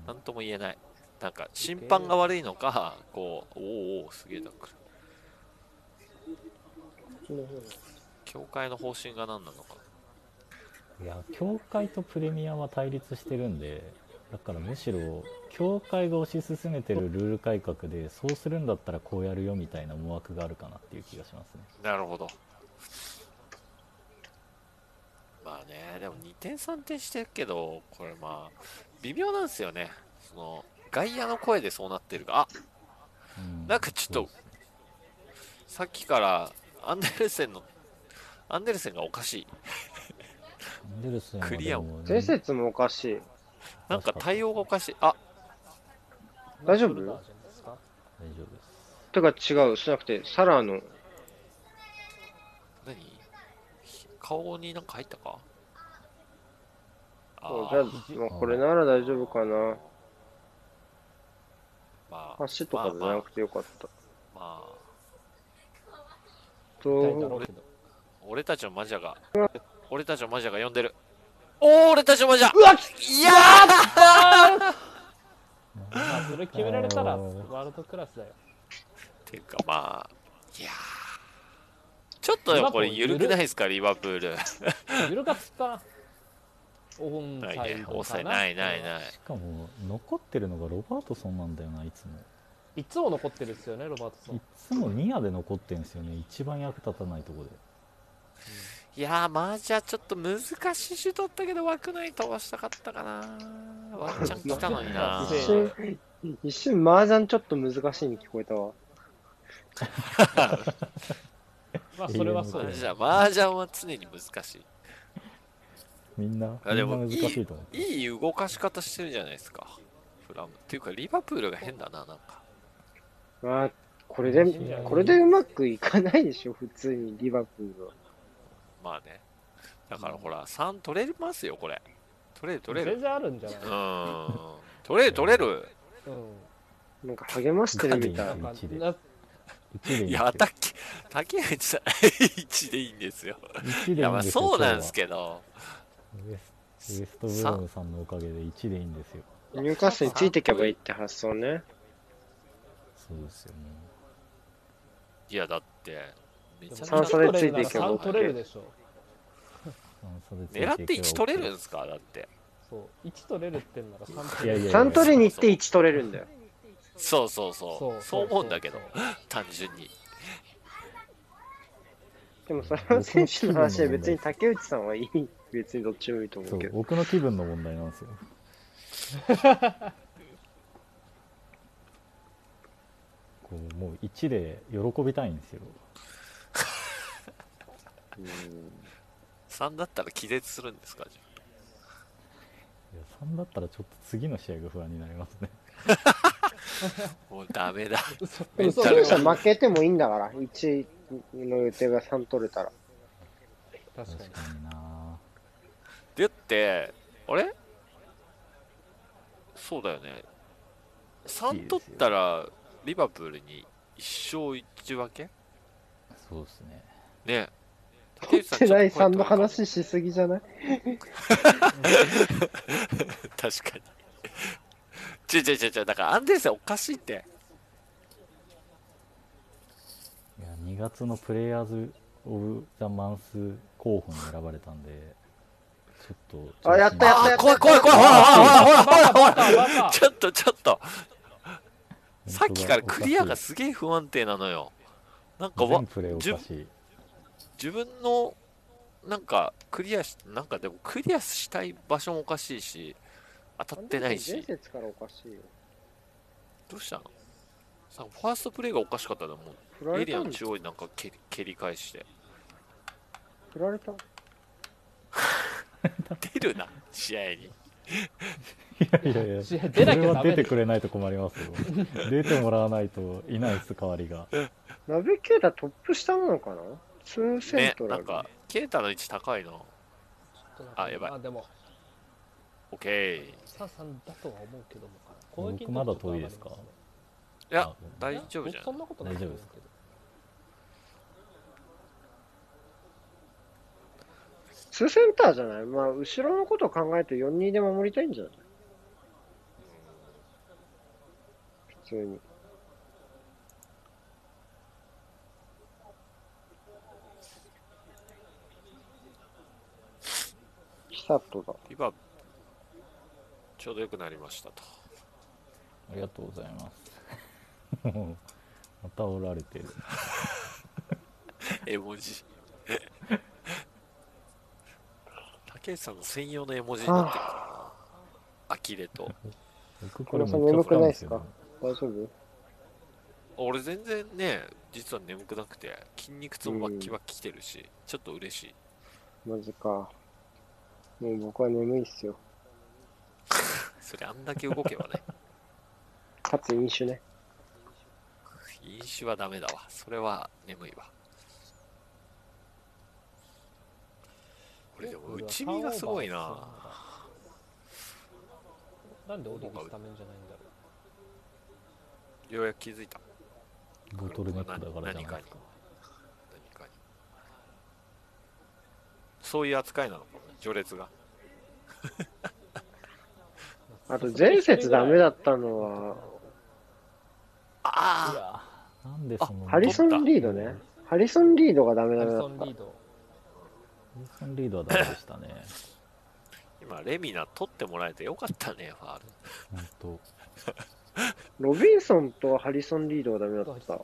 [SPEAKER 1] う。なんとも言えない。なんか、審判が悪いのか、こう、おおおお、すげえダックル。
[SPEAKER 4] こっちの方
[SPEAKER 1] 協会の方針が何なのかな。
[SPEAKER 3] いや教会とプレミアは対立してるんでだからむしろ教会が推し進めてるルール改革でそうするんだったらこうやるよみたいな思惑があるかなっていう気がしますね
[SPEAKER 1] なるほど。まあね、でも2点3点してるけど、これまあ、微妙なんですよね。その、外野の声でそうなってるが、あ、
[SPEAKER 3] うん
[SPEAKER 1] なんかちょっと
[SPEAKER 3] そうですね
[SPEAKER 1] さっきからアンデルセンの、アンデルセンがおかしい。
[SPEAKER 3] アンデルセンは
[SPEAKER 1] クリアを
[SPEAKER 3] でもね
[SPEAKER 4] 前節もおかしい。
[SPEAKER 1] なんか対応がおかしい。あ、
[SPEAKER 4] 大丈夫
[SPEAKER 2] ショルダーじゃないですか
[SPEAKER 3] 大丈夫です
[SPEAKER 4] てか違う、しなくて、サラーの、
[SPEAKER 1] 何顔になんか入ったかあ
[SPEAKER 4] そうじゃ
[SPEAKER 1] ー
[SPEAKER 4] あ、まあ、これなら大丈夫かな。
[SPEAKER 1] まあ、
[SPEAKER 4] 足とかじゃなくてよかった。
[SPEAKER 1] まあ、
[SPEAKER 4] ど
[SPEAKER 2] 痛いだろ
[SPEAKER 4] う
[SPEAKER 2] うけど
[SPEAKER 1] 俺たちの魔女が、俺たちの魔女が呼んでる。おー、俺たちの魔女うわいや
[SPEAKER 2] まあそれ決められたら
[SPEAKER 3] あー
[SPEAKER 2] ワールドクラスだよ
[SPEAKER 1] ーっていうかまあ、いやーちょっとでもこれ緩くないですか、リバプール。
[SPEAKER 2] 緩かったオン
[SPEAKER 1] ない
[SPEAKER 2] サイ
[SPEAKER 1] ね
[SPEAKER 2] ド。か
[SPEAKER 1] 抑えないないない。
[SPEAKER 3] しかも残ってるのがロバートソンなんだよないつも
[SPEAKER 2] いつも残ってるっすよねロバートソ
[SPEAKER 3] い
[SPEAKER 2] ン
[SPEAKER 3] つもニアで残ってんですよね一番役立たないとこで
[SPEAKER 1] いやー、マージャーちょっと難しいシュートだったけど、枠内飛ばしたかったかな。ワンチャン来たのにな。
[SPEAKER 4] 一瞬、一瞬、麻雀ちょっと難しいに聞こえたわ。
[SPEAKER 2] まあそれはそ
[SPEAKER 1] マ
[SPEAKER 2] うで
[SPEAKER 1] ー
[SPEAKER 2] す
[SPEAKER 1] ジャー、マージャンは常に難しい。
[SPEAKER 3] みんな
[SPEAKER 1] あでも
[SPEAKER 3] みんない難しいと思って
[SPEAKER 1] いいい動かし方してるじゃないですかフラムっていうかリバプールが変だななんか
[SPEAKER 4] まあ、これで、これでうまくいかないでしょ、普通に、リバプールは。
[SPEAKER 1] まあねだからほら3取れますよこれ取れる取れる
[SPEAKER 2] 全然あるんじゃないう
[SPEAKER 1] ーん取れる取れる
[SPEAKER 2] う
[SPEAKER 4] なんか励ましてるみたい。
[SPEAKER 2] んなん
[SPEAKER 3] 一で
[SPEAKER 2] か
[SPEAKER 3] 一でいいん
[SPEAKER 1] い
[SPEAKER 3] です
[SPEAKER 1] や
[SPEAKER 3] よ
[SPEAKER 1] たけ竹内さん1でいいんですよ
[SPEAKER 3] 一
[SPEAKER 1] い
[SPEAKER 3] でいい
[SPEAKER 1] や
[SPEAKER 3] ん
[SPEAKER 1] まあ
[SPEAKER 3] ですよ
[SPEAKER 1] そうなんですけど
[SPEAKER 3] 今日はウエスウエストブロムさんのおかげで1でいいんです
[SPEAKER 4] ニ
[SPEAKER 3] よ
[SPEAKER 4] ューカッスルについていけばいいって発想ね。
[SPEAKER 3] そうですよね
[SPEAKER 1] いやだってめちゃめちゃ
[SPEAKER 4] 三差でついていけば
[SPEAKER 2] 3
[SPEAKER 4] OK
[SPEAKER 2] 取れるでしょ
[SPEAKER 1] 狙って1取れるんですかだって
[SPEAKER 2] そう1取れるってんなら3取
[SPEAKER 3] いや
[SPEAKER 2] れ
[SPEAKER 3] い
[SPEAKER 2] る
[SPEAKER 3] や
[SPEAKER 4] 3取りに行って1取れるんだよ。
[SPEAKER 1] そうそうそうそう思うんだけど
[SPEAKER 2] そう
[SPEAKER 1] 単純に
[SPEAKER 4] でも、それは選手の話は別に竹内さんはいい。別にどっちもいいと思
[SPEAKER 3] そうう
[SPEAKER 4] けど。
[SPEAKER 3] 僕の気分の問題なんですよ こうもう1で喜びたいんですよ
[SPEAKER 4] うん
[SPEAKER 1] 3だったら気絶するんですかじゃ
[SPEAKER 3] いや3だったらちょっと次の試合が不安になりますね
[SPEAKER 1] あもうダメだ
[SPEAKER 2] 嘘
[SPEAKER 1] めっちゃ
[SPEAKER 4] そ
[SPEAKER 1] ある
[SPEAKER 4] う
[SPEAKER 2] 嘘
[SPEAKER 4] したら負けてもいいんだから、1の予定が3取れたら。
[SPEAKER 2] 確
[SPEAKER 3] 確
[SPEAKER 2] かに
[SPEAKER 3] かにな
[SPEAKER 1] でってあれそうだよね3取ったらリバプールに1勝1分け
[SPEAKER 3] そうですね
[SPEAKER 1] ね
[SPEAKER 4] 取
[SPEAKER 1] え
[SPEAKER 4] ってない3の話しすぎじゃない
[SPEAKER 1] 確かにちょちょちょちょだからアンデルセンおかしいって
[SPEAKER 3] いや2月のプレイヤーズ・オブ・ザ・マンス候補に選ばれたんでちょっと
[SPEAKER 4] あやったやった
[SPEAKER 1] あ怖い怖い怖いほらほらほらほらほら ほらちょっとちょっとさっきからクリアがすげえ不安定なのよなんかわ
[SPEAKER 3] 全プレーおかしい
[SPEAKER 1] 自分のなんかクリアしなんかでもクリアしたい場所もおかしいし当たってない
[SPEAKER 4] 前
[SPEAKER 1] し
[SPEAKER 4] 節からおかしいよ。
[SPEAKER 1] どうしたのさファーストプレイがおかしかったのも
[SPEAKER 4] 振ら
[SPEAKER 1] うエ
[SPEAKER 4] れ
[SPEAKER 1] リア
[SPEAKER 4] た
[SPEAKER 1] の
[SPEAKER 4] ん
[SPEAKER 1] 中央になんか蹴り蹴り返 して
[SPEAKER 4] 振られた
[SPEAKER 1] 出るな試合に
[SPEAKER 3] いやいや
[SPEAKER 2] 試合出なきゃ
[SPEAKER 3] そ
[SPEAKER 2] ダ
[SPEAKER 3] れは
[SPEAKER 2] メ
[SPEAKER 3] 出てくれないと困りますよ出てもらわないといないです代わりが
[SPEAKER 4] ナビゲータートップ下なのかなツーセン
[SPEAKER 1] ね
[SPEAKER 4] トラ
[SPEAKER 1] な
[SPEAKER 4] ル
[SPEAKER 1] んかケータの位置高いなあやばい
[SPEAKER 2] あでも
[SPEAKER 1] オッケーい
[SPEAKER 2] 三三だとは思うけどもかな
[SPEAKER 3] 僕
[SPEAKER 2] 攻撃に
[SPEAKER 3] まだ遠いですか
[SPEAKER 1] や
[SPEAKER 3] あ
[SPEAKER 1] 大丈夫じゃ
[SPEAKER 2] 僕
[SPEAKER 1] ん
[SPEAKER 2] そんなことないと思うけど
[SPEAKER 4] ツーセンターじゃないまあ、後ろのことを考えると4-2で守りたいんじゃない普通に。ャットだ。
[SPEAKER 1] リバーブちょうど良くなりました と。
[SPEAKER 3] ありがとうございます。もうまたおられてる。
[SPEAKER 1] 絵文 字。竹内さんの専用の絵文字になってるかな。呆れと。
[SPEAKER 3] 僕
[SPEAKER 4] これさ眠くないですか大丈夫
[SPEAKER 1] 俺全然ね、実は眠くなくて、筋肉痛もバッキバキきてるし、ちょっと嬉しい。
[SPEAKER 4] マジか。もう僕は眠いっすよ。
[SPEAKER 1] それあんだけ動けばね。
[SPEAKER 4] かつ飲酒ね。
[SPEAKER 1] 飲酒はダメだわ。それは眠いわ。これでも内身がすごいな。
[SPEAKER 2] なんでオリビスタメンじゃないんだろ
[SPEAKER 1] ようやく気づいた。
[SPEAKER 3] ボトルネックだからじゃないですか。
[SPEAKER 1] 何かに。そういう扱いなのかもね、序列が。
[SPEAKER 2] う
[SPEAKER 4] あと前節ダメだったのは、
[SPEAKER 1] ああ
[SPEAKER 3] いやーなんでその
[SPEAKER 4] ハリソン・リードね。ハリソン・リードがダメダ
[SPEAKER 2] ハリ
[SPEAKER 4] メだ
[SPEAKER 2] ソン・
[SPEAKER 4] っ
[SPEAKER 2] リ
[SPEAKER 4] た
[SPEAKER 2] ー。ド
[SPEAKER 3] ハリソンリードはダメでしたね。
[SPEAKER 1] 今、レミナ取ってもらえてよかったね、ファール。
[SPEAKER 3] 本当。
[SPEAKER 4] ロビンソンとハリソン・リードがダメだった。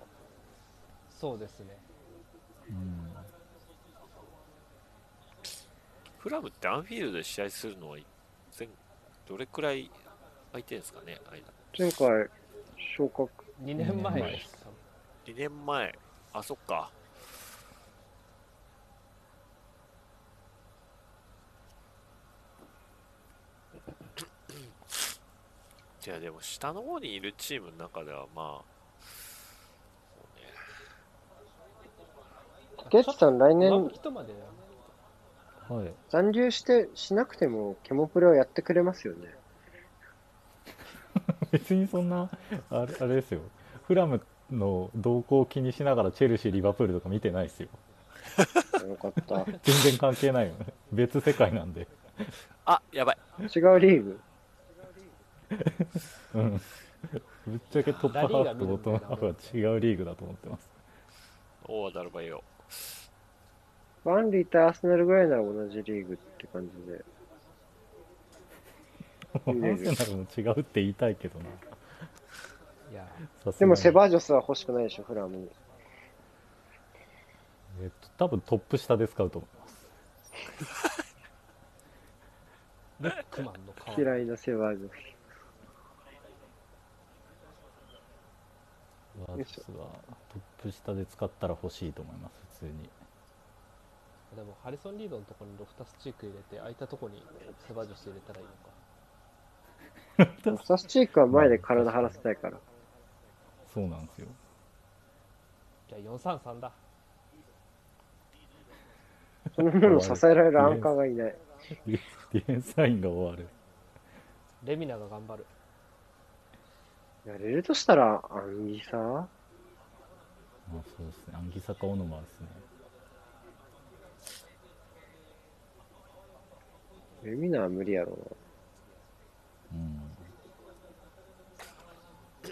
[SPEAKER 2] そうですね
[SPEAKER 3] うん。
[SPEAKER 1] フラムってアンフィールドで試合するのは、全どれくらい空いてるんですかね、間。
[SPEAKER 4] 前回、昇格。
[SPEAKER 2] 2年前
[SPEAKER 3] 二年前
[SPEAKER 2] です多分
[SPEAKER 1] 2年前。あ、そっ か。いや、でも下の方にいるチームの中では、まあ、そうね
[SPEAKER 4] 竹内さん、来
[SPEAKER 2] 上向
[SPEAKER 4] 年
[SPEAKER 2] きとまで
[SPEAKER 3] はい。
[SPEAKER 4] 残留して、しなくても、ケモプレをやってくれますよね。
[SPEAKER 3] 別にそんなあれあれですよフラムの動向を気にしながらチェルシーリバプールとか見てないですよ
[SPEAKER 4] よかった。
[SPEAKER 3] 全然関係ないよ ね別世界なんで
[SPEAKER 1] あ、やばい。
[SPEAKER 4] 違うリーグ。
[SPEAKER 3] うんぶっちゃけトップハーフとボトムハーフは違うリーグだと思ってます
[SPEAKER 1] おお、ダルバイオ。
[SPEAKER 4] バンリーとアーセナルぐらいなら同じリーグって感じで。
[SPEAKER 3] アーセナルも違うって言いたいけどない
[SPEAKER 2] や
[SPEAKER 3] さすがに
[SPEAKER 4] でも、セバージョスは欲しくないでしょ、フラムに。
[SPEAKER 3] えっと多分トップ下で使うと思
[SPEAKER 2] ロックマンの顔
[SPEAKER 4] 嫌いなセバージョス。
[SPEAKER 3] うワーツはトップ下で使ったら欲しいと思います普通に
[SPEAKER 2] でもハリソン・リードのところにロフタスチーク入れて空いたとこにセバジョス入れたらいいのか
[SPEAKER 4] ロサスチークは前で体張らせたいから。
[SPEAKER 3] そうなんですよ
[SPEAKER 2] じゃあ433だ
[SPEAKER 4] そのものを支えられるアンカーがいない。
[SPEAKER 3] ディフェンスラインが終わる
[SPEAKER 2] レミナが頑張る
[SPEAKER 4] やれるとしたら、アンギサー
[SPEAKER 3] まあそうですねアンギサかオノマですね
[SPEAKER 4] レミナは無理やろ
[SPEAKER 3] うん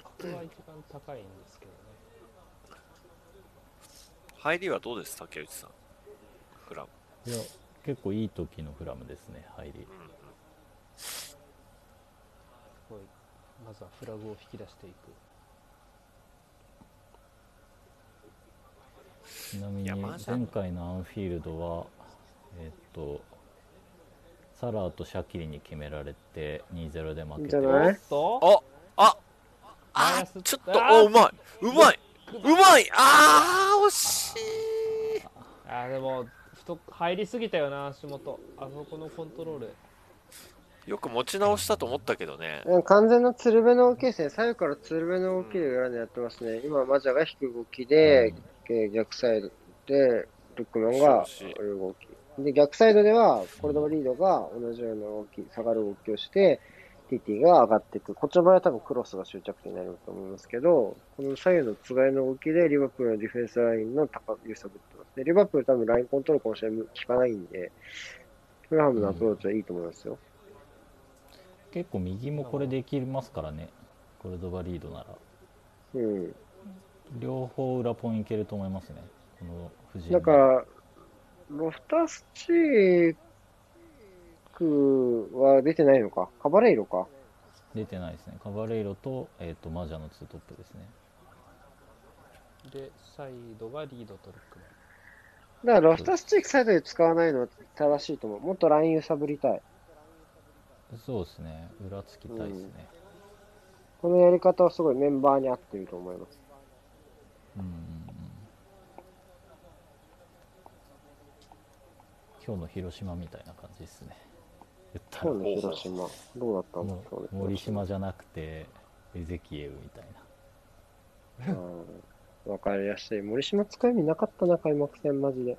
[SPEAKER 2] ここは一番高いんですけどね
[SPEAKER 1] 入りはどうです、竹内さん。フラム。
[SPEAKER 3] いや結構いい時のフラムですね入り
[SPEAKER 1] うんうん
[SPEAKER 2] すごいまずはフラグを引き出していく
[SPEAKER 3] ちなみ
[SPEAKER 1] い
[SPEAKER 3] に
[SPEAKER 1] や
[SPEAKER 3] 前
[SPEAKER 1] マジだ
[SPEAKER 3] 回のアンフィールドはえっとサラーとシャキリに決められて2-0で負け
[SPEAKER 4] じ
[SPEAKER 3] て
[SPEAKER 4] ゃ
[SPEAKER 2] お
[SPEAKER 4] ない
[SPEAKER 2] っと
[SPEAKER 1] ああ
[SPEAKER 2] マイ
[SPEAKER 1] あ
[SPEAKER 2] ナス
[SPEAKER 1] ちょっ
[SPEAKER 2] あ
[SPEAKER 1] と
[SPEAKER 2] ー
[SPEAKER 1] あうまいうまいうまいあー惜しい
[SPEAKER 2] あーでも太く入りすぎたよな足元あそこのコントロール
[SPEAKER 1] よく持ち直したと思ったけどね
[SPEAKER 4] う。うん完全な鶴瓶の動きですね。左右から鶴瓶の動きで裏でやってますね。今、マジャが引く動きで、えー逆サイドで、ルックマンが
[SPEAKER 1] そうそう
[SPEAKER 4] 動き。で、逆サイドでは、コルドバリードが同じような動き、下がる動きをして、ティティが上がっていく。こっちの場合は多分クロスが終着点になると思いますけど、この左右のつがいの動きで、リバプールのディフェンスラインの高く揺さぶってます。で、リバプール多分ラインコントロールこの試合効かないんで、フラハムのアプローチはいいと思いますよ。
[SPEAKER 3] 結構右もこれできますからねコルドバリードなら
[SPEAKER 4] うん
[SPEAKER 3] 両方裏ポンいけると思いますねこの藤井の
[SPEAKER 4] だから、ロフタスチークは出てないのか。カバレイロか。
[SPEAKER 3] 出てないですねカバレイロと,、えー、とマジャのツートップですね
[SPEAKER 2] で、サイドがリードとルックマ
[SPEAKER 4] だから
[SPEAKER 2] ン。
[SPEAKER 4] ロフタスチークサイドで使わないのは正しいと思う。もっとライン揺さぶりたい。
[SPEAKER 3] そうですね裏つきたいですね
[SPEAKER 4] このやり方はすごいメンバーに合ってると思います。
[SPEAKER 3] うん今日の広島みたいな感じですね言ったら
[SPEAKER 4] 今日の広島。どうだったんだ
[SPEAKER 3] も
[SPEAKER 4] ろう
[SPEAKER 3] う森島じゃなくてエゼキエウみたいな
[SPEAKER 4] うんわかりやすい。森島使う意味なかったな、開幕戦マジで。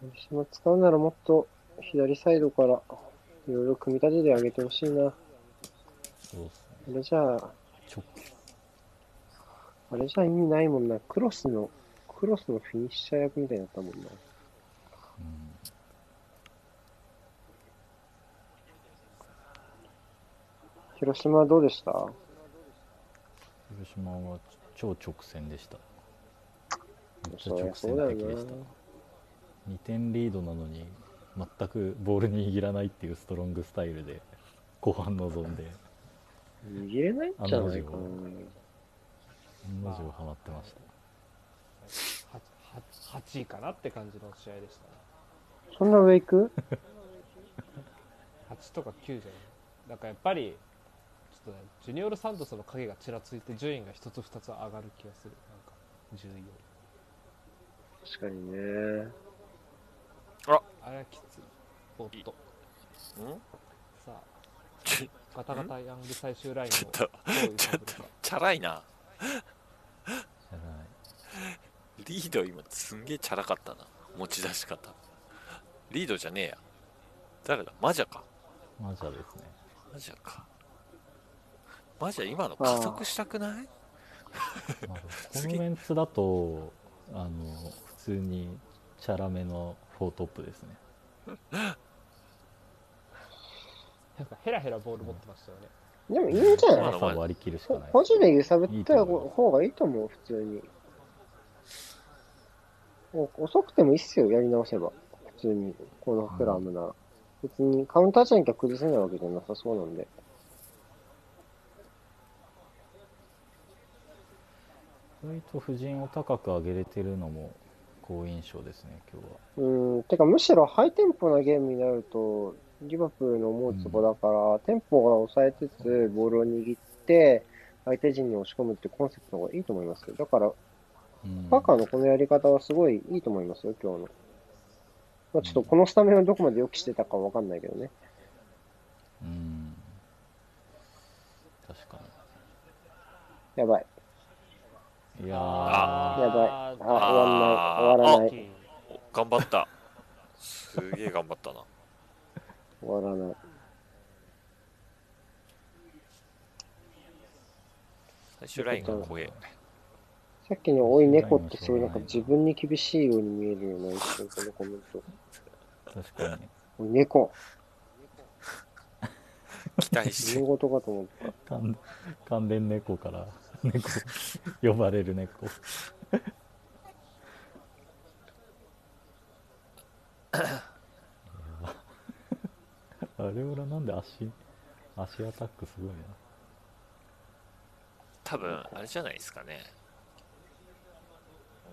[SPEAKER 4] 森島使うならもっと左サイドからいろいろ組み立ててあげてほしいな。
[SPEAKER 3] そう
[SPEAKER 4] あれ
[SPEAKER 3] ですね
[SPEAKER 4] じゃあ、
[SPEAKER 3] 直
[SPEAKER 4] あれじゃ意味ないもんな。クロスの、クロスのフィニッシャー役みたいになったもんな。
[SPEAKER 3] うん
[SPEAKER 4] 広島はどうでした
[SPEAKER 3] 広島は超直線でしためっちゃ
[SPEAKER 4] そりゃ
[SPEAKER 3] 直
[SPEAKER 4] そう
[SPEAKER 3] 線
[SPEAKER 4] だよ
[SPEAKER 3] 的で
[SPEAKER 4] な
[SPEAKER 3] した。2点リードなのに全くボール握らないっていうストロングスタイルで後半臨 んで
[SPEAKER 4] 握れないんじゃないか
[SPEAKER 3] あ
[SPEAKER 4] な
[SPEAKER 3] の。文字をはまってました
[SPEAKER 2] はは8位かなって感じの試合でしたね。
[SPEAKER 4] そんな上行く
[SPEAKER 2] 8とか9じゃない。なんかやっぱり、ちょっとね、ジュニオール・サントスの影がちらついて、順位が1つ2つ上がる気がする。なんか、順位より。
[SPEAKER 4] 確かにね。
[SPEAKER 2] あれはきつい。おっと。
[SPEAKER 1] ん
[SPEAKER 2] さあ、ガタガタヤング最終ラインを
[SPEAKER 1] ちょっ
[SPEAKER 2] どう揺
[SPEAKER 1] ちょ
[SPEAKER 2] さ
[SPEAKER 1] っ
[SPEAKER 2] ぶるか。
[SPEAKER 1] チャラいな
[SPEAKER 3] じゃな
[SPEAKER 1] リ
[SPEAKER 3] い
[SPEAKER 1] ード今すんげえチャラかったな持ち出し方リードじゃねえや誰だマジャか
[SPEAKER 3] マジャですね
[SPEAKER 1] マジャかマジャ今の加速したくない
[SPEAKER 3] まあこのメンツだとあの普通にチャラめのフォートップですね
[SPEAKER 2] なんかヘラヘラボール持ってましたよね。
[SPEAKER 4] でもいいんじゃない
[SPEAKER 3] 朝割り切るしかない
[SPEAKER 4] 個人で揺さぶった方がいいと思う、普通に。お遅くてもいいっすよ、やり直せば。普通に、このフラムなら。別にカウンターじゃなきゃ崩せないわけじゃなさそうなんで。
[SPEAKER 3] 意外と夫人を高く上げれてるのも好印象ですね今日は
[SPEAKER 4] うん、てかむしろハイテンポなゲームになると、リバプールの思うツボだから、テンポが抑えつつ、ボールを握って、相手陣に押し込むってコンセプトの方がいいと思いますよ。だから、
[SPEAKER 3] うん
[SPEAKER 4] パカのこのやり方はすごいいいと思いますよ、今日の。まあ、ちょっとこのスタメンをどこまで予期してたかわかんないけどね。
[SPEAKER 3] うん確か
[SPEAKER 4] やばい。
[SPEAKER 3] にいやー
[SPEAKER 2] あー
[SPEAKER 4] やばい。あ、終わらない。
[SPEAKER 1] お頑張ったすげえ頑張ったな
[SPEAKER 4] 終わらない。終わらない。
[SPEAKER 1] 最終ラインが怖え
[SPEAKER 4] さっきのおい猫ってすごいなんか自分に厳しいように見えるよね、一瞬このコメント。
[SPEAKER 3] 確かに
[SPEAKER 4] おい 猫、
[SPEAKER 1] 期待して
[SPEAKER 4] 自分事かと思った。
[SPEAKER 3] 関関連猫から猫呼ばれる猫あれ俺なんで足足アタックすごいな
[SPEAKER 1] 多分あれじゃないですかね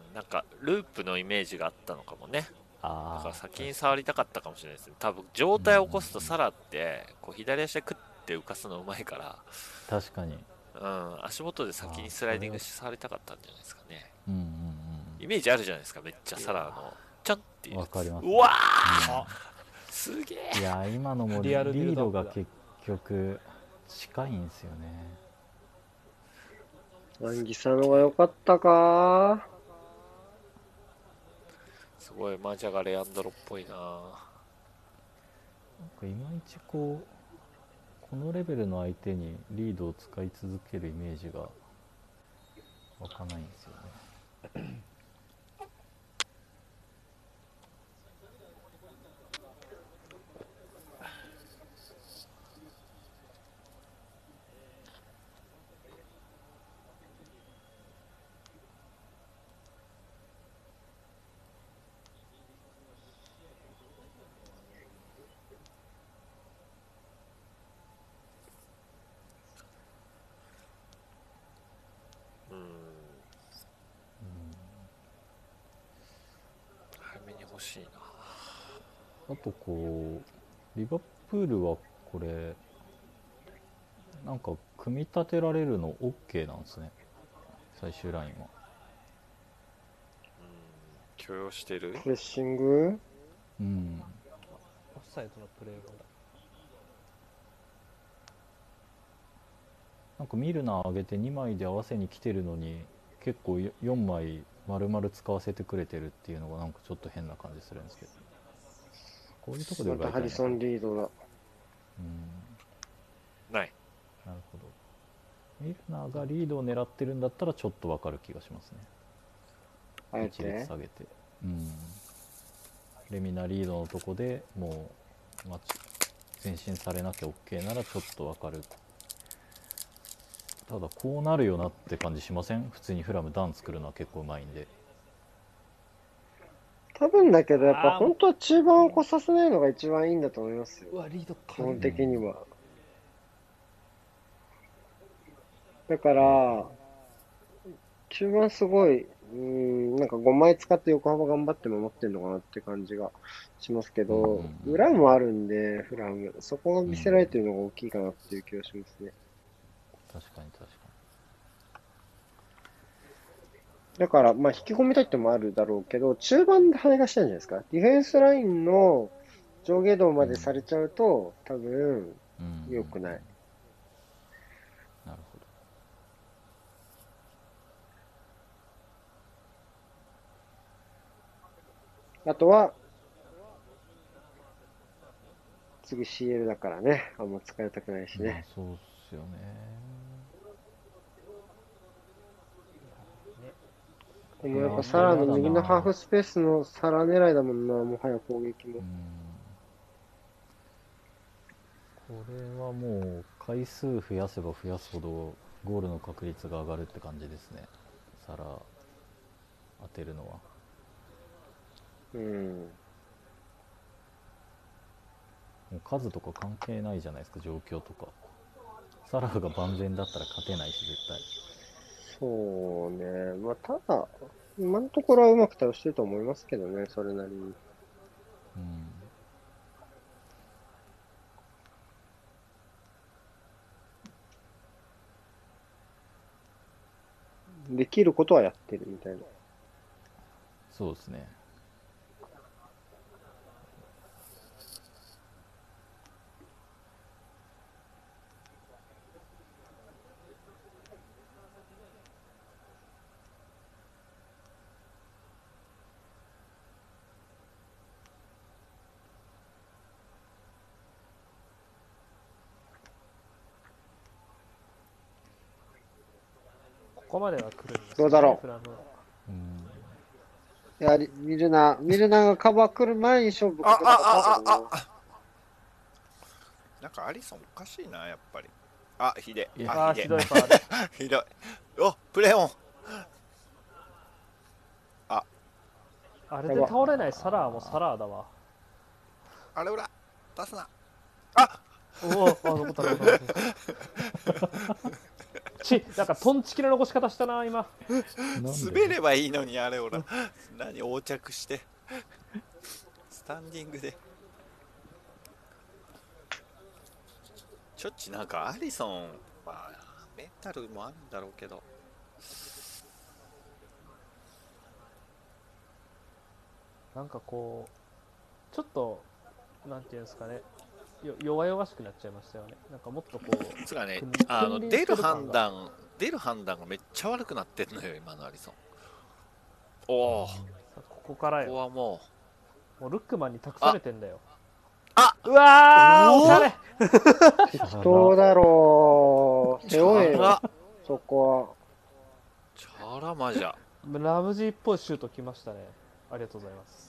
[SPEAKER 1] うんなんかループのイメージがあったのかもねだ
[SPEAKER 3] あ
[SPEAKER 1] から
[SPEAKER 3] あ
[SPEAKER 1] 先に触りたかったかもしれないですね多分状態を起こすとサラってこう左足でクッて浮かすのうまいか
[SPEAKER 3] 確かに
[SPEAKER 1] ら、うん、足元で先にスライディングして触りたかったんじゃないですかね
[SPEAKER 3] うんうん
[SPEAKER 1] イメージあるじゃないですかめっちゃサラのちゃんっていう
[SPEAKER 3] わかります
[SPEAKER 1] うわ
[SPEAKER 2] あ
[SPEAKER 1] ーすげえ
[SPEAKER 3] うんいやー今のもリ
[SPEAKER 2] リアルビ
[SPEAKER 3] ー
[SPEAKER 2] ルドアッ
[SPEAKER 3] ド
[SPEAKER 2] プだ
[SPEAKER 3] が結局近いんですよね
[SPEAKER 4] アンギサのが良かったか
[SPEAKER 1] すごいマジャがレアンドロっぽいな
[SPEAKER 3] なんかいまいちこうこのレベルの相手にリードを使い続けるイメージが湧かないんですよね
[SPEAKER 1] いしいな。
[SPEAKER 3] あとこうリバプールはこれなんか組み立てられるの OK なんですね最終ラインは
[SPEAKER 1] 許容してる
[SPEAKER 4] プレッシング
[SPEAKER 3] うん
[SPEAKER 2] オフサイドのプレーが
[SPEAKER 3] なんかミルナー上げて2枚で合わせに来てるのに結構4枚丸々使わせてくれてるっていうのがなんかちょっと変な感じするんですけどこういうとこで
[SPEAKER 4] ま
[SPEAKER 3] 奪
[SPEAKER 4] た
[SPEAKER 3] いた
[SPEAKER 4] ハ
[SPEAKER 3] いな
[SPEAKER 4] リソン・リードだ。
[SPEAKER 3] うん
[SPEAKER 1] ない。
[SPEAKER 3] なるほど。ミルナーがリードを狙ってるんだったらちょっとわかる気がします
[SPEAKER 4] あ
[SPEAKER 3] ね。
[SPEAKER 4] え
[SPEAKER 3] 一列
[SPEAKER 4] て
[SPEAKER 3] 下。げて。うん。レミナリードのとこでもう、まあち前進されなきゃ OK ならちょっとわかる。ただこうなるよなって感じしません普通にフラムダン作るのは結構うまいんで。
[SPEAKER 4] 多分だけど、やっ
[SPEAKER 2] あ
[SPEAKER 4] ぱ
[SPEAKER 2] ー
[SPEAKER 4] 本当は中盤を越させないのが一番いいんだと思いますよ
[SPEAKER 2] う。わリード
[SPEAKER 4] 基
[SPEAKER 2] か
[SPEAKER 4] 本的には。だから、中盤すごい、うん、なんか5枚使って横幅頑張って守ってるのかなって感じがしますけど、
[SPEAKER 3] うん
[SPEAKER 4] 裏もあるんで、フラム。そこが見せられてるのが大きいかなっていう気がしますね。
[SPEAKER 3] 確かに確か
[SPEAKER 4] だから、まあ、引き込みたいってのもあるだろうけど、中盤で跳ねがしたいんじゃないですか。ディフェンスラインの上下動までされちゃうと、多分、
[SPEAKER 3] に。うん。
[SPEAKER 4] 良くない。
[SPEAKER 3] なるほど。
[SPEAKER 4] あとは、次 CL だからね、あんま使いたくないしね。
[SPEAKER 3] まあそうっすよね。
[SPEAKER 4] でもやっぱサラの右のハーフスペースのサラ狙いだもんな、もはや攻撃も
[SPEAKER 3] う。んこれはもう回数増やせば増やすほどゴールの確率が上がるって感じですねサラ当てるのは
[SPEAKER 4] うん。
[SPEAKER 3] もう数とか関係ないじゃないですか状況とかサラが万全だったら勝てないし絶対
[SPEAKER 4] そうね。まあ、ただ、今のところはうまく倒してると思いますけどね、それなりに。
[SPEAKER 3] うん
[SPEAKER 4] できることはやってるみたいな。
[SPEAKER 3] そうですね
[SPEAKER 2] ここまでは来るんですよね
[SPEAKER 4] どうだろう
[SPEAKER 2] フラムは
[SPEAKER 3] うん
[SPEAKER 4] いやはり、ミルナ、ミルナがカバー来る前に勝負かけたかった
[SPEAKER 5] あああ
[SPEAKER 4] んだ
[SPEAKER 5] なんかアリソンおかしいなやっぱりあひで
[SPEAKER 3] いや
[SPEAKER 5] あ
[SPEAKER 2] あー
[SPEAKER 5] ひ
[SPEAKER 2] ひ
[SPEAKER 5] で
[SPEAKER 2] どいファ ール
[SPEAKER 5] ひどいおプレオン
[SPEAKER 2] あれで倒れないサラーもサラーだ わ
[SPEAKER 5] あれ裏出すなあ
[SPEAKER 2] おおあ残った残った残ったちなんかトンチキの残し方したな今
[SPEAKER 3] なん
[SPEAKER 5] 滑
[SPEAKER 3] で
[SPEAKER 5] ればいいのにあれ裏何横着してスタンディングでちょっちなんかアリソンまあメンタルもあるんだろうけど
[SPEAKER 2] なんかこうちょっとなんていうんですかねよ弱々しくなっちゃいましたよねなんかもっとこう
[SPEAKER 5] つがね
[SPEAKER 2] 君
[SPEAKER 5] あの
[SPEAKER 2] 君臨
[SPEAKER 5] 出
[SPEAKER 2] して
[SPEAKER 5] る
[SPEAKER 2] る感
[SPEAKER 5] 判断出る判断がめっちゃ悪くなってんのよ今のアリソンおお
[SPEAKER 2] さここから
[SPEAKER 5] こ
[SPEAKER 2] よ
[SPEAKER 5] こはもう
[SPEAKER 2] もうルックマンに託されてんだよ
[SPEAKER 5] あ
[SPEAKER 2] うわー
[SPEAKER 5] おー
[SPEAKER 2] おしゃれ
[SPEAKER 3] サラ
[SPEAKER 4] どうだろう。背負え
[SPEAKER 5] チャ
[SPEAKER 4] よ
[SPEAKER 5] ラ、
[SPEAKER 4] そこは。
[SPEAKER 5] チャラマじゃ
[SPEAKER 2] ラムジーっぽいシュート来ましたねありがとうございます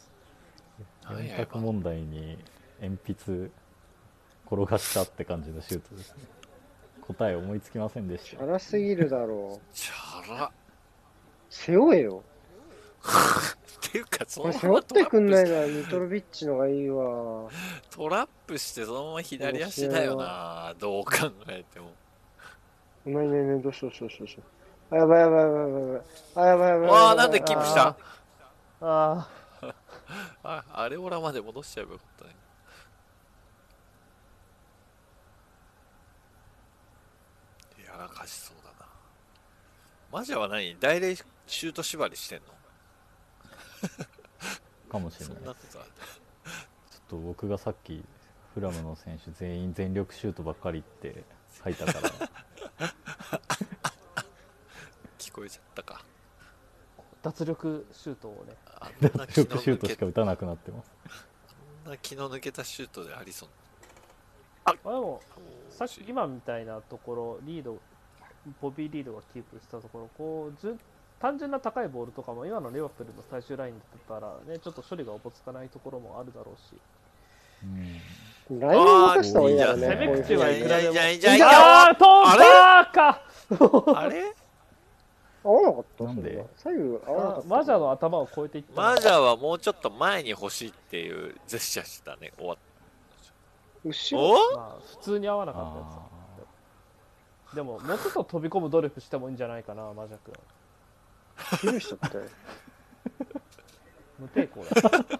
[SPEAKER 3] 四択問題に鉛筆転がしたって感じのシュートですね答え思いつきませんでした
[SPEAKER 4] 荒すぎるだろう。
[SPEAKER 5] チャラ
[SPEAKER 4] 背負えよ。
[SPEAKER 5] っていうかそ
[SPEAKER 4] こ
[SPEAKER 5] の
[SPEAKER 4] れ背
[SPEAKER 5] ま
[SPEAKER 4] 負
[SPEAKER 5] ま
[SPEAKER 4] っ
[SPEAKER 5] トラ
[SPEAKER 4] て
[SPEAKER 5] ッ
[SPEAKER 4] くん
[SPEAKER 5] プ
[SPEAKER 4] な
[SPEAKER 5] し
[SPEAKER 4] いな、ミトロビッチのがいいわ。
[SPEAKER 5] トラップしてそのまま左足だよなどう考えても
[SPEAKER 4] なになになに、どうしようどうしようどうしよう。あ、やばいやばいやばいやばい。あ、やばいやばいやばい。
[SPEAKER 5] わあなんでキープした
[SPEAKER 2] あ
[SPEAKER 1] あアレオラまで戻しちゃえばよかったね。やらかしそうだな。マジャは何大礼シュート縛りしてんの
[SPEAKER 3] かもしれ
[SPEAKER 1] そ
[SPEAKER 3] ない
[SPEAKER 1] んなことある
[SPEAKER 3] ちょっと僕がさっきフラムの選手全員全力シュートばっかりって書いたから
[SPEAKER 1] 聞こえちゃったか。
[SPEAKER 2] 脱力シュートをね、
[SPEAKER 1] あんな気
[SPEAKER 3] 全
[SPEAKER 1] の
[SPEAKER 3] 力シュート
[SPEAKER 1] 抜け
[SPEAKER 3] しか
[SPEAKER 1] た
[SPEAKER 3] 打たなくなってます
[SPEAKER 1] あんな気の抜けたシュートでアリソン。
[SPEAKER 2] あでも
[SPEAKER 1] おー
[SPEAKER 2] さっき今みたいなところ、リード、ボビー・リードがキープしたところ、こう順単純な高いボールとかも、今のリバプールの最終ラインだったら、ね、ちょっと処理がおぼつかないところもあるだろうし、
[SPEAKER 3] うん
[SPEAKER 4] ライン動かした方がいいだろう
[SPEAKER 3] あ
[SPEAKER 4] ね。
[SPEAKER 3] ーいいじゃん
[SPEAKER 4] こういう
[SPEAKER 2] 攻め口
[SPEAKER 4] 時
[SPEAKER 2] は行くらでも
[SPEAKER 1] いやいや
[SPEAKER 2] あ
[SPEAKER 1] いやいや
[SPEAKER 2] あー、通ったか
[SPEAKER 1] あれ
[SPEAKER 4] 合わなかった
[SPEAKER 3] なんで
[SPEAKER 4] それは左右合わなか
[SPEAKER 2] あ
[SPEAKER 4] った。
[SPEAKER 2] マジャの頭を越えていった
[SPEAKER 1] マジャはもうちょっと前に欲しいっていうジェスチャーしてたね。終わっ
[SPEAKER 4] 後ろ
[SPEAKER 1] お
[SPEAKER 2] まあ、普通に合わなかったや
[SPEAKER 3] あ
[SPEAKER 2] つでももうちょっと飛び込む努力してもいいんじゃないかなマジャ君
[SPEAKER 4] 切る人って。
[SPEAKER 2] 無抵抗だ
[SPEAKER 3] ー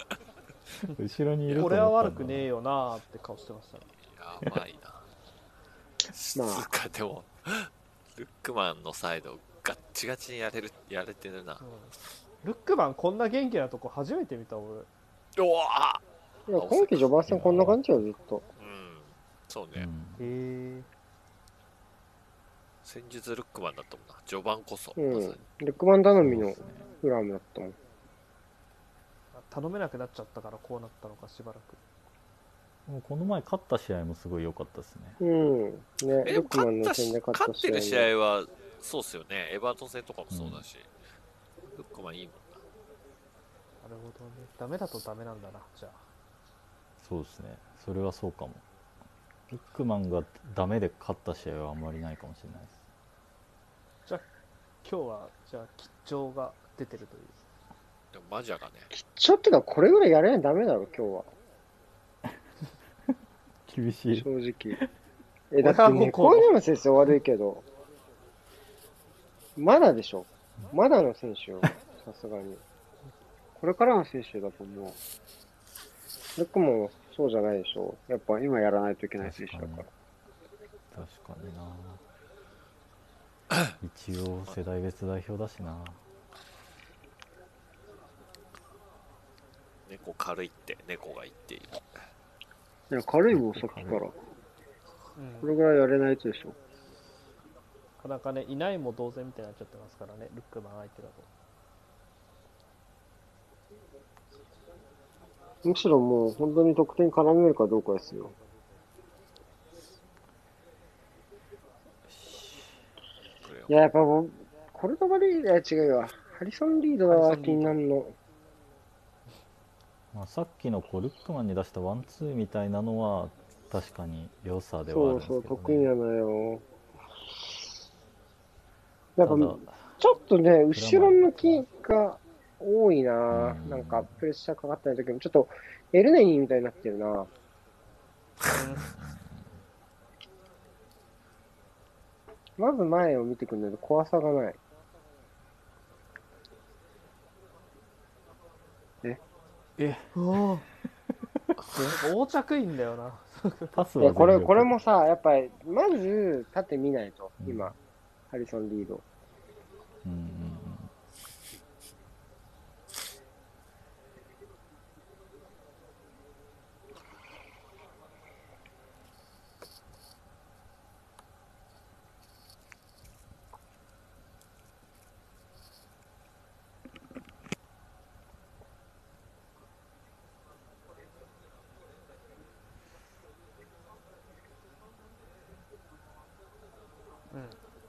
[SPEAKER 3] 後ろにいると
[SPEAKER 2] これ
[SPEAKER 3] 思った
[SPEAKER 2] は
[SPEAKER 3] んだ
[SPEAKER 2] 悪くねえよなーって顔してましたね
[SPEAKER 1] やばいな。つ
[SPEAKER 4] まあ
[SPEAKER 1] うか、でも、ルックマンのサイド、ガッチガチにやれる、やれてるな
[SPEAKER 2] う。んルックマンこんな元気なとこ初めて見た俺
[SPEAKER 1] うわ
[SPEAKER 4] いや、今季序盤戦こんな感じよ、ずっと。
[SPEAKER 1] ーうん。そう
[SPEAKER 3] う
[SPEAKER 1] ね。
[SPEAKER 3] ん
[SPEAKER 2] へえ
[SPEAKER 1] 戦術ルックマンだったもんな。序盤こそ。
[SPEAKER 4] うん
[SPEAKER 1] まさに。
[SPEAKER 4] レックマン頼み
[SPEAKER 3] そう
[SPEAKER 4] の
[SPEAKER 3] ですね
[SPEAKER 4] フラムだったもん。
[SPEAKER 2] 頼めなくなっちゃったからこうなったのかしばらく
[SPEAKER 3] もうこの前勝った試合もすごい良かったですね
[SPEAKER 4] うん。ね、
[SPEAKER 1] え、
[SPEAKER 4] レ
[SPEAKER 1] で
[SPEAKER 4] ッ
[SPEAKER 1] も
[SPEAKER 4] クマン
[SPEAKER 1] 勝っ
[SPEAKER 4] の戦で
[SPEAKER 1] たし、
[SPEAKER 4] 勝
[SPEAKER 1] 勝
[SPEAKER 4] っ
[SPEAKER 1] ったてる
[SPEAKER 4] 合。
[SPEAKER 1] 試合は、そうっすよね。エバートン戦とかもそうだし。ルックマンいいもんな。
[SPEAKER 2] なるほどねダメだとダメなんだなじゃあ
[SPEAKER 3] そうですねそれはそうかもビッグマンがダメで勝った試合はあんまりないかもしれないです
[SPEAKER 2] 今日はじゃあ吉兆が出てるという
[SPEAKER 1] でもマジャがね、
[SPEAKER 4] ちょっとか、これぐらいやれないとダメだろ、今日は。
[SPEAKER 3] 厳しい
[SPEAKER 4] 正直。 え、だって
[SPEAKER 2] 俺はも
[SPEAKER 4] ね、
[SPEAKER 2] う
[SPEAKER 4] こ
[SPEAKER 2] こう
[SPEAKER 4] ういうの先生悪いけど、まだでしょ。まだの選手 よ、さすがに。これからの選手だと思う。ルックもそうじゃないでしょ。やっぱ今やらないといけない選手だから。
[SPEAKER 3] 確かにな一応世代別代表だしな
[SPEAKER 1] 猫軽いって、猫が言っている。
[SPEAKER 4] いや、軽いもん、さっきから。
[SPEAKER 2] うん
[SPEAKER 4] これぐらいやれないとでしょ。
[SPEAKER 2] なかなかねいないも同然みたいになっちゃってますからねルックマン相手だと
[SPEAKER 4] むしろもう本当に得点絡めるかどうかですよ。
[SPEAKER 1] これを
[SPEAKER 4] いや、やっぱもう、コルドバリーダー違うわ。ハリソン・リードだ
[SPEAKER 2] ハ
[SPEAKER 4] わ、
[SPEAKER 2] リソン
[SPEAKER 4] 気になるの。
[SPEAKER 3] まあ、さっきのこうルックマンに出したワンツーみたいなのは確かに良さではあ
[SPEAKER 4] そ
[SPEAKER 3] るん
[SPEAKER 4] う
[SPEAKER 3] ですけ
[SPEAKER 4] そ
[SPEAKER 3] ど、
[SPEAKER 4] う、
[SPEAKER 3] ね、
[SPEAKER 4] 得意なのよ。やっぱ、
[SPEAKER 3] ただ
[SPEAKER 4] ちょっとね、後ろ向きが多いな
[SPEAKER 3] うん
[SPEAKER 4] なんか、プレッシャーかかってない時も、ちょっと、エルネニーみたいになってるなまず前を見てくんないと怖さがない。
[SPEAKER 2] 横着いんだよな
[SPEAKER 3] パス
[SPEAKER 4] い
[SPEAKER 3] は
[SPEAKER 4] や、
[SPEAKER 3] 全
[SPEAKER 4] これ、
[SPEAKER 3] 力
[SPEAKER 4] これもさ、やっぱり、まず、縦見ないと、
[SPEAKER 3] うん
[SPEAKER 4] 今、ハリソン・リード。
[SPEAKER 3] うんうん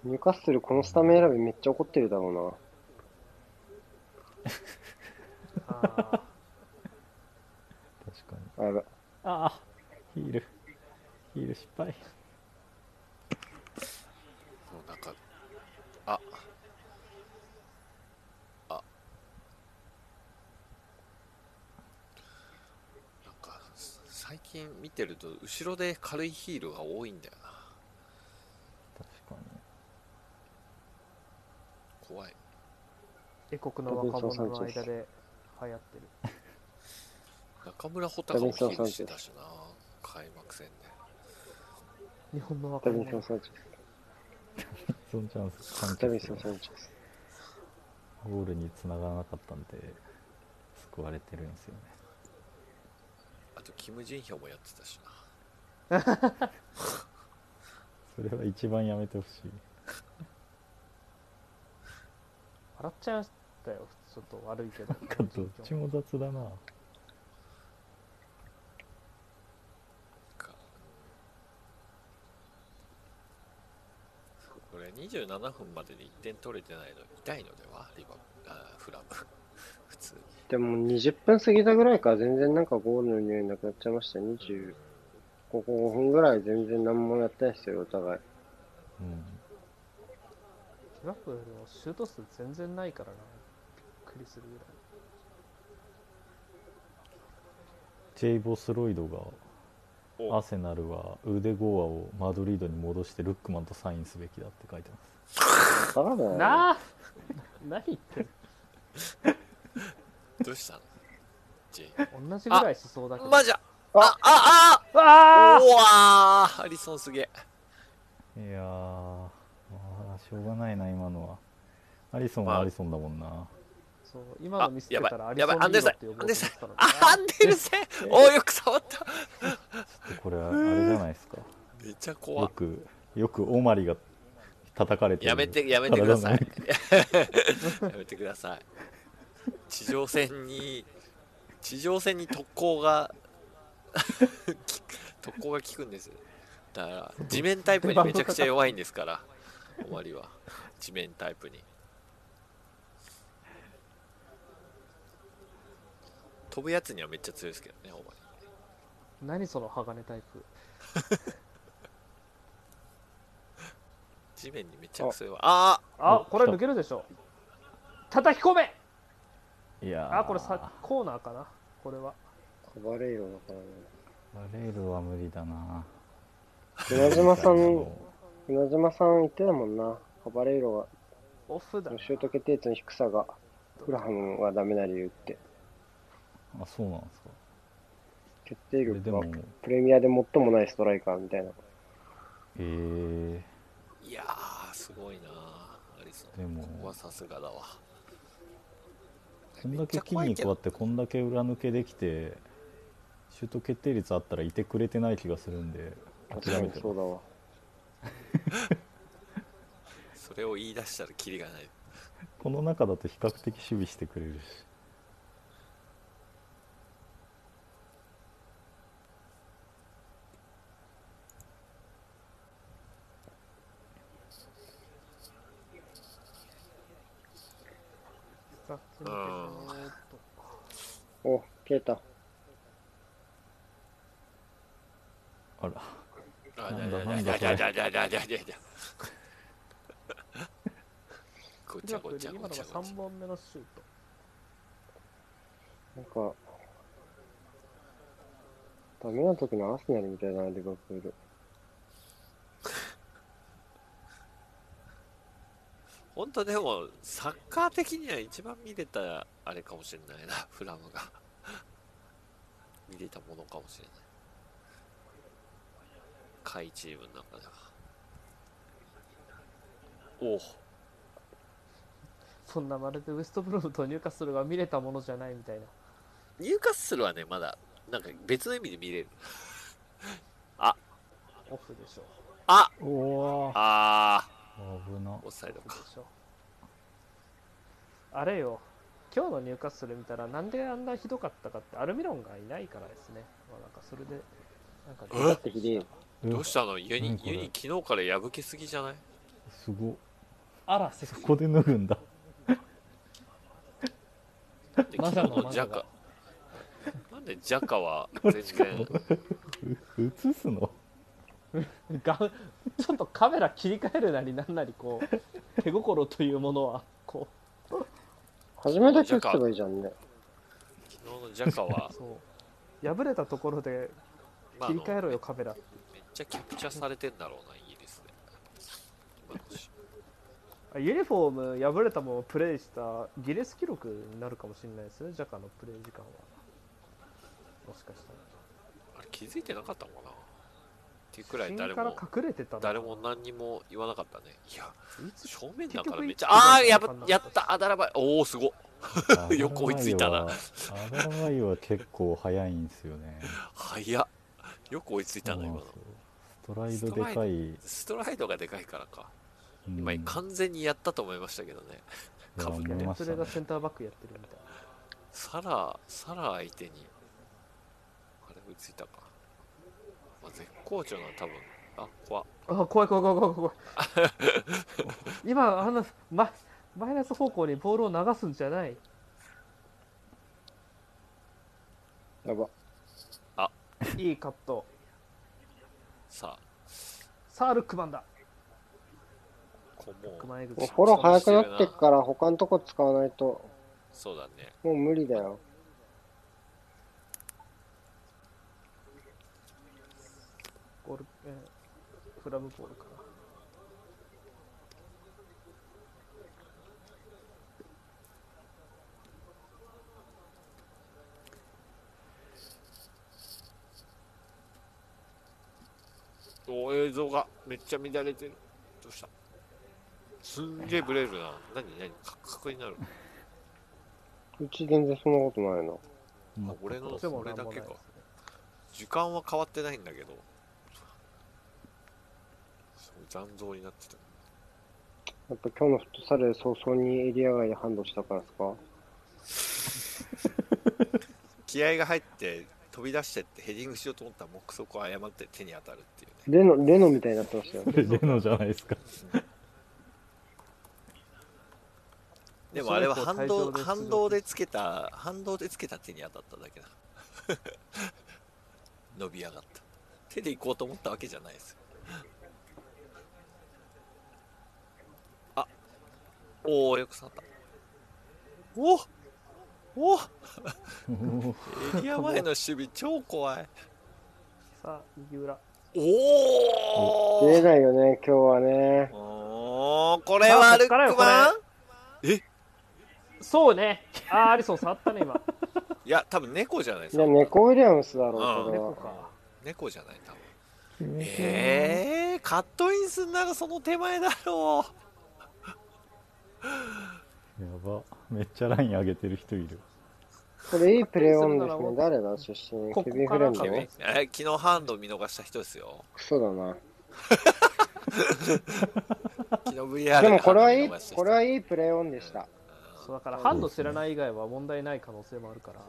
[SPEAKER 4] ニューカッスル、このスタメン選びめっちゃ怒ってるだろうな。
[SPEAKER 2] あ
[SPEAKER 3] うん確かに
[SPEAKER 4] あら、
[SPEAKER 3] ああヒールヒール失敗
[SPEAKER 1] もうなんか、あ、あ、なんか、す最近見てると、後ろで軽いヒールが多いんだよな。
[SPEAKER 3] 確かに
[SPEAKER 1] 怖い。
[SPEAKER 2] 英国の若者の間で流行ってる
[SPEAKER 1] 中村穂高もヒールしてたしな、開幕戦で。
[SPEAKER 2] 日本の若
[SPEAKER 4] ダ
[SPEAKER 2] 者
[SPEAKER 4] ビンソン・サンチェ
[SPEAKER 3] そのチャンス
[SPEAKER 4] ス。ダビンソン・サンチェス。
[SPEAKER 3] ゴールに繋がらなかったんで救われてるんですよね
[SPEAKER 1] あと、キム・ジンヒョンもやってたしな。
[SPEAKER 3] それは一番やめてほしい
[SPEAKER 2] 笑っちゃいましたよちょっと悪いけど
[SPEAKER 3] なんかどっちも雑だな
[SPEAKER 1] かこれ27分までで1点取れてないの痛いのではリバあーフラム 普通に
[SPEAKER 4] でも20分過ぎたぐらいから全然なんかゴールの匂いなくなっちゃいました。25分ぐらい全然何もやってないですよ、お互い。
[SPEAKER 3] うん
[SPEAKER 2] リバプールのシュート数全然ないからなびっくりするぐらい
[SPEAKER 3] J ・ボスロイド
[SPEAKER 1] お
[SPEAKER 3] がアーセナルはウデゴアをマドリードに戻してルックマンとサインすべきだって書いてます
[SPEAKER 4] バカだよ。
[SPEAKER 2] なあ何言ってる
[SPEAKER 1] どうしたの ?J
[SPEAKER 2] 同じぐらいしそうだけど
[SPEAKER 5] マジゃあああ
[SPEAKER 2] あ
[SPEAKER 5] うわーハリソンすげえ
[SPEAKER 3] いやーまあしょうがないな今のはアリソンはアリソンだも んな
[SPEAKER 2] そう今のミスってたら
[SPEAKER 5] あ
[SPEAKER 2] アリ
[SPEAKER 5] や
[SPEAKER 2] ソ
[SPEAKER 5] ばい
[SPEAKER 2] ンリードって呼ぼうと思
[SPEAKER 5] アン
[SPEAKER 2] っ
[SPEAKER 5] デ
[SPEAKER 2] て
[SPEAKER 5] ルセン
[SPEAKER 2] たのに
[SPEAKER 5] あアンデルセンおーよく触った
[SPEAKER 3] これはあれじゃないですか
[SPEAKER 1] めっちゃ怖
[SPEAKER 3] よ
[SPEAKER 1] っ
[SPEAKER 3] くよくオマリが叩かれてる
[SPEAKER 1] やめてやめてください
[SPEAKER 3] 体
[SPEAKER 1] やめてください地上戦に地上戦に特攻が き特攻が効くんですだから地面タイプにめちゃくちゃ弱いんですから終わりは地面タイプに飛ぶやつにはめっちゃ強いですけどね終わり
[SPEAKER 2] 何その鋼タイプ
[SPEAKER 1] 地面にめちゃくちゃ強いああ
[SPEAKER 2] あこれ抜けるでしょ叩き込め
[SPEAKER 3] いやー
[SPEAKER 2] あこれさコーナーかなこれは
[SPEAKER 4] バレ色だからね。
[SPEAKER 3] バレールは無理だな
[SPEAKER 4] 船島さん
[SPEAKER 3] も、
[SPEAKER 4] 船島さん言ってたもんな。カバレイロ
[SPEAKER 2] オフだ
[SPEAKER 4] が、シュート決定率の低さが、フラハムがダメな理由って。
[SPEAKER 3] うあそうなんですか
[SPEAKER 4] 決定
[SPEAKER 3] これで
[SPEAKER 4] 力
[SPEAKER 3] も
[SPEAKER 4] がプレミアで最もないストライカーみたいな。
[SPEAKER 3] えー、
[SPEAKER 1] いやーすごいなアリソン
[SPEAKER 3] でも
[SPEAKER 1] ここはさすがだわ
[SPEAKER 3] こんだけ筋肉あってこんだけ裏抜けできてシュート決定率あったらいてくれてない気がするんで
[SPEAKER 4] 確か
[SPEAKER 3] 諦め
[SPEAKER 4] に
[SPEAKER 3] て
[SPEAKER 4] そうだわ。
[SPEAKER 1] それを言い出したらキリがない
[SPEAKER 3] この中だと比較的守備してくれるし
[SPEAKER 2] さあ次の結果おーっと
[SPEAKER 4] お、消えた。
[SPEAKER 3] あら
[SPEAKER 1] あ
[SPEAKER 3] なんだ
[SPEAKER 1] だ
[SPEAKER 3] なん
[SPEAKER 1] だ
[SPEAKER 3] だこれ
[SPEAKER 1] だだだだだだだご
[SPEAKER 2] リ
[SPEAKER 1] ちゃ
[SPEAKER 2] バ
[SPEAKER 1] ご
[SPEAKER 2] プール
[SPEAKER 1] ちゃ
[SPEAKER 2] 今
[SPEAKER 1] ご
[SPEAKER 2] のが
[SPEAKER 1] ちゃごち
[SPEAKER 2] 3本目のシュート
[SPEAKER 4] なんか、ダメな時のアーセナルみたいだな、リバプール。
[SPEAKER 1] 本当でもサッカー的には一番見れたあれかもしれないなフラムが見れたものかもしれない下位チームの中ではおお
[SPEAKER 2] そんなまるでウエストブルームとニューカッスルが見れたものじゃないみたいな
[SPEAKER 1] ニューカッスルはねまだなんか別の意味で見れる
[SPEAKER 2] オフでしょ
[SPEAKER 1] あ
[SPEAKER 3] おお
[SPEAKER 1] あ
[SPEAKER 3] 危な
[SPEAKER 1] ーオフサイド
[SPEAKER 2] オフ
[SPEAKER 1] か
[SPEAKER 2] でしょあれよ今日のニューカッスル見たらなんであんなひどかったかってアルミロンがいないからですね、まあ、なんかそれでなんか
[SPEAKER 1] え
[SPEAKER 4] だってひでえよ。
[SPEAKER 1] どうしたのユ
[SPEAKER 3] 何
[SPEAKER 1] ニ
[SPEAKER 3] これ
[SPEAKER 1] ユニ昨日から破けすぎじゃない
[SPEAKER 3] すごっ
[SPEAKER 2] あらせ
[SPEAKER 3] そこで脱ぐんだ
[SPEAKER 1] で
[SPEAKER 2] ま
[SPEAKER 1] 昨
[SPEAKER 2] だ
[SPEAKER 1] 日
[SPEAKER 2] の
[SPEAKER 1] のジャ
[SPEAKER 2] まだ
[SPEAKER 1] カなんでジャカ は全然
[SPEAKER 3] う映すの
[SPEAKER 2] がんちょっとカメラ切り替えるなりなんなりこう手心というものはこ
[SPEAKER 4] 初めだけ打てばいいじゃんね。
[SPEAKER 1] 昨日のジャカは
[SPEAKER 2] う、そう破れたところで
[SPEAKER 1] まあ、あ
[SPEAKER 2] 切
[SPEAKER 1] の
[SPEAKER 2] り替えろよカメラ
[SPEAKER 1] めっちゃキャプチャーされてんだろうなイギリスで今の試合
[SPEAKER 2] あユニフォーム破れたままプレイしたギネス記録になるかもしれないですねジャカのプレイ時間はもしかしたら。
[SPEAKER 1] あれ気づいてなかったのかなっていうくらい
[SPEAKER 2] 芯
[SPEAKER 1] 誰
[SPEAKER 2] から
[SPEAKER 1] も、
[SPEAKER 2] 隠れてたの
[SPEAKER 1] 誰も何にも言わなかったね。いや、
[SPEAKER 2] いつ
[SPEAKER 1] 正面だから
[SPEAKER 2] 結局
[SPEAKER 1] めっちゃ、ああー、やば
[SPEAKER 2] わかんなかった
[SPEAKER 1] やった、あだらばい。おお、すごっ。 横追いついたな
[SPEAKER 3] アダラバイは結構早いんですよね
[SPEAKER 1] 早っ。よく追いついたな、
[SPEAKER 3] そう
[SPEAKER 1] 今
[SPEAKER 3] なん
[SPEAKER 1] の
[SPEAKER 3] です。よストライドでかい、
[SPEAKER 1] ストライドがでかいからか。
[SPEAKER 3] うん
[SPEAKER 1] 今、完全にやったと思いましたけどね。
[SPEAKER 3] いや
[SPEAKER 1] かぶって
[SPEAKER 3] 思いま
[SPEAKER 2] そ
[SPEAKER 3] し
[SPEAKER 2] れ
[SPEAKER 3] たね
[SPEAKER 2] がセンターバックやってるみたい
[SPEAKER 1] サラ、サラ相手に、あれ追いついたか。まあ、絶好調な、多分。あ、怖っ
[SPEAKER 2] な。あ、怖い怖い怖い怖い怖い。今、あの、ま、マイナス方向にボールを流すんじゃない。
[SPEAKER 4] やば。
[SPEAKER 2] いいカット。
[SPEAKER 1] さあ、
[SPEAKER 2] さあ、ルックマンだ。
[SPEAKER 1] こう
[SPEAKER 2] ルック
[SPEAKER 1] もう、
[SPEAKER 2] マンエグ
[SPEAKER 4] もうフォロー早くなってっから他のとこ使わないと、
[SPEAKER 1] そうだね。
[SPEAKER 4] もう無理だよ。
[SPEAKER 2] ゴール、えーフラムボールかな。
[SPEAKER 1] お映像がめっちゃ乱れてる。どうしたすんげえブレるな。なになにカクカクになる。
[SPEAKER 4] うち全然そんなことないな。
[SPEAKER 3] うん
[SPEAKER 1] あ俺
[SPEAKER 2] こ
[SPEAKER 1] の
[SPEAKER 2] っ、ちも
[SPEAKER 1] 俺
[SPEAKER 2] なん
[SPEAKER 1] だ
[SPEAKER 2] も
[SPEAKER 1] け
[SPEAKER 2] ない
[SPEAKER 1] か
[SPEAKER 2] ですね。。
[SPEAKER 1] 時間は変わってないんだけど。すごい残像になってた。
[SPEAKER 4] やっぱ今日のフットサル早々にエリア外でハンドしたからですか
[SPEAKER 1] 気合が入って飛び出してってヘディングしようと思ったら目測を誤って手に当たるっていうね。
[SPEAKER 4] レノ、レノみたいになってましたよ。
[SPEAKER 3] レ ノじゃないですか
[SPEAKER 1] でもあれは
[SPEAKER 2] おそらく
[SPEAKER 1] 反
[SPEAKER 2] 会場
[SPEAKER 1] 動反動で
[SPEAKER 2] で出場
[SPEAKER 1] つけた反動でつけた手に当たっただけだ 伸び上がった手で行こうと思ったわけじゃないですよあおおよく触ったおおお おエリア前の守備超怖い
[SPEAKER 2] さあ、右裏。
[SPEAKER 1] お
[SPEAKER 4] 出れ
[SPEAKER 1] お
[SPEAKER 4] ないよね、今日はね。
[SPEAKER 1] おーこれはルックマン
[SPEAKER 2] そうね。あー、アリソン触った ね、今。
[SPEAKER 1] いや多分猫じゃないです
[SPEAKER 4] じゃ
[SPEAKER 1] か
[SPEAKER 4] あ、ネコウィリアムスだろう、
[SPEAKER 1] うん
[SPEAKER 4] それ
[SPEAKER 2] 猫
[SPEAKER 4] は。
[SPEAKER 2] か。
[SPEAKER 1] 猫じゃない多分
[SPEAKER 3] 決めて
[SPEAKER 1] えー、カットインすんならその手前だろう
[SPEAKER 3] やばめっちゃライン上げてる人いる
[SPEAKER 4] これいいプレーオンですね。誰だ出身。
[SPEAKER 2] ここ
[SPEAKER 4] ケビン・フレンド
[SPEAKER 2] かな
[SPEAKER 4] ね。
[SPEAKER 1] えー昨日ハンド見逃した人ですよ
[SPEAKER 4] クソだな。
[SPEAKER 1] 昨日 VR
[SPEAKER 4] でもこれはいい
[SPEAKER 1] ハンド見逃した、人
[SPEAKER 4] これはいいプレーオンでした。
[SPEAKER 2] そうだからハンド知らない以外は問題ない可能性もあるから。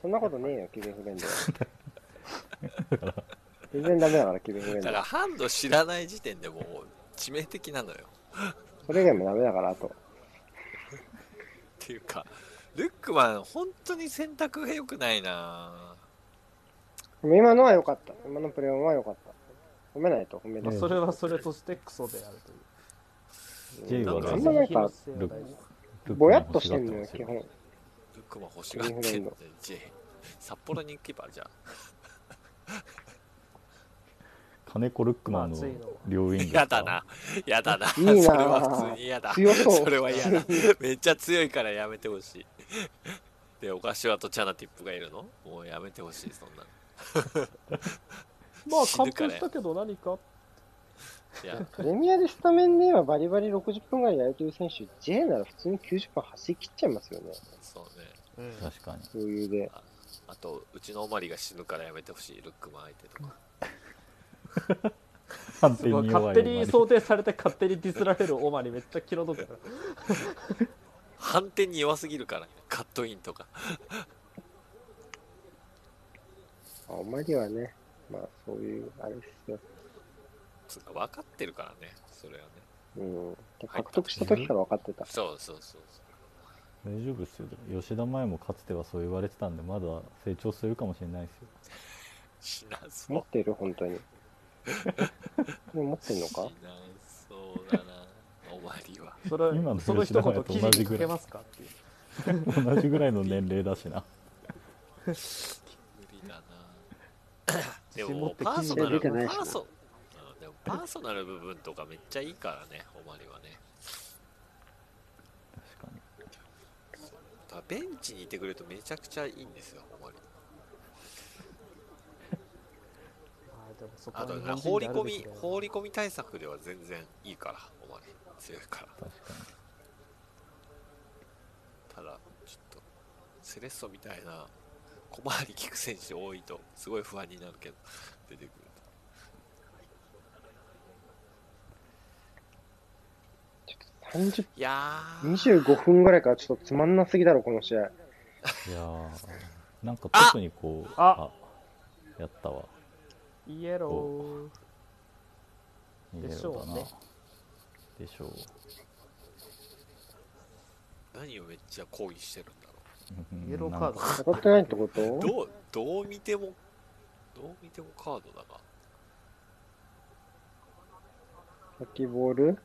[SPEAKER 4] そんなことねえよ、ケビン・フレンドは。 全然ダメだから、ケビン・フレンド
[SPEAKER 1] だ
[SPEAKER 4] は。
[SPEAKER 1] からハンド知らない時点でもう致命的なのよ
[SPEAKER 4] それ以外もダメだから、あと。
[SPEAKER 1] っていうかルックマン本当に選択が良くないな
[SPEAKER 4] でも今のは良かった。今のプレーオンは良かった。褒めないと褒め
[SPEAKER 2] ま
[SPEAKER 4] な
[SPEAKER 2] あ
[SPEAKER 4] い
[SPEAKER 3] うん
[SPEAKER 4] と。
[SPEAKER 2] それはそれとしてクソであるという。
[SPEAKER 3] J は
[SPEAKER 4] そ
[SPEAKER 3] ね
[SPEAKER 4] んななんか、
[SPEAKER 2] 広瀬は大事
[SPEAKER 4] ぼやっとしてんのよ、
[SPEAKER 3] す
[SPEAKER 4] 基
[SPEAKER 3] よ
[SPEAKER 4] 本。
[SPEAKER 1] ルックマン欲しがってんのに J 札幌に行けばじゃ
[SPEAKER 3] 金子ルックマンの両ウィン
[SPEAKER 1] あ
[SPEAKER 3] グ
[SPEAKER 1] 嫌だな嫌だない
[SPEAKER 4] いなぁ
[SPEAKER 1] それは普通に嫌だ
[SPEAKER 4] 強そう。
[SPEAKER 1] それは嫌だめっちゃ強いからやめてほしいでお柏とチャナティップがいるのもうやめてほしいそんなの
[SPEAKER 2] まあ、
[SPEAKER 1] 死
[SPEAKER 2] 完
[SPEAKER 1] ぬから
[SPEAKER 2] 封
[SPEAKER 1] や
[SPEAKER 2] したけど何か
[SPEAKER 1] いや
[SPEAKER 4] プレミアでスタメンで今バリバリ60分ぐらいやれてる選手、J なら普通に90分走り切っちゃいますよね。
[SPEAKER 1] そうね
[SPEAKER 3] 確かに
[SPEAKER 4] 余裕で。
[SPEAKER 1] あとうちのオマリが死ぬからやめてほしいルックマン相手とか
[SPEAKER 3] 判
[SPEAKER 2] す
[SPEAKER 3] 定
[SPEAKER 2] ご
[SPEAKER 3] に
[SPEAKER 2] い
[SPEAKER 3] 弱
[SPEAKER 2] 勝
[SPEAKER 3] い
[SPEAKER 2] 手に想定されて勝手にディスられるオマにめっちゃ気の毒だ。
[SPEAKER 1] 反転に弱すぎるからねカットインとか
[SPEAKER 4] あおまりはね、まあそういう、あれですよ。
[SPEAKER 1] つうか分かってるからねそれはね
[SPEAKER 4] うん。獲得した時から分かってた。
[SPEAKER 1] そうそうそう
[SPEAKER 3] 大丈夫ですよ吉田麻也もかつてはそう言われてたんでまだ成長するかもしれないです
[SPEAKER 1] 死
[SPEAKER 3] よ
[SPEAKER 1] なそう
[SPEAKER 4] 持ってる本 当に。でも持ってんの
[SPEAKER 1] 死な
[SPEAKER 4] か
[SPEAKER 1] そうだなオマリは
[SPEAKER 2] それ
[SPEAKER 3] 今の
[SPEAKER 2] その一言記
[SPEAKER 3] 吉田麻也と
[SPEAKER 2] 事
[SPEAKER 3] 同
[SPEAKER 2] に
[SPEAKER 3] じぐ
[SPEAKER 2] 書
[SPEAKER 3] らい
[SPEAKER 2] けますかっていう。
[SPEAKER 3] 同じぐらいの年齢だしな
[SPEAKER 1] 無理だな で
[SPEAKER 2] 自
[SPEAKER 1] も
[SPEAKER 2] 信
[SPEAKER 1] も
[SPEAKER 2] 持
[SPEAKER 1] う
[SPEAKER 2] って
[SPEAKER 1] パーソナ
[SPEAKER 4] 記事に出
[SPEAKER 1] ルパ
[SPEAKER 4] てないしな
[SPEAKER 1] ーソうんでもパーソナル部分とかめっちゃいいからねオマリはね
[SPEAKER 3] 確かに
[SPEAKER 1] だからベンチにいてくれるとめちゃくちゃいいんですよ、ほんまに。
[SPEAKER 2] そこ
[SPEAKER 1] あ
[SPEAKER 2] は
[SPEAKER 1] と
[SPEAKER 2] 日
[SPEAKER 1] ね
[SPEAKER 2] 本人
[SPEAKER 1] 放り込
[SPEAKER 2] であるべ
[SPEAKER 1] み
[SPEAKER 2] きだよな
[SPEAKER 1] 放り込み対策では全然いいからお前強いから
[SPEAKER 3] 確か
[SPEAKER 1] ただちょっとセレッソみたいな小回り利く選手多いとすごい不安になるけど出てくる
[SPEAKER 4] 30
[SPEAKER 1] といやー
[SPEAKER 4] 25分ぐらいからちょっとつまんなすぎだろ、この試合。
[SPEAKER 3] にいやーなんか特にこう
[SPEAKER 2] あ
[SPEAKER 3] やったわ
[SPEAKER 2] イエロー
[SPEAKER 3] 逃げ
[SPEAKER 2] で
[SPEAKER 3] ろ
[SPEAKER 2] しょう
[SPEAKER 3] だな
[SPEAKER 2] ね
[SPEAKER 3] でしょう
[SPEAKER 1] 何をめっちゃ抗議してるんだろ
[SPEAKER 3] うん
[SPEAKER 2] イエローカード
[SPEAKER 4] 当たってないってこと
[SPEAKER 1] うどうどう見てもどう見てもカードだな
[SPEAKER 4] 先ボール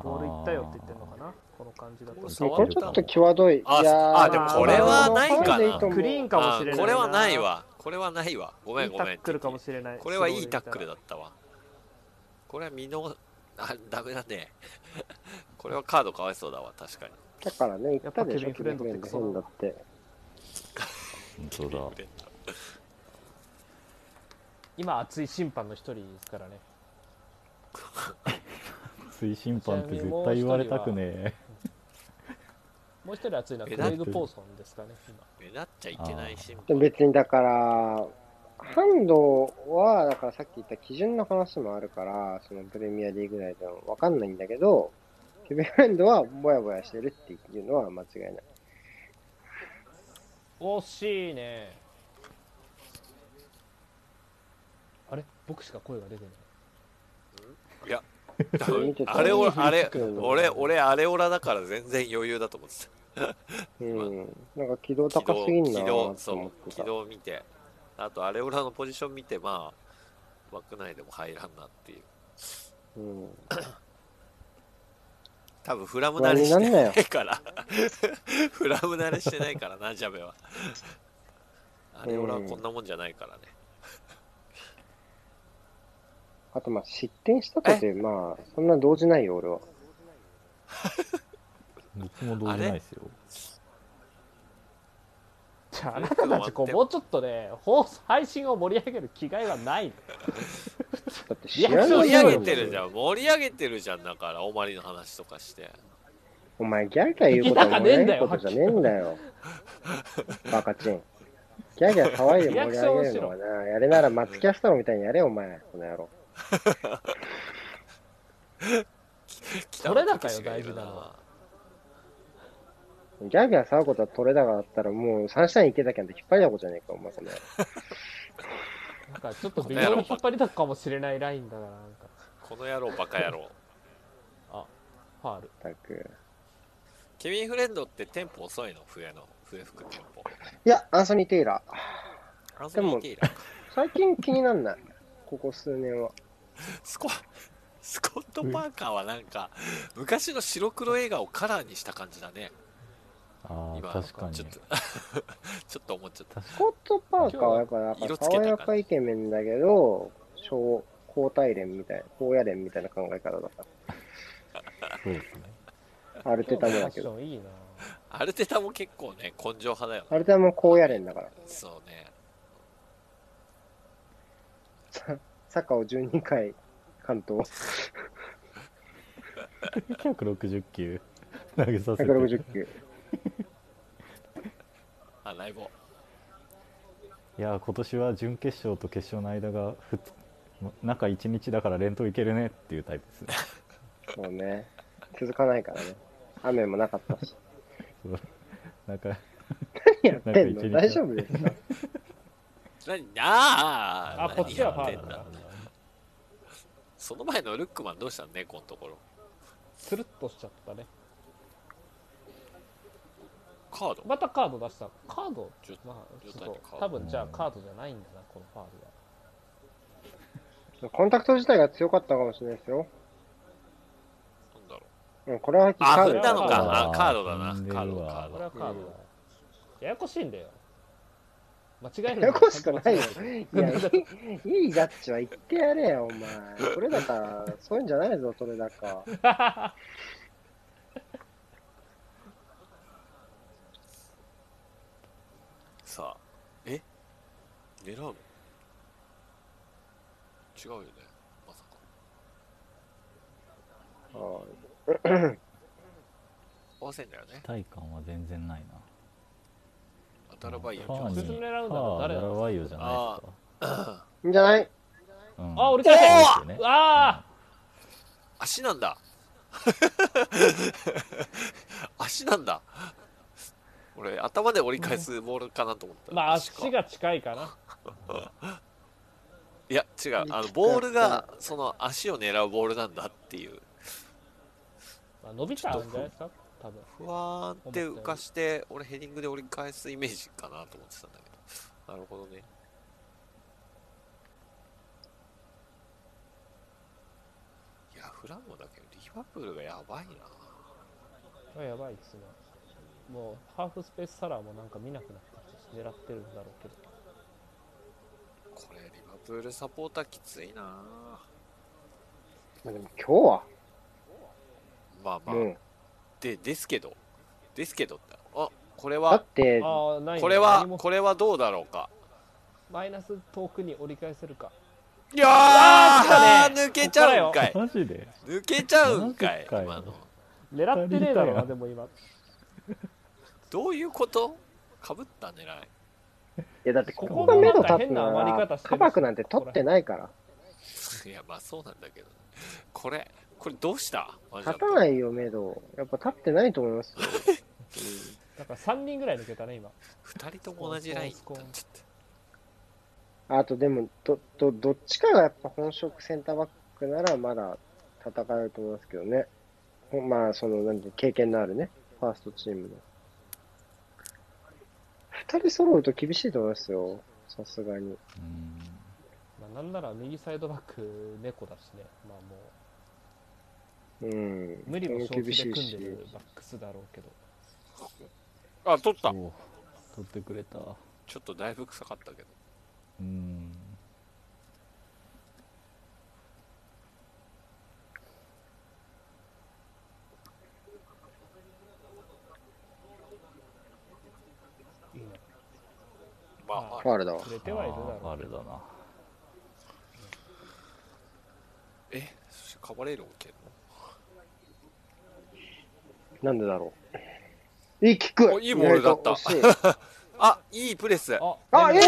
[SPEAKER 2] ボールいったよって言ってんのかなこの感じだと
[SPEAKER 1] そう
[SPEAKER 4] こ
[SPEAKER 1] 触
[SPEAKER 4] れ
[SPEAKER 1] る
[SPEAKER 4] ちょ
[SPEAKER 1] か
[SPEAKER 4] っと際どい。い
[SPEAKER 1] あ
[SPEAKER 4] やー
[SPEAKER 1] あでもこれはないかな
[SPEAKER 4] ファウルでいいと思う
[SPEAKER 2] クリーンかもしれない
[SPEAKER 1] あこれはないわこれはないわごめ
[SPEAKER 2] い
[SPEAKER 1] ん
[SPEAKER 2] い
[SPEAKER 1] ご
[SPEAKER 2] タ
[SPEAKER 1] めん
[SPEAKER 2] ックルかもしれない
[SPEAKER 1] これはいいタックル
[SPEAKER 2] だ
[SPEAKER 1] だったわこれは見逃あダメだね これはカードかわいそうだわ確かに
[SPEAKER 4] だからね、言ったでし
[SPEAKER 2] や
[SPEAKER 4] ょ、
[SPEAKER 2] っぱ
[SPEAKER 4] ケビン・フ
[SPEAKER 2] ケビンフレ
[SPEAKER 4] レ
[SPEAKER 2] ン
[SPEAKER 4] ン
[SPEAKER 2] ド
[SPEAKER 4] ド
[SPEAKER 2] ってクソ
[SPEAKER 4] 変だって。
[SPEAKER 3] 本当だ
[SPEAKER 2] 今熱い審判の一人ですからね
[SPEAKER 3] 推進パンって絶対言われたくね
[SPEAKER 2] もう一人熱いのは
[SPEAKER 1] え
[SPEAKER 2] クレイグ・ポーソンですかね今
[SPEAKER 1] 目立っちゃいけない審
[SPEAKER 4] で
[SPEAKER 1] 判
[SPEAKER 4] も別にだから、ハンドは、だからさっき言った基準の話もあるから、そのプレミアリーグ内ではわかんないんだけど、ケビン・フレンドはぼやぼやしてるっていうのは間違いない。
[SPEAKER 2] 惜しいねあれ僕しか声が出てない
[SPEAKER 1] いや多
[SPEAKER 4] 見
[SPEAKER 1] 分
[SPEAKER 4] てた
[SPEAKER 1] あれ
[SPEAKER 4] い
[SPEAKER 1] を
[SPEAKER 4] い振り
[SPEAKER 1] あれ
[SPEAKER 4] 付けだと思う
[SPEAKER 1] 俺俺アレオラだから全然余裕だと思ってた
[SPEAKER 4] うん。なんか軌道
[SPEAKER 1] 軌
[SPEAKER 4] 高
[SPEAKER 1] 道
[SPEAKER 4] すぎんな
[SPEAKER 1] 軌
[SPEAKER 4] と
[SPEAKER 1] 道
[SPEAKER 4] 思
[SPEAKER 1] そ
[SPEAKER 4] って
[SPEAKER 1] う軌
[SPEAKER 4] た。
[SPEAKER 1] 道を見てあとアレオラのポジション見てまあ枠内でも入らんなってい
[SPEAKER 4] う
[SPEAKER 1] う
[SPEAKER 4] ん。
[SPEAKER 1] 多分フラム
[SPEAKER 4] 不
[SPEAKER 1] 慣
[SPEAKER 4] 安
[SPEAKER 1] れ
[SPEAKER 4] に
[SPEAKER 1] して
[SPEAKER 4] なんな
[SPEAKER 1] な
[SPEAKER 4] よ。
[SPEAKER 1] いから フラム慣れしてないからなジャベはアレオラはこんなもんじゃないからね
[SPEAKER 4] あとまあ失点したとて、まあ、そんな動じないよ、俺は。
[SPEAKER 3] 僕も動じないですよ
[SPEAKER 2] じゃああなたたちこうもうちょっとね放送配信を盛り上げる気概はないの
[SPEAKER 4] だって
[SPEAKER 2] いや
[SPEAKER 4] 試合
[SPEAKER 2] そ
[SPEAKER 4] の
[SPEAKER 1] 盛
[SPEAKER 2] う
[SPEAKER 1] り
[SPEAKER 2] い
[SPEAKER 1] 上
[SPEAKER 2] や
[SPEAKER 4] 前
[SPEAKER 1] げ
[SPEAKER 4] に
[SPEAKER 1] てるじゃん盛り上げてるじゃんだからおまりの話とかして
[SPEAKER 4] お前、ギャーギャー言うことはもう
[SPEAKER 2] いやねえんだ
[SPEAKER 4] ない
[SPEAKER 2] よ
[SPEAKER 4] ことじゃねえんだよ。バカチン。ギャーギャー騒いで盛り上げるのはな、やれなら松キャスターみたいにやれよ、お前、この野郎。
[SPEAKER 2] それだからよ大事なのは
[SPEAKER 4] ギャーギャー騒ぐことは取れ高だったら、もうサンシャイン池崎なんて引っ張りだこじゃねえか、お前、この野郎。
[SPEAKER 2] なんかちょっと微妙に引っ張りだくかもしれないラインだからなんか
[SPEAKER 1] この野郎バカ野郎
[SPEAKER 2] あファール
[SPEAKER 4] ったく。
[SPEAKER 1] ケビン・フレンドってテンポ遅いの笛の笛吹くテンポ
[SPEAKER 4] いや、アンソニー・テイラー。
[SPEAKER 1] アンソニー・テイラー
[SPEAKER 4] 最近気になんない。ここ数年は。
[SPEAKER 1] スコスコット・パーカーはなんか昔の白黒映画をカラーにした感じだね
[SPEAKER 3] ああ
[SPEAKER 1] 今
[SPEAKER 3] 確かに
[SPEAKER 1] ちょっと ちょっと思っちゃった
[SPEAKER 4] スコット・パーカーはやっぱ、なん
[SPEAKER 1] 色
[SPEAKER 4] か
[SPEAKER 1] つけ
[SPEAKER 4] 爽
[SPEAKER 1] たから
[SPEAKER 4] やかイケメンだけど、小、高体連みたいな、高野連みたいな考え方だか
[SPEAKER 3] そうですね
[SPEAKER 4] ら。アルテ
[SPEAKER 2] 今
[SPEAKER 4] タ
[SPEAKER 2] 日
[SPEAKER 4] も
[SPEAKER 2] のファ
[SPEAKER 4] だ
[SPEAKER 2] ッ
[SPEAKER 4] け
[SPEAKER 2] シ
[SPEAKER 4] ど。
[SPEAKER 2] ョンいいな
[SPEAKER 1] アルテタも結構ね根性派だよ
[SPEAKER 4] アルテタも高野連だから。
[SPEAKER 1] そうね
[SPEAKER 4] サッカーを12回関東
[SPEAKER 3] 160球 投げさせて
[SPEAKER 4] 160球
[SPEAKER 1] あライボ
[SPEAKER 3] いやー今年は準決勝と決勝の間がふつま中1日だから連投いけるねっていうタイプですね
[SPEAKER 4] そうね続かないからね雨もなかったし
[SPEAKER 3] そうなんか
[SPEAKER 4] 何やってん
[SPEAKER 3] なんか一日
[SPEAKER 4] の大丈夫ですか
[SPEAKER 1] 何あー
[SPEAKER 2] あこっちはファ
[SPEAKER 1] 何や
[SPEAKER 2] ール
[SPEAKER 1] ってん
[SPEAKER 2] だ
[SPEAKER 1] だ
[SPEAKER 2] な
[SPEAKER 1] その前のルックマンどうしたの猫のところ
[SPEAKER 2] つるっとしちゃったね
[SPEAKER 1] カード
[SPEAKER 2] またカード出したカード
[SPEAKER 1] ちょっと
[SPEAKER 2] まあち
[SPEAKER 1] 状
[SPEAKER 2] ょっ
[SPEAKER 1] 態にカード
[SPEAKER 2] と多分じゃあカードじゃないんだなこのファールは
[SPEAKER 4] コンタクト自体が強かったかもしれないですよ、
[SPEAKER 1] なんだろう
[SPEAKER 4] うん、これは
[SPEAKER 1] あ
[SPEAKER 4] カー
[SPEAKER 1] 踏ん
[SPEAKER 4] ド
[SPEAKER 1] だのか
[SPEAKER 3] あ
[SPEAKER 1] あ
[SPEAKER 3] ー
[SPEAKER 1] カードだな
[SPEAKER 3] 踏んでる
[SPEAKER 1] カ
[SPEAKER 3] わ
[SPEAKER 1] ードカー
[SPEAKER 2] こ
[SPEAKER 1] ド
[SPEAKER 2] れはカードだよややこしいんだよ間違える
[SPEAKER 4] ややこしくないよ
[SPEAKER 2] い
[SPEAKER 4] いやいいいいジャッジは言ってやれよお前それだからそういうんじゃないぞそれだか
[SPEAKER 1] さあえ狙うの違うよね。まさか。
[SPEAKER 4] は
[SPEAKER 1] 合わせんだよね。
[SPEAKER 3] 体感は全然ないな
[SPEAKER 1] 当たらばいいよ。
[SPEAKER 3] パー
[SPEAKER 2] 直
[SPEAKER 3] に
[SPEAKER 2] 接狙うんだろ
[SPEAKER 3] パー
[SPEAKER 2] 誰だ
[SPEAKER 3] ダラワイオじゃない
[SPEAKER 4] い。んじゃない
[SPEAKER 3] ですか、うん、
[SPEAKER 2] あ俺来た
[SPEAKER 3] そうですよね
[SPEAKER 2] うわ
[SPEAKER 1] 足なんだ 足なんだ俺、頭で折り返すボールかなと思った。
[SPEAKER 2] ーまあ
[SPEAKER 1] 確か
[SPEAKER 2] 足が近いかない
[SPEAKER 1] や、違う。あの、ボールが、その足を狙うボールなんだっていう。
[SPEAKER 2] まあ伸びちゃうんじゃないですか多分
[SPEAKER 1] ふわーんって浮かして、俺ヘディングで折り返すイメージかなと思ってたんだけど。なるほどね。いや、フランボだけど、リバプールがやばいな。
[SPEAKER 2] あやばいですねもうハーフスペースサラーもなんか見なくなってきて狙ってるんだろうけど
[SPEAKER 1] これ、リバプールサポーターきついな
[SPEAKER 4] まあでも今日は、
[SPEAKER 1] まあまあ、
[SPEAKER 4] もう、
[SPEAKER 1] で、ですけど、ですけどって、あ、これ
[SPEAKER 4] だ
[SPEAKER 1] は
[SPEAKER 4] っ、て、
[SPEAKER 2] ああないね
[SPEAKER 1] これは
[SPEAKER 2] 何、も
[SPEAKER 1] これはどうだろうか。
[SPEAKER 2] マイナス遠くに折り返せるか
[SPEAKER 1] いや
[SPEAKER 2] ー来た
[SPEAKER 1] ー、
[SPEAKER 2] ね
[SPEAKER 1] 抜けちゃうんかい。
[SPEAKER 3] マジで
[SPEAKER 1] 抜けちゃうんかい、
[SPEAKER 3] マジかよ
[SPEAKER 1] 今の。
[SPEAKER 2] 狙ってねえだろう
[SPEAKER 3] や
[SPEAKER 2] な
[SPEAKER 3] りた
[SPEAKER 2] でも今
[SPEAKER 1] どういうことかぶった狙い。
[SPEAKER 4] いやだってこ
[SPEAKER 2] こ
[SPEAKER 4] こ
[SPEAKER 2] こ
[SPEAKER 4] が
[SPEAKER 2] が
[SPEAKER 4] 目
[SPEAKER 2] 目
[SPEAKER 4] の
[SPEAKER 2] の
[SPEAKER 4] 立
[SPEAKER 2] 立
[SPEAKER 4] つ
[SPEAKER 2] つ
[SPEAKER 4] な
[SPEAKER 2] なら
[SPEAKER 4] ら、カバクなんて取ってないから。
[SPEAKER 1] いや、まあそうなんだけど、これ、これどうしたマジだ
[SPEAKER 4] 立
[SPEAKER 1] と
[SPEAKER 4] たないよ、目処。やっぱ立ってないと思いますよ。
[SPEAKER 2] だから3人ぐらい抜けたね今
[SPEAKER 1] 二人とも同じラインだっちゃって。
[SPEAKER 4] あとでも、ど、ど、どっちかがやっぱ本職センターバックならまだ戦えると思いますけどね。ほんまあ、その、なんて、経験のあるね、ファーストチームの。二人揃うと厳しいと思いますよ。さすがに。
[SPEAKER 3] うん
[SPEAKER 2] まあ、なんなら右サイドバック猫だしね、まあ、も
[SPEAKER 4] うん。
[SPEAKER 2] う無理も正
[SPEAKER 4] 厳
[SPEAKER 2] 気
[SPEAKER 4] し
[SPEAKER 2] で
[SPEAKER 4] い
[SPEAKER 2] 組んで
[SPEAKER 4] し
[SPEAKER 2] る。バックスだろうけど、
[SPEAKER 1] あ、取った。
[SPEAKER 3] おう取ってくれた
[SPEAKER 1] ちょっとだいぶ臭かったけど。
[SPEAKER 3] うん
[SPEAKER 2] いいね、
[SPEAKER 1] まあまあ
[SPEAKER 4] ファールだわ。
[SPEAKER 2] 触れてはいるだ
[SPEAKER 3] あー
[SPEAKER 2] ろ
[SPEAKER 3] あれだな
[SPEAKER 1] え、そしてカバレール置ける
[SPEAKER 4] なんでだろう。いい、キック
[SPEAKER 1] おいいボールだった
[SPEAKER 4] 意外と惜しい
[SPEAKER 1] のあ、いいプレス。
[SPEAKER 2] う。
[SPEAKER 4] あ、いい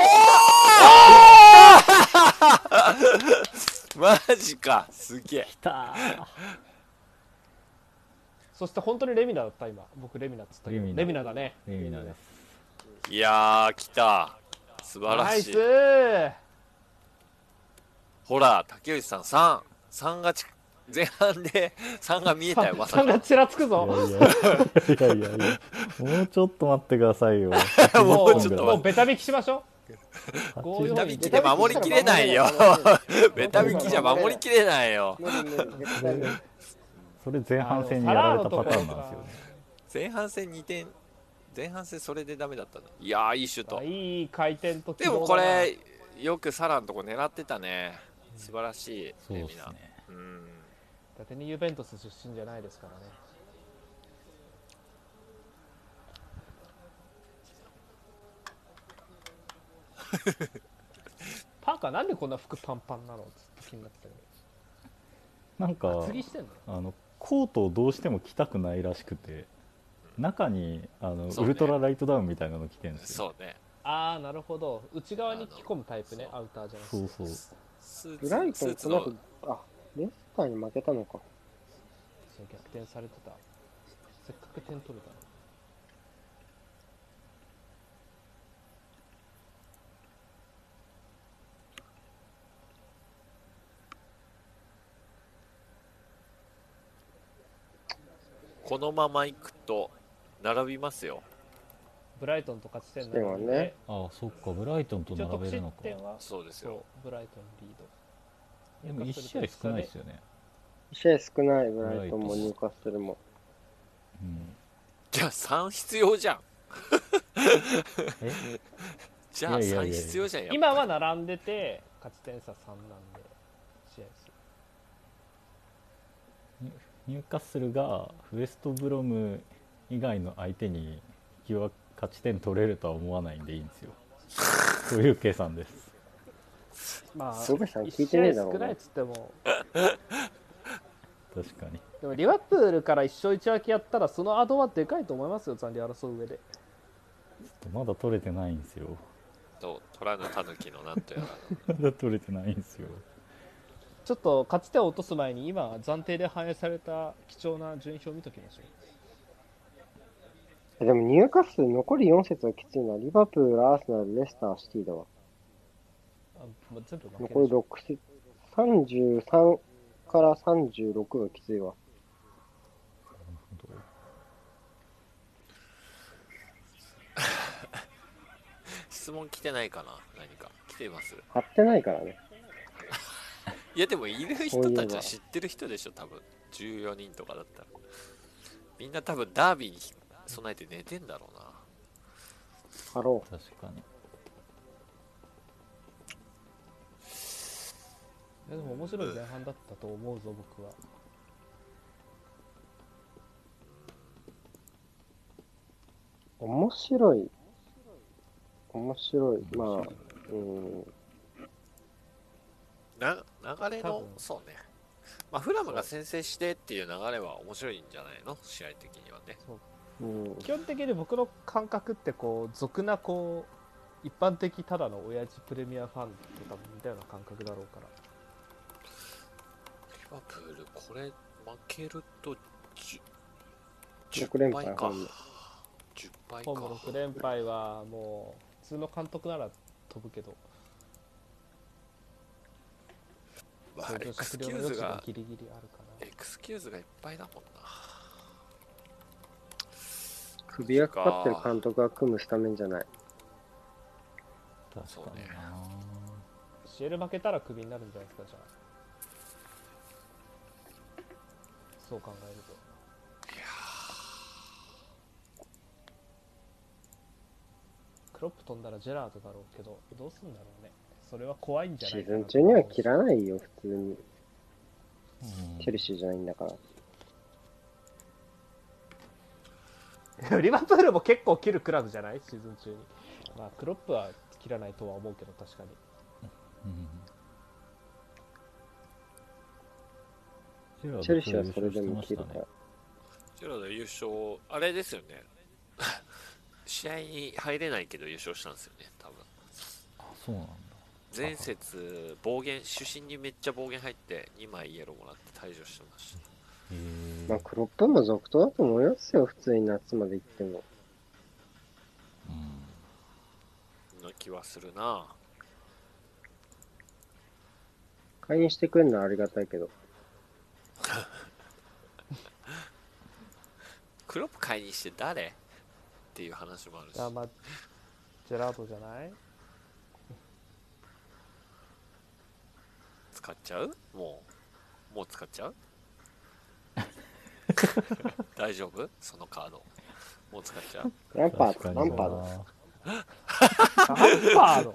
[SPEAKER 1] マジか。すげえ。
[SPEAKER 3] 来たー
[SPEAKER 2] そして本当にレミナだった、今。僕、レミナっつったけど
[SPEAKER 3] レミナ
[SPEAKER 2] レミナだね。
[SPEAKER 3] レミナです
[SPEAKER 1] いやー、来た。素晴ら
[SPEAKER 2] ナイ
[SPEAKER 1] しい
[SPEAKER 2] ス。ー
[SPEAKER 1] ほら、竹内さん3、3がち、前半で3が見えたよ、まさ
[SPEAKER 2] 3が
[SPEAKER 1] か。
[SPEAKER 2] ちらつく
[SPEAKER 3] いや
[SPEAKER 2] ぞ。
[SPEAKER 3] いやいやいやいやもうちょっと待ってくださいよ
[SPEAKER 1] もうちょっと
[SPEAKER 2] も
[SPEAKER 1] 待
[SPEAKER 2] うベタ引きしましょ
[SPEAKER 3] 8
[SPEAKER 1] ベ
[SPEAKER 2] う
[SPEAKER 1] タ
[SPEAKER 2] ん
[SPEAKER 1] 引きで守りきれないよ。 ベタ引きじゃ守りきれないよ。
[SPEAKER 4] 無理無理絶対無理
[SPEAKER 3] それ前半戦にやられたパターンなんですよね
[SPEAKER 1] 前半戦2点、前半戦それでダメだったの。いやー、いいシュー
[SPEAKER 2] う。
[SPEAKER 1] ト
[SPEAKER 2] あ。いい回転と
[SPEAKER 1] でもこれ、よくサラのとこ狙ってたね。素晴らしい、
[SPEAKER 3] そう
[SPEAKER 1] レ
[SPEAKER 3] で
[SPEAKER 1] ミ
[SPEAKER 3] す
[SPEAKER 1] ナ。
[SPEAKER 3] ね
[SPEAKER 1] うん。
[SPEAKER 2] 希望だな伊達にユベントス出身じゃないですからね。パーカーなんでこんな服パンパンなのずっと気になってたけ
[SPEAKER 3] なんか
[SPEAKER 2] ど。次してんの
[SPEAKER 3] あのコートをどうしても着たくないらしくて中にあの、
[SPEAKER 1] そう
[SPEAKER 3] ウ
[SPEAKER 1] ね
[SPEAKER 3] ルトラライトダウンみたいなの着てるんですよ
[SPEAKER 1] そうね。
[SPEAKER 2] ああ、なるほど。内側に着込むタイプね、アウターじゃなくて。
[SPEAKER 3] そうそう
[SPEAKER 1] スー
[SPEAKER 4] ブライト
[SPEAKER 1] ツ、ス
[SPEAKER 4] ン
[SPEAKER 1] ーツ
[SPEAKER 4] この
[SPEAKER 1] の
[SPEAKER 4] 後、あ、レスターに負けたのか。
[SPEAKER 2] そう逆転されてた。せっかく点取れたのに。
[SPEAKER 1] このまま行くと、並びますよ。
[SPEAKER 2] ブライトンと勝ち点
[SPEAKER 4] では
[SPEAKER 2] 並んで、
[SPEAKER 4] ね
[SPEAKER 3] ああそっかブライトンと
[SPEAKER 2] 一応
[SPEAKER 3] 並
[SPEAKER 2] 得
[SPEAKER 3] べる
[SPEAKER 2] 失
[SPEAKER 3] のか
[SPEAKER 2] 点は
[SPEAKER 1] そうです
[SPEAKER 2] そ
[SPEAKER 1] よ。
[SPEAKER 2] うブライトンリード。
[SPEAKER 3] でも1試合少ないですよね、
[SPEAKER 4] 試合少ない、ブライトンもニューカッスルも。
[SPEAKER 3] うん、
[SPEAKER 1] じゃあ3必要じゃん。
[SPEAKER 3] え
[SPEAKER 1] じゃあ
[SPEAKER 3] いやいやいや
[SPEAKER 1] 3
[SPEAKER 3] いや
[SPEAKER 1] 必要じゃん。やっぱり
[SPEAKER 2] 今は並んでて、勝ち点差3なんで、試合数。
[SPEAKER 3] ニューカッスルがウエストブロム以外の相手に引き分け 勝ち点取れるとは思わないんでいいんですよ。という計算です。
[SPEAKER 2] まあ、
[SPEAKER 4] すごいさ聞
[SPEAKER 2] 1
[SPEAKER 4] いて
[SPEAKER 2] 試
[SPEAKER 4] ね
[SPEAKER 2] 合
[SPEAKER 4] えだろう
[SPEAKER 2] 少
[SPEAKER 4] な
[SPEAKER 2] ないっつっても、
[SPEAKER 3] 確かに
[SPEAKER 2] でもリバプールから1勝1分けやったら、そのアドはでかいと思いますよ、残留争う上で。
[SPEAKER 3] ちょっとまだ取れてないんですよ
[SPEAKER 1] と虎のたぬきのなんとやらの
[SPEAKER 3] まだ取れてないんですよ
[SPEAKER 2] ちょっと勝ち点を落とす前に、今、暫定で反映された貴重な順位表を見ときましょう。
[SPEAKER 4] えでも入荷数残り4節はきついな。リバプール、アーセナル、レスター、シティだわ。
[SPEAKER 2] あまあ全部負けでしょ
[SPEAKER 4] 残り6節。33から36がきついわ。
[SPEAKER 1] 質問来てないかな何か来てます
[SPEAKER 4] 張ってないからね。
[SPEAKER 1] いやでもいる
[SPEAKER 4] こ
[SPEAKER 1] 人
[SPEAKER 4] うい
[SPEAKER 1] た
[SPEAKER 4] う
[SPEAKER 1] ち
[SPEAKER 4] の
[SPEAKER 1] は
[SPEAKER 4] は
[SPEAKER 1] 知ってる人でしょ多分14人とかだったらみんな多分ダービーに備えて寝てんだろうな
[SPEAKER 4] 張ろ
[SPEAKER 3] 確かに
[SPEAKER 2] いやでも面白い前半だったと思うぞ、僕は。
[SPEAKER 4] う。面白い。面白い。まあ、うん。
[SPEAKER 1] な流れ
[SPEAKER 2] 多
[SPEAKER 1] の
[SPEAKER 2] 分
[SPEAKER 1] そうねまあフラムが先制してっていう流れは面白いんじゃないの試合的にはね
[SPEAKER 4] うん、
[SPEAKER 2] 基本的に僕の感覚って、こう、俗な、こう、一般的ただの親父プレミアファンと多分似たような感覚だろうから。
[SPEAKER 1] リバプールこれ負けると 10,
[SPEAKER 4] 6連敗
[SPEAKER 1] 倍か
[SPEAKER 4] ホーム
[SPEAKER 1] 10倍
[SPEAKER 2] ホ
[SPEAKER 1] か
[SPEAKER 2] ーム6連敗はもう普通の監督なら飛ぶけど、
[SPEAKER 1] まあ
[SPEAKER 2] そうい
[SPEAKER 1] エ
[SPEAKER 2] う
[SPEAKER 1] クス
[SPEAKER 2] 酌
[SPEAKER 1] キ
[SPEAKER 2] 量
[SPEAKER 1] ュー
[SPEAKER 2] の余
[SPEAKER 1] ズ
[SPEAKER 2] 地が
[SPEAKER 1] が
[SPEAKER 2] ギリギリあるか
[SPEAKER 1] エクスキューズがいっぱいだもんな
[SPEAKER 4] 首がかかってる監督が組むスタメンじゃない。
[SPEAKER 3] 確
[SPEAKER 1] そう
[SPEAKER 3] かに
[SPEAKER 1] ね
[SPEAKER 3] な
[SPEAKER 2] ら、シエル負けたらクビになるんじゃないですか、じゃあ。そう考えると。クロップ飛んだらジェラートだろうけど、どうすんだろうね。それは怖いんじゃ
[SPEAKER 4] シ
[SPEAKER 2] ない
[SPEAKER 4] ー
[SPEAKER 2] か
[SPEAKER 4] ズ
[SPEAKER 2] な
[SPEAKER 4] ン中には切らないよ、普通に。
[SPEAKER 3] うん
[SPEAKER 4] チェルシーじゃないんだから。
[SPEAKER 2] リバプールも結構切るクラブじゃないシーズン中に。まあ、クロップは切らないとは思うけど、確かに。
[SPEAKER 3] うんチェ
[SPEAKER 4] チェルシーはそれでも切る
[SPEAKER 3] ラ
[SPEAKER 4] から。
[SPEAKER 1] ジェラード優勝あれですよね 試合に入れないけど優勝したんですよね多分
[SPEAKER 3] あそうなんだ
[SPEAKER 1] 前節暴言主審にめっちゃ暴言入って2枚イエローもらって退場してました
[SPEAKER 3] へ
[SPEAKER 4] まあ、
[SPEAKER 3] え
[SPEAKER 4] クロップも続投だと思いますよ、普通に夏まで行っても。
[SPEAKER 3] うん
[SPEAKER 1] そんな気はするな
[SPEAKER 4] 解任してくれるのはありがたいけど。
[SPEAKER 1] クロップ解任して誰っていう話もあるし
[SPEAKER 2] あまあ、ジェラートじ ゃない
[SPEAKER 1] 使っちゃうもうもう使っ ちゃう大丈夫そのカードもう使っちゃう
[SPEAKER 4] ランパー
[SPEAKER 3] 確か
[SPEAKER 4] ド、
[SPEAKER 3] に
[SPEAKER 4] ラ
[SPEAKER 3] な
[SPEAKER 4] ンパード。
[SPEAKER 2] ランパード。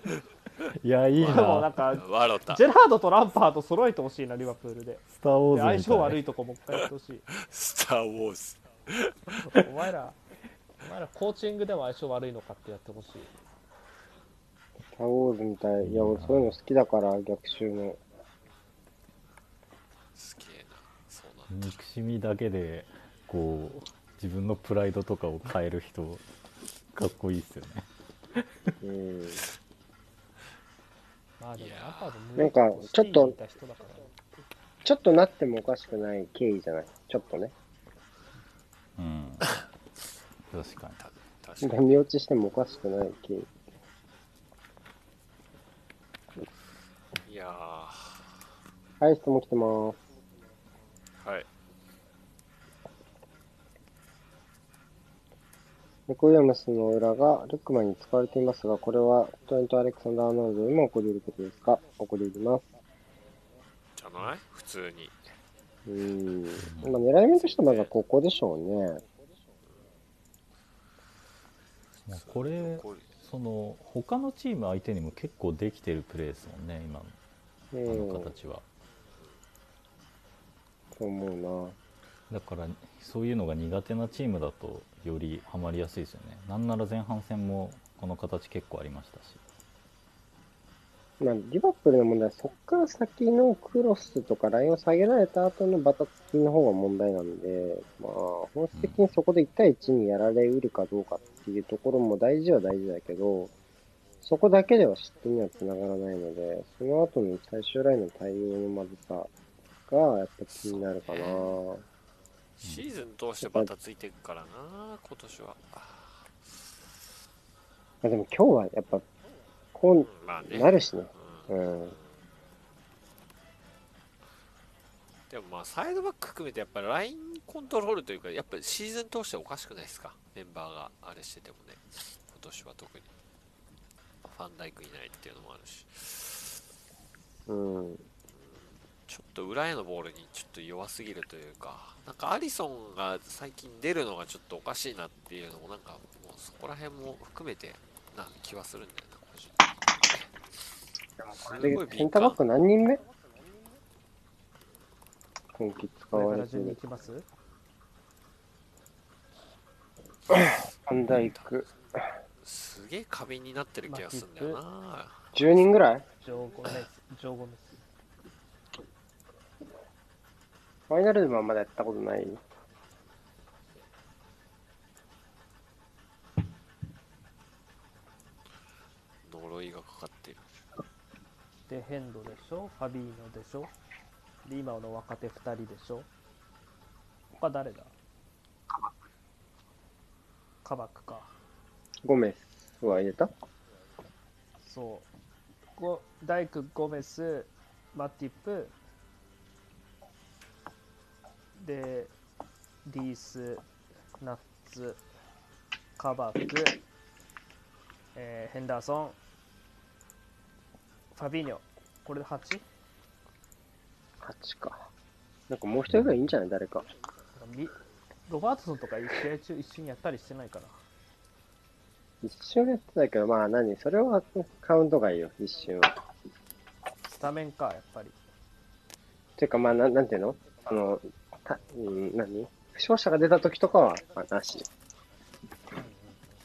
[SPEAKER 3] いやいい
[SPEAKER 2] でもな
[SPEAKER 3] なん
[SPEAKER 2] か、
[SPEAKER 1] ワロタ
[SPEAKER 2] ジェラードとランパード揃えてほしいな、リバプールで。
[SPEAKER 3] スター・ウォー
[SPEAKER 2] で
[SPEAKER 3] ズ
[SPEAKER 2] 相
[SPEAKER 3] みたい
[SPEAKER 2] 性悪いとこもう一回やってほしい。
[SPEAKER 1] スター・ウォーズ
[SPEAKER 2] お前ら、お前らコーチングでも相性悪いのかってやってほしい。
[SPEAKER 4] スター・ウォーズみたい。いや、俺そういうの好きだから、逆襲の。
[SPEAKER 1] すげえなそうなんだ
[SPEAKER 3] 憎しみだけでこう自分のプライドとかを変える人かっこいいっすよね
[SPEAKER 4] うん。
[SPEAKER 2] まあでも
[SPEAKER 1] いやー
[SPEAKER 2] ランパード
[SPEAKER 4] なんかちょっと
[SPEAKER 2] 見た人だから
[SPEAKER 4] ちょっとなってもおかしくない経緯じゃない。ちょっとね。
[SPEAKER 3] うん確かに
[SPEAKER 1] た確か
[SPEAKER 4] ダ
[SPEAKER 1] に
[SPEAKER 4] メ落ちしてもおかしくない経緯。
[SPEAKER 1] いやーは
[SPEAKER 4] はい、質問来てまーす。
[SPEAKER 1] い
[SPEAKER 4] ネコ・ウィリアムスの裏がルックマンに使われていますが、これはトレント・アレクサンダー・アーノルドにも起こり得ることですか起こり得ます。
[SPEAKER 1] じゃない普通に
[SPEAKER 4] うーん。まあ、狙い目としてはまずはここでしょうね。
[SPEAKER 3] もうこれ
[SPEAKER 1] 残り
[SPEAKER 3] その他のチーム相手にも結構できてるプレーですもんね今
[SPEAKER 4] う
[SPEAKER 3] のあの
[SPEAKER 4] ん。
[SPEAKER 3] 形は、
[SPEAKER 4] と思
[SPEAKER 3] だからそういうのが苦手なチームだとよりハマりやすいですよねなんなら前半戦もこの形結構ありましたし
[SPEAKER 4] まあ、リバプールの問題は、そこから先のクロスとかラインを下げられた後のバタつきの方が問題なんで、まあ、本質的にそこで1対1にやられうるかどうかっていうところも大事は大事だけど、そこだけでは失点にはつながらないので、その後の最終ラインの対応のまずさが、やっぱ気になるかな。
[SPEAKER 1] シーズン通してバタついていくからな、今年は。
[SPEAKER 4] まあ、でも今日はやっぱ、こ
[SPEAKER 1] うんまあ
[SPEAKER 4] う
[SPEAKER 1] ね。
[SPEAKER 4] なるしね。
[SPEAKER 1] う
[SPEAKER 4] うんん。
[SPEAKER 1] でもまあ、サイドバック含めて、やっぱラインコントロールというか、やっぱシーズン通しておかしくないですか、メンバーがあれしててもね、今年は特に。ファンダイクいないっていうのもあるし、
[SPEAKER 4] うん。
[SPEAKER 1] ちょっと裏へのボールにちょっと弱すぎるというか、なんかアリソンが最近出るのがちょっとおかしいなっていうのも、なんかもうそこら辺も含めてな気はするんだよな、個人
[SPEAKER 4] で、センターバック何人目今季使
[SPEAKER 2] これ
[SPEAKER 4] わ
[SPEAKER 2] か
[SPEAKER 4] れ
[SPEAKER 2] ら
[SPEAKER 4] て
[SPEAKER 2] 順に行
[SPEAKER 4] る。
[SPEAKER 2] きます
[SPEAKER 4] ファンダイク、
[SPEAKER 1] すげえ過敏になってる気がするんだよな。
[SPEAKER 4] 10人ぐらい
[SPEAKER 2] ジョーゴメス、ジョーゴメス。
[SPEAKER 4] ファイナルでもあんまだやったことない。
[SPEAKER 1] 呪いがかかってる。
[SPEAKER 2] で、ヘンドでしょ、ファビーノでしょ、で、今の若手2人でしょ。他誰だカバックか。
[SPEAKER 4] ゴメスは入れた
[SPEAKER 2] そう。ゴダイク、ゴメス、マティップ、で、リース、ナッツ、カバック、えーヘンダーソン、ファビーニョ。これで 8?
[SPEAKER 4] 8か。なんかもう一人ぐらいいいんじゃない誰か。
[SPEAKER 2] みロバートソンとか一試合中一緒にやったりしてないから
[SPEAKER 4] 一瞬やってたけど、まあ何それはカウントがいいよ、一瞬は。
[SPEAKER 2] スタメンかやっぱり
[SPEAKER 4] ていうか、まあななんていうのあの、たうん、何負傷者が出た時とかは、まあなし。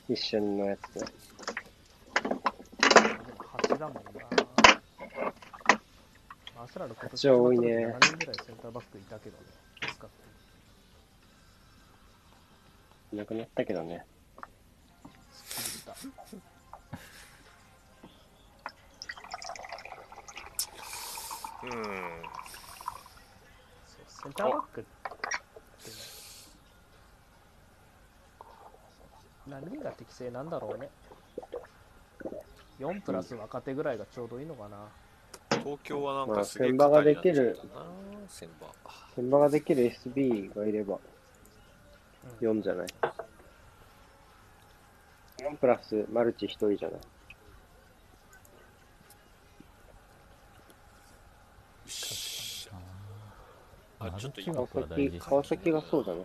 [SPEAKER 4] 一瞬のやつね。
[SPEAKER 2] 8だもんなアスラの今
[SPEAKER 4] 八は多いね
[SPEAKER 2] 7人ぐらいセンターバックいたけどね使って
[SPEAKER 4] いなくなったけどね。
[SPEAKER 2] きた
[SPEAKER 1] うん。
[SPEAKER 2] そうセンターバックってね何が適正なんだろうね4プラス若手ぐらいがちょうどいいのかな、
[SPEAKER 1] 東京はなんかすげえ
[SPEAKER 4] まあ先場ができる
[SPEAKER 1] 肩になっちゃったな。先場。
[SPEAKER 4] 現場ができる SB がいれば、
[SPEAKER 2] うん
[SPEAKER 4] 4じゃない。4プラスマルチ1人じゃない。
[SPEAKER 1] あちょっと今
[SPEAKER 3] マル
[SPEAKER 4] 川
[SPEAKER 3] チ枠は大事
[SPEAKER 4] 崎、
[SPEAKER 3] です
[SPEAKER 4] 川崎がそうだね。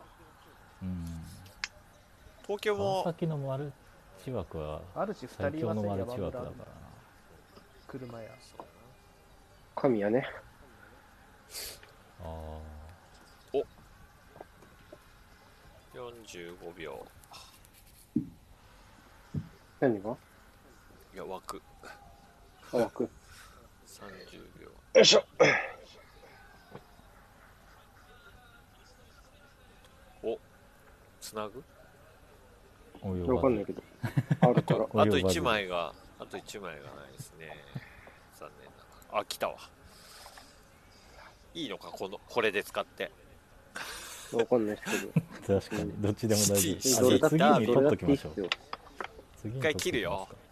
[SPEAKER 3] うん
[SPEAKER 1] 東京
[SPEAKER 3] 川
[SPEAKER 1] も
[SPEAKER 3] 崎のマルチ枠は
[SPEAKER 2] あるし2
[SPEAKER 3] 最
[SPEAKER 2] 人い
[SPEAKER 3] 強
[SPEAKER 2] ま
[SPEAKER 3] の
[SPEAKER 2] せん
[SPEAKER 3] マル
[SPEAKER 2] 山
[SPEAKER 3] チ枠だ
[SPEAKER 2] 村
[SPEAKER 3] から
[SPEAKER 2] 車や
[SPEAKER 4] 神谷ね。
[SPEAKER 3] なあ
[SPEAKER 1] 45秒。
[SPEAKER 4] 何が
[SPEAKER 1] いや、枠
[SPEAKER 4] あ、枠。
[SPEAKER 1] 30秒。
[SPEAKER 4] よいしょ。
[SPEAKER 1] つなぐ
[SPEAKER 3] ーおいお
[SPEAKER 4] わかんないけど。あるから。
[SPEAKER 1] あと1枚が、あと1枚がないですね。残念ながら。あ、来たわ。いいのか、この、これで使って。
[SPEAKER 4] わかんないですけど。
[SPEAKER 3] 確かにどっちでも大丈夫
[SPEAKER 1] シティ
[SPEAKER 3] あ
[SPEAKER 4] どれ
[SPEAKER 3] じゃ
[SPEAKER 4] だ
[SPEAKER 3] あ
[SPEAKER 4] って
[SPEAKER 3] 次に
[SPEAKER 4] ど
[SPEAKER 3] 取
[SPEAKER 4] れ
[SPEAKER 3] っ
[SPEAKER 4] だ
[SPEAKER 3] と
[SPEAKER 4] って
[SPEAKER 3] き
[SPEAKER 4] いい
[SPEAKER 3] ま
[SPEAKER 4] っ
[SPEAKER 3] しょう
[SPEAKER 4] すよ。
[SPEAKER 3] 次に
[SPEAKER 1] 一回切るよ
[SPEAKER 3] 取っときますか